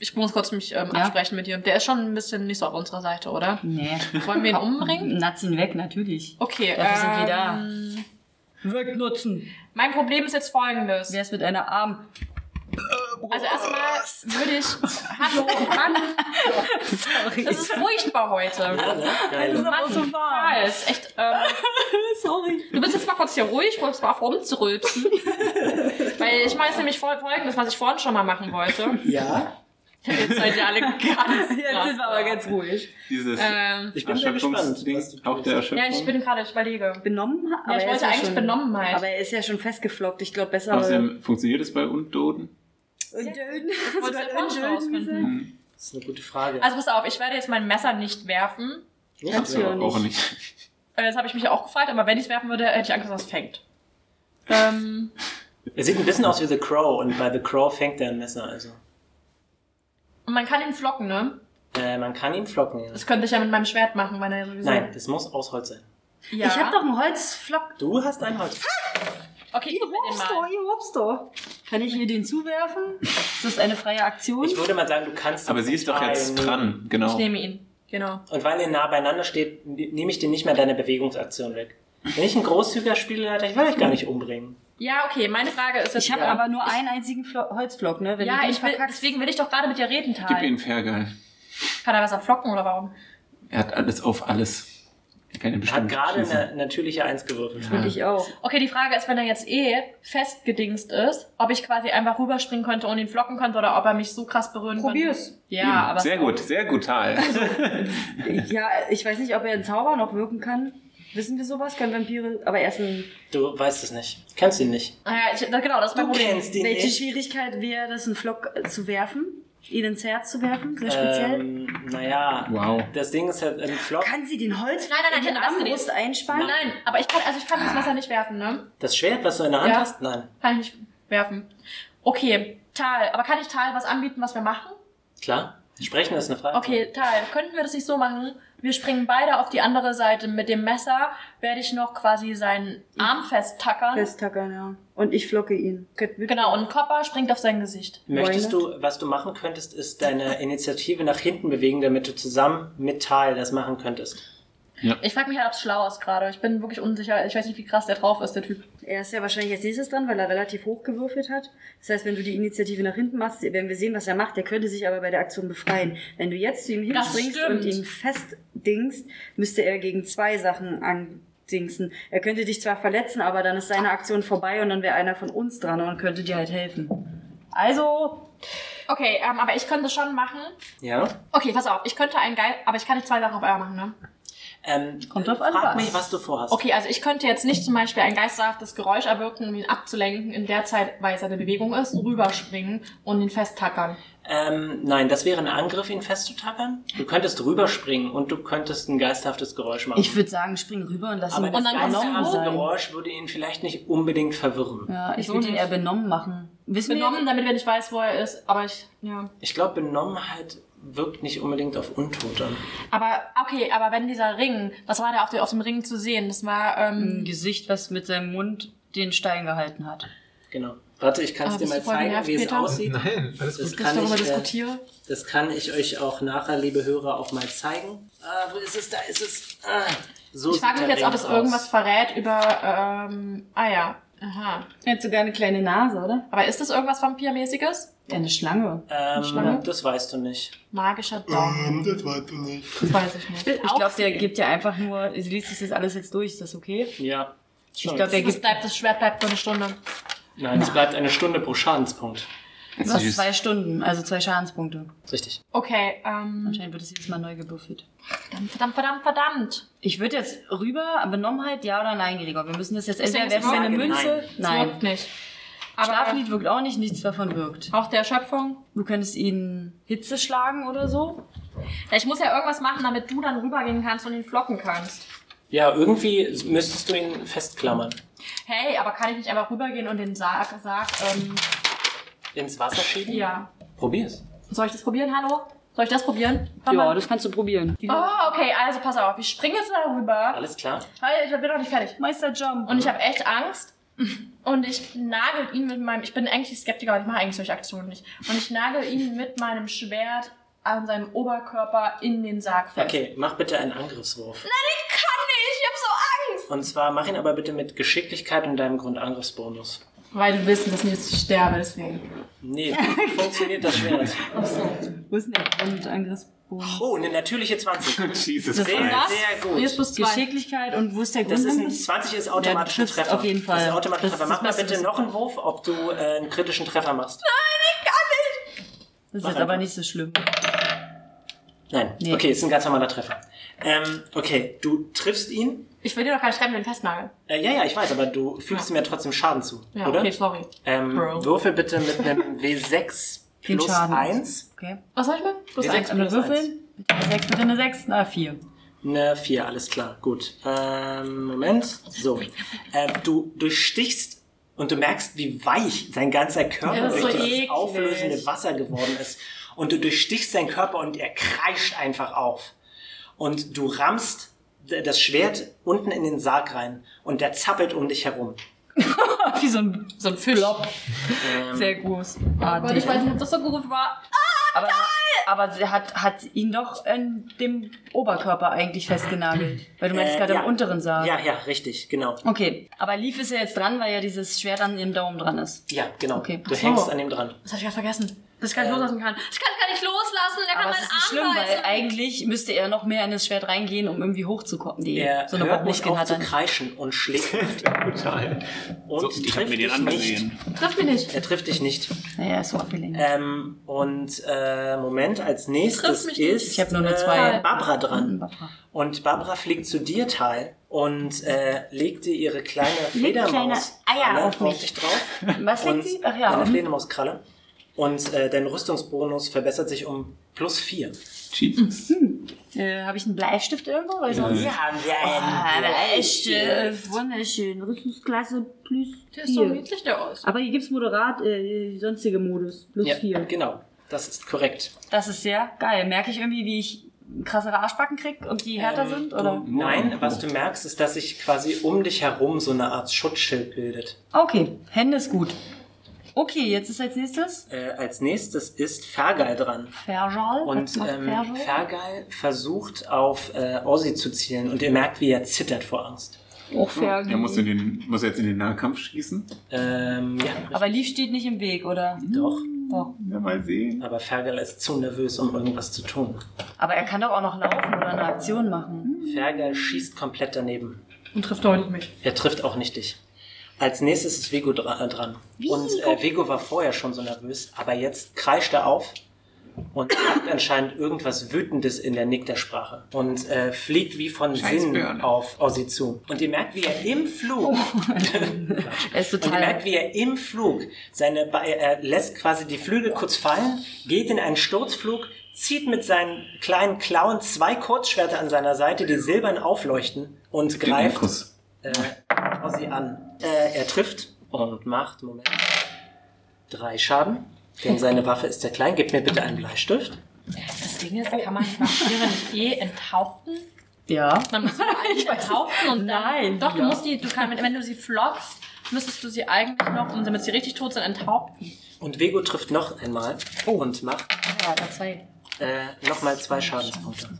[SPEAKER 2] Ich muss kurz mich ähm, absprechen mit dir. Der ist schon ein bisschen nicht so auf unserer Seite, oder?
[SPEAKER 5] Nee.
[SPEAKER 2] Wollen wir ihn umbringen?
[SPEAKER 5] Nazi weg, natürlich.
[SPEAKER 2] Okay,
[SPEAKER 5] Dafür sind wir da.
[SPEAKER 2] ähm,
[SPEAKER 5] Wegnutzen.
[SPEAKER 2] mein Problem ist jetzt folgendes.
[SPEAKER 5] Wer ist mit einer Arm?
[SPEAKER 2] Also erstmal würde ich... Hallo, Mann,
[SPEAKER 5] Sorry.
[SPEAKER 2] das ist furchtbar heute.
[SPEAKER 1] Geil.
[SPEAKER 2] Mann,
[SPEAKER 5] so wahr.
[SPEAKER 2] Tal, ist echt... Ähm,
[SPEAKER 5] Sorry.
[SPEAKER 2] Du bist jetzt mal kurz hier ruhig, kurz mal auf rumzurülpsen. Weil ich meine es nämlich voll folgendes, was ich vorhin schon mal machen wollte.
[SPEAKER 1] Ja,
[SPEAKER 2] Jetzt seid ihr alle ganz.
[SPEAKER 5] Jetzt sind wir aber ganz ruhig.
[SPEAKER 3] Dieses
[SPEAKER 2] Ähm,
[SPEAKER 1] ich bin sehr gespannt.
[SPEAKER 3] Erschöpfungsding.
[SPEAKER 1] was du
[SPEAKER 3] Auch
[SPEAKER 1] tust.
[SPEAKER 3] der
[SPEAKER 2] ja, ich
[SPEAKER 3] Erschöpfung.
[SPEAKER 2] bin gerade, ich überlege.
[SPEAKER 4] Benommen?
[SPEAKER 2] Ja, ich
[SPEAKER 4] er ist
[SPEAKER 2] wollte eigentlich halt.
[SPEAKER 4] schon,
[SPEAKER 2] Benommenheit.
[SPEAKER 4] Aber er ist ja schon festgeflockt. Ich glaube, besser...
[SPEAKER 3] Außerdem funktioniert es bei Untoten.
[SPEAKER 4] Und Döden.
[SPEAKER 2] Ich wollte
[SPEAKER 4] Hast du
[SPEAKER 2] den Punsch
[SPEAKER 4] Döden
[SPEAKER 2] rausfinden.
[SPEAKER 1] Das ist eine gute Frage.
[SPEAKER 2] Also pass auf, ich werde jetzt mein Messer nicht werfen.
[SPEAKER 4] Kannst du ja
[SPEAKER 3] auch
[SPEAKER 4] nicht.
[SPEAKER 3] nicht.
[SPEAKER 2] Äh, Das habe ich mich ja auch gefragt, aber wenn ich es werfen würde, hätte ich Angst, dass es fängt. Ähm,
[SPEAKER 1] er sieht ein bisschen aus wie The Crow und bei The Crow fängt er ein Messer. Also
[SPEAKER 2] und man kann ihn flocken, ne?
[SPEAKER 1] äh, man kann ihn flocken. Ja.
[SPEAKER 2] Das könnte ich ja mit meinem Schwert machen, wenn er ja sowieso.
[SPEAKER 1] Nein, das muss aus Holz sein.
[SPEAKER 2] Ja.
[SPEAKER 4] Ich hab doch einen Holzflock.
[SPEAKER 1] Du hast ein Holz.
[SPEAKER 2] Okay, ich
[SPEAKER 4] Ihr
[SPEAKER 2] will den
[SPEAKER 4] hopst doch,
[SPEAKER 2] mal.
[SPEAKER 4] ihr hopst doch.
[SPEAKER 5] Kann ich ihr den zuwerfen? Ist das eine freie Aktion?
[SPEAKER 1] Ich würde mal sagen, du kannst.
[SPEAKER 3] Aber sie ist doch jetzt
[SPEAKER 1] Nein.
[SPEAKER 3] dran, genau.
[SPEAKER 2] Ich nehme ihn. Genau.
[SPEAKER 1] Und weil ihr nah beieinander steht, ne- nehme ich dir nicht mehr deine Bewegungsaktion weg. Wenn ich ein großzügiger Spieler hätte, ich will euch gar nicht umbringen.
[SPEAKER 2] Ja, okay, meine Frage ist jetzt.
[SPEAKER 5] Ich habe aber nur einen einzigen Flo Holzblock, ne? Wenn du
[SPEAKER 2] Ja,
[SPEAKER 5] den
[SPEAKER 2] ich will,
[SPEAKER 5] verkackst-
[SPEAKER 2] deswegen will ich doch gerade mit dir reden,
[SPEAKER 3] Gib
[SPEAKER 2] Tal.
[SPEAKER 3] ihm Fergal.
[SPEAKER 2] Kann er Wasser flocken oder warum?
[SPEAKER 3] Er hat alles auf alles. Er kann
[SPEAKER 1] Er
[SPEAKER 3] ihn
[SPEAKER 1] hat
[SPEAKER 3] bestimmt
[SPEAKER 1] gerade
[SPEAKER 3] schießen.
[SPEAKER 1] eine natürliche Eins gewürfelt.
[SPEAKER 3] Ja.
[SPEAKER 4] Ich auch.
[SPEAKER 2] Okay, die Frage ist, wenn er jetzt eh festgedingst ist, ob ich quasi einfach rüberspringen könnte und ihn flocken könnte oder ob er mich so krass berühren
[SPEAKER 4] Probier's.
[SPEAKER 2] könnte. Ja,
[SPEAKER 3] Eben.
[SPEAKER 2] aber.
[SPEAKER 3] sehr gut, sehr gut, Tal.
[SPEAKER 4] Ja, ich weiß nicht, ob er einen Zauber noch wirken kann. Wissen wir sowas? Können Vampire. Aber erst ein.
[SPEAKER 1] Du weißt es nicht. Du Kennst ihn nicht.
[SPEAKER 2] Ah, ja, ich, da- genau, das ist mein Problem.
[SPEAKER 1] ihn
[SPEAKER 4] Welche Schwierigkeit wäre das, einen Flock äh, zu werfen? Ihn ins Herz zu werfen? Sehr speziell?
[SPEAKER 1] Ähm, naja,
[SPEAKER 3] Wow.
[SPEAKER 1] das Ding ist halt im Flop.
[SPEAKER 4] Kann sie den Holz
[SPEAKER 2] Nein, nein, nein,
[SPEAKER 4] in die
[SPEAKER 2] ich hab
[SPEAKER 4] Armbrust einspannen?
[SPEAKER 2] Nein, aber ich kann, also ich kann das Messer nicht werfen, ne?
[SPEAKER 1] Das Schwert, was du in der Hand
[SPEAKER 2] Ja.
[SPEAKER 1] hast? Nein.
[SPEAKER 2] Kann ich nicht werfen. Okay, Tal, aber kann ich Tal was anbieten, was wir machen?
[SPEAKER 1] Klar. Sprechen ist eine Frage.
[SPEAKER 2] Okay, Tal, könnten wir das nicht so machen? Wir springen beide auf die andere Seite. Mit dem Messer werde ich noch quasi seinen Arm festtackern.
[SPEAKER 4] Festtackern, ja. Und ich flocke ihn. Könnt- wir-
[SPEAKER 2] Genau, und Copper springt auf sein Gesicht.
[SPEAKER 1] Möchtest
[SPEAKER 4] Why
[SPEAKER 1] du, was du machen könntest, ist deine Initiative nach hinten bewegen, damit du zusammen mit Tal das machen könntest.
[SPEAKER 2] Ich frage mich halt, ob es schlau ist gerade. Ich bin wirklich unsicher. Ich weiß nicht, wie krass der drauf ist, der Typ.
[SPEAKER 4] Er ist ja wahrscheinlich als nächstes dran, weil er relativ hoch gewürfelt hat. Das heißt, wenn du die Initiative nach hinten machst, werden wir sehen, was er macht. Der könnte sich aber bei der Aktion befreien. Wenn du jetzt zu ihm
[SPEAKER 2] Das
[SPEAKER 4] hinspringst
[SPEAKER 2] stimmt.
[SPEAKER 4] und ihn festdingst, müsste er gegen zwei Sachen andingsen. Er könnte dich zwar verletzen, aber dann ist seine Aktion vorbei und dann wäre einer von uns dran und könnte dir halt helfen. Also,
[SPEAKER 2] Okay, ähm, aber ich könnte schon machen.
[SPEAKER 1] Ja?
[SPEAKER 2] Okay, pass auf. Ich könnte einen Geist, aber ich kann nicht zwei Sachen auf einmal machen, ne?
[SPEAKER 1] Ähm,
[SPEAKER 5] Kommt drauf an,
[SPEAKER 1] frag
[SPEAKER 5] was.
[SPEAKER 1] mich, was du vorhast.
[SPEAKER 2] Okay, also ich könnte jetzt nicht zum Beispiel ein geisterhaftes Geräusch erwirken, um ihn abzulenken, in der Zeit, weil seine Bewegung ist, rüberspringen und ihn festtackern.
[SPEAKER 1] Ähm, nein, das wäre ein Angriff, ihn festzutackern. Du könntest rüberspringen und du könntest ein geisterhaftes Geräusch machen.
[SPEAKER 5] Ich würde sagen, spring rüber und lass
[SPEAKER 1] Aber
[SPEAKER 5] ihn
[SPEAKER 1] das
[SPEAKER 2] und dann kannst du
[SPEAKER 5] benommen
[SPEAKER 2] auch
[SPEAKER 1] geisterhafte
[SPEAKER 5] sein.
[SPEAKER 1] Geräusch würde ihn vielleicht nicht unbedingt verwirren.
[SPEAKER 5] Ja, ich
[SPEAKER 2] So
[SPEAKER 5] würde ihn
[SPEAKER 2] nicht.
[SPEAKER 5] eher benommen machen. Wissen
[SPEAKER 2] Benommen,
[SPEAKER 1] also
[SPEAKER 5] wir
[SPEAKER 2] damit wir nicht weiß, wo er ist, aber ich, ja.
[SPEAKER 1] Ich glaube, Benommenheit wirkt nicht unbedingt auf Untote.
[SPEAKER 2] Aber, okay, aber wenn dieser Ring, was war der auf, dem- auf dem Ring zu sehen? Das war,
[SPEAKER 5] jetzt ein
[SPEAKER 1] Hm,
[SPEAKER 2] ähm,
[SPEAKER 5] Hm. Gesicht, was mit seinem Mund den Stein gehalten hat.
[SPEAKER 1] Genau. Warte, ich kann es
[SPEAKER 2] Ah,
[SPEAKER 1] dir
[SPEAKER 2] bist
[SPEAKER 1] mal
[SPEAKER 2] du voll
[SPEAKER 1] zeigen,
[SPEAKER 2] genervt,
[SPEAKER 1] wie es
[SPEAKER 2] Peter?
[SPEAKER 1] aussieht.
[SPEAKER 6] Nein, alles
[SPEAKER 1] Das
[SPEAKER 6] gut.
[SPEAKER 2] dass ich
[SPEAKER 1] kann,
[SPEAKER 2] darüber
[SPEAKER 1] ich, äh,
[SPEAKER 2] diskutiere.
[SPEAKER 1] das kann ich euch auch nachher, liebe Hörer, auch mal zeigen. Ah, wo ist es? Da ist es. Ah, so
[SPEAKER 2] Ich frage
[SPEAKER 1] sieht
[SPEAKER 2] mich
[SPEAKER 1] der
[SPEAKER 2] jetzt, ob
[SPEAKER 1] Ring
[SPEAKER 2] es
[SPEAKER 1] aus.
[SPEAKER 2] irgendwas verrät über, ähm, ah ja, aha.
[SPEAKER 5] Er hat sogar eine kleine Nase, oder?
[SPEAKER 2] Aber ist das irgendwas Vampirmäßiges?
[SPEAKER 5] Ja, eine Schlange.
[SPEAKER 1] Ähm,
[SPEAKER 2] Schlange?
[SPEAKER 1] das weißt du nicht.
[SPEAKER 2] Magischer Daumen.
[SPEAKER 6] Ähm, Das weißt du nicht.
[SPEAKER 2] Das weiß ich nicht.
[SPEAKER 5] Ich glaube, der gibt ja einfach nur, sie liest das jetzt alles jetzt durch, ist das okay?
[SPEAKER 1] Ja.
[SPEAKER 5] Ich glaube, der
[SPEAKER 2] Das,
[SPEAKER 5] gibt
[SPEAKER 2] bleibt, das Schwert bleibt nur eine Stunde.
[SPEAKER 1] Nein, es bleibt eine Stunde pro Schadenspunkt.
[SPEAKER 5] was
[SPEAKER 3] Süß.
[SPEAKER 5] zwei Stunden, also zwei Schadenspunkte.
[SPEAKER 1] Richtig.
[SPEAKER 2] Okay, ähm,
[SPEAKER 5] Anscheinend wird es jedes Mal neu gebüffelt.
[SPEAKER 2] verdammt, verdammt, verdammt, verdammt.
[SPEAKER 5] Ich würde jetzt rüber, Benommenheit, ja oder nein, Gregor? Wir müssen das jetzt entweder
[SPEAKER 2] Deswegen
[SPEAKER 5] werfen wir eine
[SPEAKER 1] ist die Frage
[SPEAKER 5] Münze.
[SPEAKER 2] Das
[SPEAKER 5] Nein.
[SPEAKER 2] wirkt nicht. Aber
[SPEAKER 5] Schlaflied wirkt auch nicht, nichts davon wirkt.
[SPEAKER 2] auch der Schöpfung.
[SPEAKER 5] Du könntest ihn Hitze schlagen oder so.
[SPEAKER 2] Ja, Ich muss ja irgendwas machen, damit du dann rübergehen kannst und ihn flocken kannst.
[SPEAKER 1] Ja, irgendwie müsstest du ihn festklammern.
[SPEAKER 2] Hey, aber kann ich nicht einfach rübergehen und den Sarg, Sarg ähm,
[SPEAKER 1] Ins Wasser schieben?
[SPEAKER 2] ja.
[SPEAKER 1] Probier's.
[SPEAKER 2] Soll ich das probieren, hallo? Soll ich das probieren? Komm
[SPEAKER 5] Ja,
[SPEAKER 2] mal.
[SPEAKER 5] das kannst du probieren.
[SPEAKER 2] Oh, okay, also pass auf. Ich springe jetzt da rüber.
[SPEAKER 1] Alles klar.
[SPEAKER 2] Hey, ich bin noch nicht fertig.
[SPEAKER 5] Meister Jump.
[SPEAKER 2] Und ich habe echt Angst. Und ich nagel ihn mit meinem. Ich bin eigentlich Skeptiker, aber ich mache eigentlich solche Aktionen nicht. Und ich nagel ihn mit meinem Schwert an seinem Oberkörper in den Sarg fest.
[SPEAKER 1] Okay, mach bitte einen Angriffswurf.
[SPEAKER 2] Ich kann nicht, ich hab so Angst.
[SPEAKER 1] Und zwar mach ihn aber bitte mit Geschicklichkeit und deinem Grundangriffsbonus.
[SPEAKER 2] Weil du willst, dass ich jetzt sterbe, deswegen.
[SPEAKER 1] Nee, funktioniert das Schwert.
[SPEAKER 5] Wo ist denn der Grundangriffsbogen?
[SPEAKER 1] Oh, eine natürliche 20.
[SPEAKER 3] Jesus
[SPEAKER 5] Das
[SPEAKER 1] Sehr,
[SPEAKER 5] war's.
[SPEAKER 1] sehr
[SPEAKER 2] Hier ist
[SPEAKER 1] gut.
[SPEAKER 2] plus zwei.
[SPEAKER 5] Geschicklichkeit und wo ist der
[SPEAKER 1] Das ist ein,
[SPEAKER 5] Grundangriff?
[SPEAKER 1] 20 ist automatisch
[SPEAKER 5] Ja,
[SPEAKER 1] ein
[SPEAKER 5] du triffst
[SPEAKER 1] Treffer.
[SPEAKER 5] auf jeden Fall.
[SPEAKER 1] Das ist automatisch ein
[SPEAKER 5] Das
[SPEAKER 1] Treffer.
[SPEAKER 5] ist
[SPEAKER 1] Mach mal
[SPEAKER 5] das Beste,
[SPEAKER 1] bitte
[SPEAKER 5] was-
[SPEAKER 1] noch einen Wurf, ob du äh, einen kritischen Treffer machst.
[SPEAKER 5] Das ist jetzt aber nicht so schlimm.
[SPEAKER 1] Nein.
[SPEAKER 5] Nee.
[SPEAKER 1] Okay, ist ein ganz normaler Treffer. Ähm, okay, du triffst ihn.
[SPEAKER 2] Ich will dir doch gar nicht schreiben, den festnageln.
[SPEAKER 1] Äh, ja, ja, ich weiß, aber du fügst ihm ja trotzdem Schaden zu,
[SPEAKER 2] Ja,
[SPEAKER 1] oder?
[SPEAKER 2] okay, sorry.
[SPEAKER 1] Ähm,
[SPEAKER 2] Bro.
[SPEAKER 1] würfel bitte mit einem W6
[SPEAKER 5] Den
[SPEAKER 1] plus
[SPEAKER 5] Schaden.
[SPEAKER 1] eins.
[SPEAKER 5] Okay.
[SPEAKER 2] Was soll ich mal? Plus
[SPEAKER 1] Sechs
[SPEAKER 2] eins.
[SPEAKER 5] Einmal
[SPEAKER 1] plus
[SPEAKER 5] würfeln. Mit einer 6, mit einer 6, na 4.
[SPEAKER 1] Ne, vier, alles klar, gut. Ähm, Moment, so. Äh, du durchstichst und du merkst, wie weich sein ganzer
[SPEAKER 2] Ja,
[SPEAKER 1] Körper
[SPEAKER 2] das ist
[SPEAKER 1] durch
[SPEAKER 2] so
[SPEAKER 1] dieses
[SPEAKER 2] eklig.
[SPEAKER 1] auflösende Wasser geworden ist. Und du durchstichst seinen Körper und er kreischt einfach auf. Und du rammst d- das Schwert unten in den Sarg rein und der zappelt um dich herum.
[SPEAKER 5] Wie so ein, so ein Fisch.
[SPEAKER 1] Ähm,
[SPEAKER 5] Sehr groß.
[SPEAKER 2] Gott, ich weiß nicht, ob das so gut war.
[SPEAKER 5] Aber, aber sie hat, hat ihn doch in dem Oberkörper eigentlich festgenagelt. Weil du meinst
[SPEAKER 1] Äh,
[SPEAKER 5] gerade
[SPEAKER 1] ja.
[SPEAKER 5] im unteren Sarg.
[SPEAKER 1] ja, ja, richtig, genau.
[SPEAKER 5] Okay, aber Leaf ist ja jetzt dran, weil ja dieses Schwert an ihrem Daumen dran ist.
[SPEAKER 1] Ja, genau.
[SPEAKER 5] Okay.
[SPEAKER 1] Du
[SPEAKER 5] Ach
[SPEAKER 2] so.
[SPEAKER 1] hängst an ihm dran.
[SPEAKER 2] Das habe ich ja vergessen. Dass ich gar nicht loslassen kann. Ich kann gar nicht loslassen und er kann
[SPEAKER 5] Aber es
[SPEAKER 2] meinen
[SPEAKER 5] ist nicht
[SPEAKER 2] Arm
[SPEAKER 5] schlimm, weil
[SPEAKER 2] beißen.
[SPEAKER 5] eigentlich müsste er noch mehr in das Schwert reingehen, um irgendwie hochzukommen. Die
[SPEAKER 1] Er
[SPEAKER 5] so eine
[SPEAKER 1] hört nicht
[SPEAKER 5] Bockmuskeln
[SPEAKER 1] auf
[SPEAKER 5] hat
[SPEAKER 1] zu
[SPEAKER 5] dann.
[SPEAKER 1] kreischen und schlägt
[SPEAKER 6] Total.
[SPEAKER 1] und
[SPEAKER 8] So, ich habe
[SPEAKER 1] trifft
[SPEAKER 8] mir den
[SPEAKER 1] dich
[SPEAKER 8] angesehen.
[SPEAKER 1] nicht.
[SPEAKER 2] Trifft mich nicht.
[SPEAKER 1] Er trifft dich nicht.
[SPEAKER 5] Naja, ist so abgelenkt.
[SPEAKER 1] Ähm, und äh, Moment, als nächstes
[SPEAKER 2] mich
[SPEAKER 1] ist
[SPEAKER 2] nicht.
[SPEAKER 5] Ich hab nur eine zwei.
[SPEAKER 1] äh, Barbara
[SPEAKER 8] Mhm.
[SPEAKER 1] dran.
[SPEAKER 5] Barbara.
[SPEAKER 1] Und Barbara fliegt zu dir, Tal, und äh, legt dir ihre kleine Fledermaus
[SPEAKER 5] Eier auf mich.
[SPEAKER 1] dich drauf.
[SPEAKER 5] Was
[SPEAKER 1] Und
[SPEAKER 5] legt sie? Ach ja.
[SPEAKER 1] deine
[SPEAKER 5] mhm.
[SPEAKER 1] Fledermauskralle. Und äh, dein Rüstungsbonus verbessert sich um plus 4.
[SPEAKER 6] Jesus.
[SPEAKER 5] Äh, Habe ich einen Bleistift irgendwo? Weil
[SPEAKER 8] Mhm.
[SPEAKER 5] sonst
[SPEAKER 6] Ja.
[SPEAKER 1] haben
[SPEAKER 5] Ah, äh,
[SPEAKER 1] Bleistift.
[SPEAKER 5] Bleistift.
[SPEAKER 9] Wunderschön. Rüstungsklasse plus
[SPEAKER 2] Der ist so
[SPEAKER 9] 4.
[SPEAKER 2] niedlich, der aus.
[SPEAKER 9] Aber hier gibt's Moderat, äh, sonstige Modus. Plus
[SPEAKER 1] Ja,
[SPEAKER 9] 4.
[SPEAKER 1] genau. Das ist korrekt.
[SPEAKER 5] Das ist sehr geil. Merke ich irgendwie, wie ich krassere Arschbacken krieg und die härter
[SPEAKER 1] Ähm,
[SPEAKER 5] sind? Oder?
[SPEAKER 1] Du, nein, was du merkst, ist, dass sich quasi um dich herum so eine Art Schutzschild bildet.
[SPEAKER 5] Okay, Hände ist gut. Okay, jetzt ist als nächstes
[SPEAKER 1] Äh, als nächstes ist Fergal dran.
[SPEAKER 5] Ferjal.
[SPEAKER 1] Und
[SPEAKER 5] Was macht
[SPEAKER 1] ähm,
[SPEAKER 5] Ferjal?
[SPEAKER 1] Fergal versucht auf äh, Ozzy zu zielen und ihr merkt, wie er zittert vor Angst.
[SPEAKER 5] Auch Oh, Ferjal.
[SPEAKER 3] Er muss, in den, muss jetzt in den Nahkampf schießen.
[SPEAKER 1] Ähm, ja,
[SPEAKER 5] Aber Leaf steht nicht im Weg, oder?
[SPEAKER 1] doch.
[SPEAKER 5] Doch.
[SPEAKER 3] Ja, mal sehen.
[SPEAKER 1] Aber Fergal ist zu nervös, um irgendwas zu tun.
[SPEAKER 5] Aber er kann doch auch noch laufen oder eine Aktion machen.
[SPEAKER 1] Fergal schießt komplett daneben.
[SPEAKER 2] Und trifft deutlich mich.
[SPEAKER 1] Er trifft auch nicht dich. Als nächstes ist Vigo dra äh, dran. Und äh, Vigo war vorher schon so nervös, aber jetzt kreischt er auf und sagt anscheinend irgendwas Wütendes in der Nick-der-Sprache und äh, fliegt wie von
[SPEAKER 3] Scheiß
[SPEAKER 1] Sinn
[SPEAKER 3] Birne.
[SPEAKER 1] auf Ozzy zu. Und ihr merkt, wie er im Flug
[SPEAKER 5] Er ist
[SPEAKER 1] Und ihr merkt,
[SPEAKER 5] total.
[SPEAKER 1] wie er im Flug seine, Be- äh, er lässt quasi die Flügel kurz fallen, geht in einen Sturzflug, zieht mit seinen kleinen Klauen zwei Kurzschwerter an seiner Seite, die silbern aufleuchten und greift
[SPEAKER 3] Kuss.
[SPEAKER 1] äh, Ozzy an. Äh, er trifft und macht, Moment, drei Schaden, denn seine Waffe ist sehr klein. Gib mir bitte einen Bleistift.
[SPEAKER 2] Das Ding ist, kann man Vampire nicht eh enthaupten?
[SPEAKER 5] Ja.
[SPEAKER 2] Man muss sie eigentlich enthaupten und dann,
[SPEAKER 5] Nein.
[SPEAKER 2] Doch, du
[SPEAKER 5] Ja.
[SPEAKER 2] musst die, du kannst, wenn du sie flockst, müsstest du sie eigentlich noch, und damit sie richtig tot sind, enthaupten.
[SPEAKER 1] Und Vego trifft noch einmal und macht
[SPEAKER 5] Ja, da zwei.
[SPEAKER 1] äh, nochmal zwei Schadenspunkte.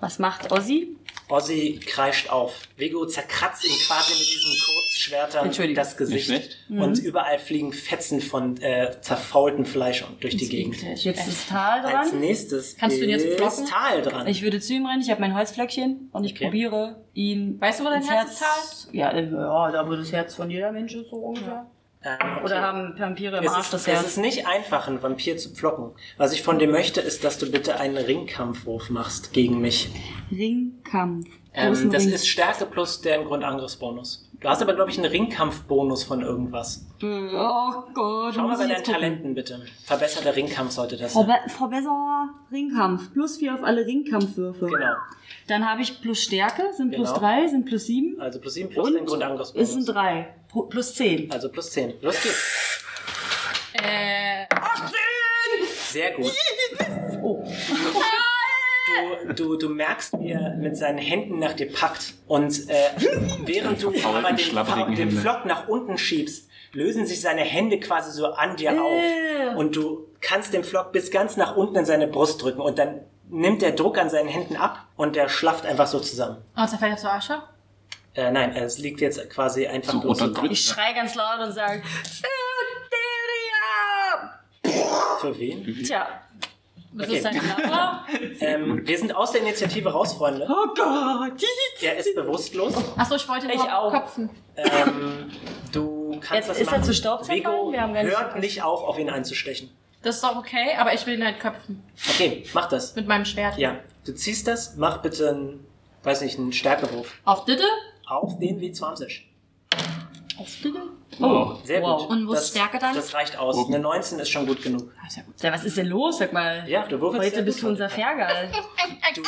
[SPEAKER 5] Was macht Ozzy?
[SPEAKER 1] Ozzy kreischt auf. Vego zerkratzt ihm quasi mit diesen Kurzschwertern
[SPEAKER 5] Entschuldigung.
[SPEAKER 1] das Gesicht.
[SPEAKER 3] Nicht schlecht.
[SPEAKER 1] Und überall fliegen Fetzen von äh, zerfaultem Fleisch und durch die Gegend.
[SPEAKER 5] Jetzt ist Tal
[SPEAKER 1] Als
[SPEAKER 5] dran.
[SPEAKER 1] nächstes
[SPEAKER 2] Kannst du ihn jetzt blocken?
[SPEAKER 1] ist Tal dran.
[SPEAKER 5] Ich würde zu ihm rennen, ich habe mein Holzflöckchen und ich
[SPEAKER 1] Okay.
[SPEAKER 5] probiere ihn.
[SPEAKER 2] Weißt du, wo dein
[SPEAKER 5] ins
[SPEAKER 2] Herz ist, halt?
[SPEAKER 5] Ja, äh, ja, da wo das Herz von jeder Mensch ist, so ungefähr.
[SPEAKER 1] Ähm, okay.
[SPEAKER 5] Oder haben Vampire im
[SPEAKER 1] es
[SPEAKER 5] Arsch
[SPEAKER 1] ist,
[SPEAKER 5] das
[SPEAKER 1] es ist
[SPEAKER 5] Herz?
[SPEAKER 1] nicht einfach, einen Vampir zu pflocken. Was ich von dir möchte, ist, dass du bitte einen Ringkampfwurf machst gegen mich.
[SPEAKER 9] Ringkampf. Wo ist
[SPEAKER 1] Ähm,
[SPEAKER 9] ein
[SPEAKER 1] das
[SPEAKER 9] Ring?
[SPEAKER 1] ist Stärke plus der im Grund Angriffsbonus. Du hast aber, glaube ich, einen Ringkampfbonus von irgendwas.
[SPEAKER 9] Oh Gott,
[SPEAKER 1] Schau
[SPEAKER 9] muss
[SPEAKER 1] mal bei
[SPEAKER 9] ich
[SPEAKER 1] deinen
[SPEAKER 9] jetzt gucken.
[SPEAKER 1] Talenten bitte. Verbesserter Ringkampf sollte das sein.
[SPEAKER 9] Verbe Verbesserer Ringkampf. Plus 4 auf alle Ringkampfwürfe.
[SPEAKER 1] Genau.
[SPEAKER 5] Dann habe ich plus Stärke, sind plus
[SPEAKER 1] Genau.
[SPEAKER 5] drei, sind plus sieben,
[SPEAKER 1] Also plus 7 plus
[SPEAKER 5] Und
[SPEAKER 1] den Grundangriffsbonus.
[SPEAKER 5] ist ein drei, Pro- plus zehn.
[SPEAKER 1] Also plus 10. Los geht's.
[SPEAKER 2] Äh,
[SPEAKER 1] Sehr gut. Du, du, du merkst, wie er mit seinen Händen nach dir packt. Und äh, während du
[SPEAKER 3] Verfaulten,
[SPEAKER 1] aber den,
[SPEAKER 3] schlabberigen
[SPEAKER 1] den
[SPEAKER 3] Hände.
[SPEAKER 1] Flock nach unten schiebst, lösen sich seine Hände quasi so an dir auf. Und du kannst den Flock bis ganz nach unten in seine Brust drücken. Und dann nimmt der Druck an seinen Händen ab und der schlafft einfach so zusammen.
[SPEAKER 2] oh, zerfällt er zu Asche?
[SPEAKER 1] Äh, nein, es liegt jetzt quasi einfach
[SPEAKER 3] Zum
[SPEAKER 1] nur so
[SPEAKER 3] Unterdrücken.
[SPEAKER 5] Ich schreie ganz laut und sage, Hysteria!
[SPEAKER 1] Für wen?
[SPEAKER 5] Tja,
[SPEAKER 2] Das
[SPEAKER 1] Okay.
[SPEAKER 2] ist dein Knaller.
[SPEAKER 1] Ähm, wir sind aus der Initiative raus, Freunde.
[SPEAKER 5] oh Gott!
[SPEAKER 1] Er ist bewusstlos.
[SPEAKER 2] Achso, ich wollte ihn
[SPEAKER 5] Ich
[SPEAKER 2] überhaupt
[SPEAKER 5] auch.
[SPEAKER 2] köpfen.
[SPEAKER 1] Ähm, du kannst
[SPEAKER 5] Jetzt ist er
[SPEAKER 1] machen.
[SPEAKER 5] zu Staub zerfallen?
[SPEAKER 1] Vigo
[SPEAKER 5] Wir haben gar nicht
[SPEAKER 1] hört nicht auf, auf ihn einzustechen.
[SPEAKER 2] Das ist auch okay, aber ich will ihn halt köpfen.
[SPEAKER 1] Okay, mach das.
[SPEAKER 2] Mit meinem Schwert.
[SPEAKER 1] Ja, du ziehst das, mach bitte einen, weiß nicht, einen Stärkewurf.
[SPEAKER 2] Auf Ditte?
[SPEAKER 1] Auf den W20.
[SPEAKER 5] Auf Diddle?
[SPEAKER 10] Wow.
[SPEAKER 1] Sehr
[SPEAKER 5] Wow.
[SPEAKER 1] gut.
[SPEAKER 11] Und wo ist Stärke dann?
[SPEAKER 1] Das reicht aus. Eine 19 ist schon gut genug.
[SPEAKER 5] Ah, sehr gut. Ja, was ist denn los? Sag mal.
[SPEAKER 1] Ja, du würfelst
[SPEAKER 5] Heute
[SPEAKER 1] sehr
[SPEAKER 5] bist
[SPEAKER 1] gut
[SPEAKER 5] du unser Fergal.
[SPEAKER 1] Du,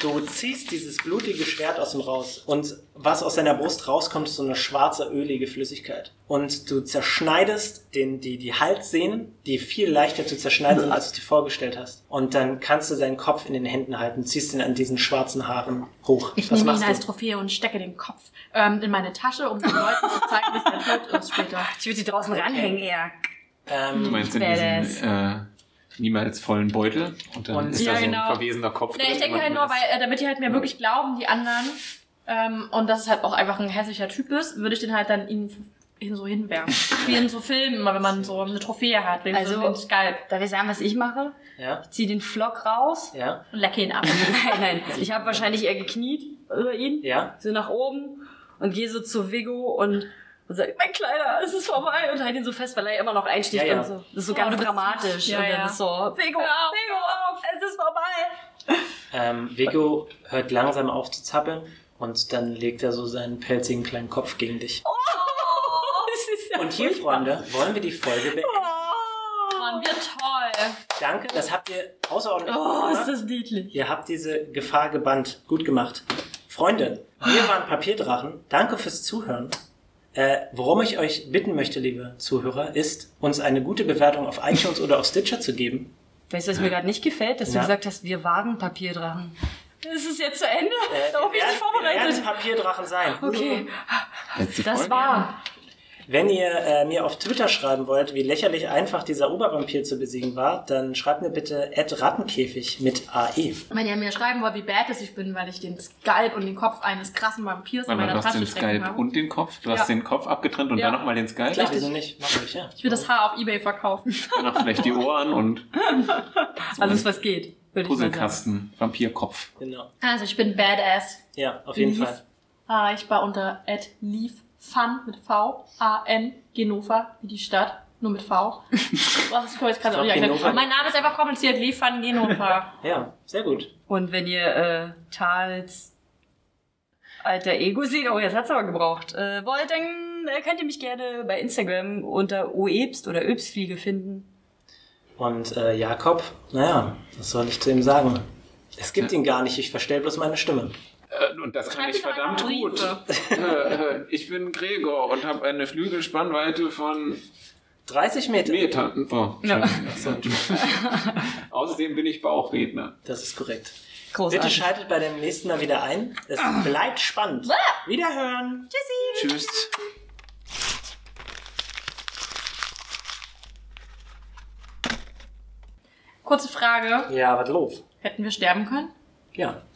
[SPEAKER 1] du ziehst dieses blutige Schwert aus ihm raus und was aus seiner Brust rauskommt, ist so eine schwarze, ölige Flüssigkeit. Und du zerschneidest den, die, die Halssehnen, die viel leichter zu zerschneiden sind, als du es dir vorgestellt hast. Und dann kannst du seinen Kopf in den Händen halten, ziehst ihn an diesen schwarzen Haaren hoch.
[SPEAKER 2] Ich
[SPEAKER 1] Was
[SPEAKER 2] nehme ihn
[SPEAKER 1] machst
[SPEAKER 2] als
[SPEAKER 1] du?
[SPEAKER 2] Trophäe und stecke den Kopf ähm, in meine Tasche, um den Leuten zu zeigen, dass er tot ist später.
[SPEAKER 12] Ich würde sie draußen ranhängen eher.
[SPEAKER 3] Du
[SPEAKER 1] Ähm,
[SPEAKER 3] meinst in
[SPEAKER 5] Badass.
[SPEAKER 3] diesen äh, niemals vollen Beutel und dann
[SPEAKER 1] Und-
[SPEAKER 3] ist
[SPEAKER 2] Ja,
[SPEAKER 3] da so ein
[SPEAKER 2] genau.
[SPEAKER 3] verwesender Kopf
[SPEAKER 2] Nee, ich
[SPEAKER 3] drin
[SPEAKER 2] denke
[SPEAKER 3] und
[SPEAKER 2] halt
[SPEAKER 3] man
[SPEAKER 2] nur,
[SPEAKER 3] ist-
[SPEAKER 2] weil, äh, damit die halt mir wirklich glauben, die anderen, ähm, und dass es halt auch einfach ein hässlicher Typ ist, würde ich den halt dann ihnen hin so hinwerfen. Wie in so Filmen, immer wenn man so eine Trophäe hat, wegen also,
[SPEAKER 5] Also-
[SPEAKER 2] so den Skalp
[SPEAKER 5] Darf ich sagen, was ich mache?
[SPEAKER 1] ja,
[SPEAKER 5] Ich zieh den Flock raus.
[SPEAKER 1] ja,
[SPEAKER 2] und lecke ihn ab.
[SPEAKER 5] Nein, nein. Ich habe wahrscheinlich eher gekniet über ihn.
[SPEAKER 1] ja.
[SPEAKER 5] So nach oben und gehe so zu Vigo und, und sage, mein Kleiner, es ist vorbei. Und halt ihn so fest, weil er immer noch einsticht
[SPEAKER 1] Ja, ja.
[SPEAKER 5] und so. Das ist so
[SPEAKER 2] Oh,
[SPEAKER 5] ganz
[SPEAKER 2] du bist-
[SPEAKER 5] dramatisch.
[SPEAKER 2] Ja,
[SPEAKER 5] und dann
[SPEAKER 2] ja.
[SPEAKER 5] ist so, Vigo,
[SPEAKER 2] Hör auf,
[SPEAKER 5] Vigo, es ist vorbei.
[SPEAKER 1] Ähm, Vigo hört langsam auf zu zappeln und dann legt er so seinen pelzigen kleinen Kopf gegen dich.
[SPEAKER 5] Oh, es ist ja
[SPEAKER 1] Und hier,
[SPEAKER 5] furchtbar.
[SPEAKER 1] Freunde, wollen wir die Folge beenden.
[SPEAKER 2] Mann, wir toll.
[SPEAKER 1] Danke, das habt ihr außerordentlich gut
[SPEAKER 5] Oh, ist
[SPEAKER 1] gemacht.
[SPEAKER 5] das niedlich.
[SPEAKER 1] Ihr habt diese Gefahr gebannt. Gut gemacht. Freunde, wir waren Papierdrachen. Danke fürs Zuhören. Äh, worum ich euch bitten möchte, liebe Zuhörer, ist, uns eine gute Bewertung auf iTunes oder auf Stitcher zu geben.
[SPEAKER 5] Weißt du, was mir gerade nicht gefällt? Dass
[SPEAKER 1] Na?
[SPEAKER 5] du gesagt hast, wir wagen Papierdrachen. Das ist jetzt zu Ende.
[SPEAKER 1] Äh,
[SPEAKER 5] Darauf bin
[SPEAKER 1] wir
[SPEAKER 5] ich nicht
[SPEAKER 1] werden- Wir werden
[SPEAKER 5] vorbereitet.
[SPEAKER 1] Papierdrachen sein.
[SPEAKER 5] Okay,
[SPEAKER 3] Letzte
[SPEAKER 5] das
[SPEAKER 3] halt Folge.
[SPEAKER 5] war.
[SPEAKER 1] Wenn ihr äh, mir auf Twitter schreiben wollt, wie lächerlich einfach dieser Obervampir zu besiegen war, dann schreibt mir bitte rattenkäfig mit E. AE.
[SPEAKER 2] Wenn ihr mir schreiben wollt, wie badass ich bin, weil ich den Skalp und den Kopf eines krassen Vampirs in
[SPEAKER 3] Weil man,
[SPEAKER 2] meiner
[SPEAKER 3] du hast
[SPEAKER 2] Tasche
[SPEAKER 3] den
[SPEAKER 2] stecken
[SPEAKER 3] Skype
[SPEAKER 2] habe.
[SPEAKER 3] und den Kopf. Du hast
[SPEAKER 2] Ja.
[SPEAKER 3] den Kopf abgetrennt und
[SPEAKER 2] Ja.
[SPEAKER 3] dann nochmal den Skype.
[SPEAKER 1] Klar, wieso nicht? Mach ich, ja.
[SPEAKER 2] Ich will das Haar auf Ebay verkaufen.
[SPEAKER 3] Dann noch vielleicht die Ohren und
[SPEAKER 5] Alles, Also was geht. Würde ich mal sagen.
[SPEAKER 3] Puzzlekasten, Vampirkopf.
[SPEAKER 1] Genau.
[SPEAKER 2] Also, ich bin badass.
[SPEAKER 1] Ja, auf
[SPEAKER 5] Mhm.
[SPEAKER 1] jeden
[SPEAKER 2] Lief.
[SPEAKER 1] Fall.
[SPEAKER 2] erreichbar Ah, unter @leaffun mit V A N Genova wie die Stadt nur mit V. Was ich jetzt gerade auch
[SPEAKER 1] Ich glaub,
[SPEAKER 2] nicht erklärt.
[SPEAKER 1] Genova-
[SPEAKER 2] Mein Name ist einfach kompliziert Leaf Fun Genova.
[SPEAKER 1] Ja, sehr gut.
[SPEAKER 5] Und wenn ihr äh, Tals alter Ego seht, oh, jetzt hat's aber gebraucht, äh, wollt, dann äh, könnt ihr mich gerne bei Instagram unter oebst oder öbstfliege finden.
[SPEAKER 1] Und äh, Jakob, naja, was soll ich zu ihm sagen? Es gibt ihn gar nicht, ich verstell bloß meine Stimme.
[SPEAKER 3] Äh, Und das kann ich
[SPEAKER 2] doch
[SPEAKER 3] verdammt
[SPEAKER 2] einfach
[SPEAKER 3] gut. Äh, äh, ich bin Gregor und habe eine Flügelspannweite von
[SPEAKER 1] 30 Meter.
[SPEAKER 3] Metern. Oh, scheiße. Außerdem bin ich Bauchredner.
[SPEAKER 1] Das ist korrekt. Bitte
[SPEAKER 5] Großartig.
[SPEAKER 1] schaltet bei dem nächsten Mal wieder ein. Es bleibt spannend. Wiederhören.
[SPEAKER 3] Tschüss.
[SPEAKER 2] Kurze Frage:
[SPEAKER 1] Ja, was los?
[SPEAKER 2] Hätten wir sterben können?
[SPEAKER 1] Ja.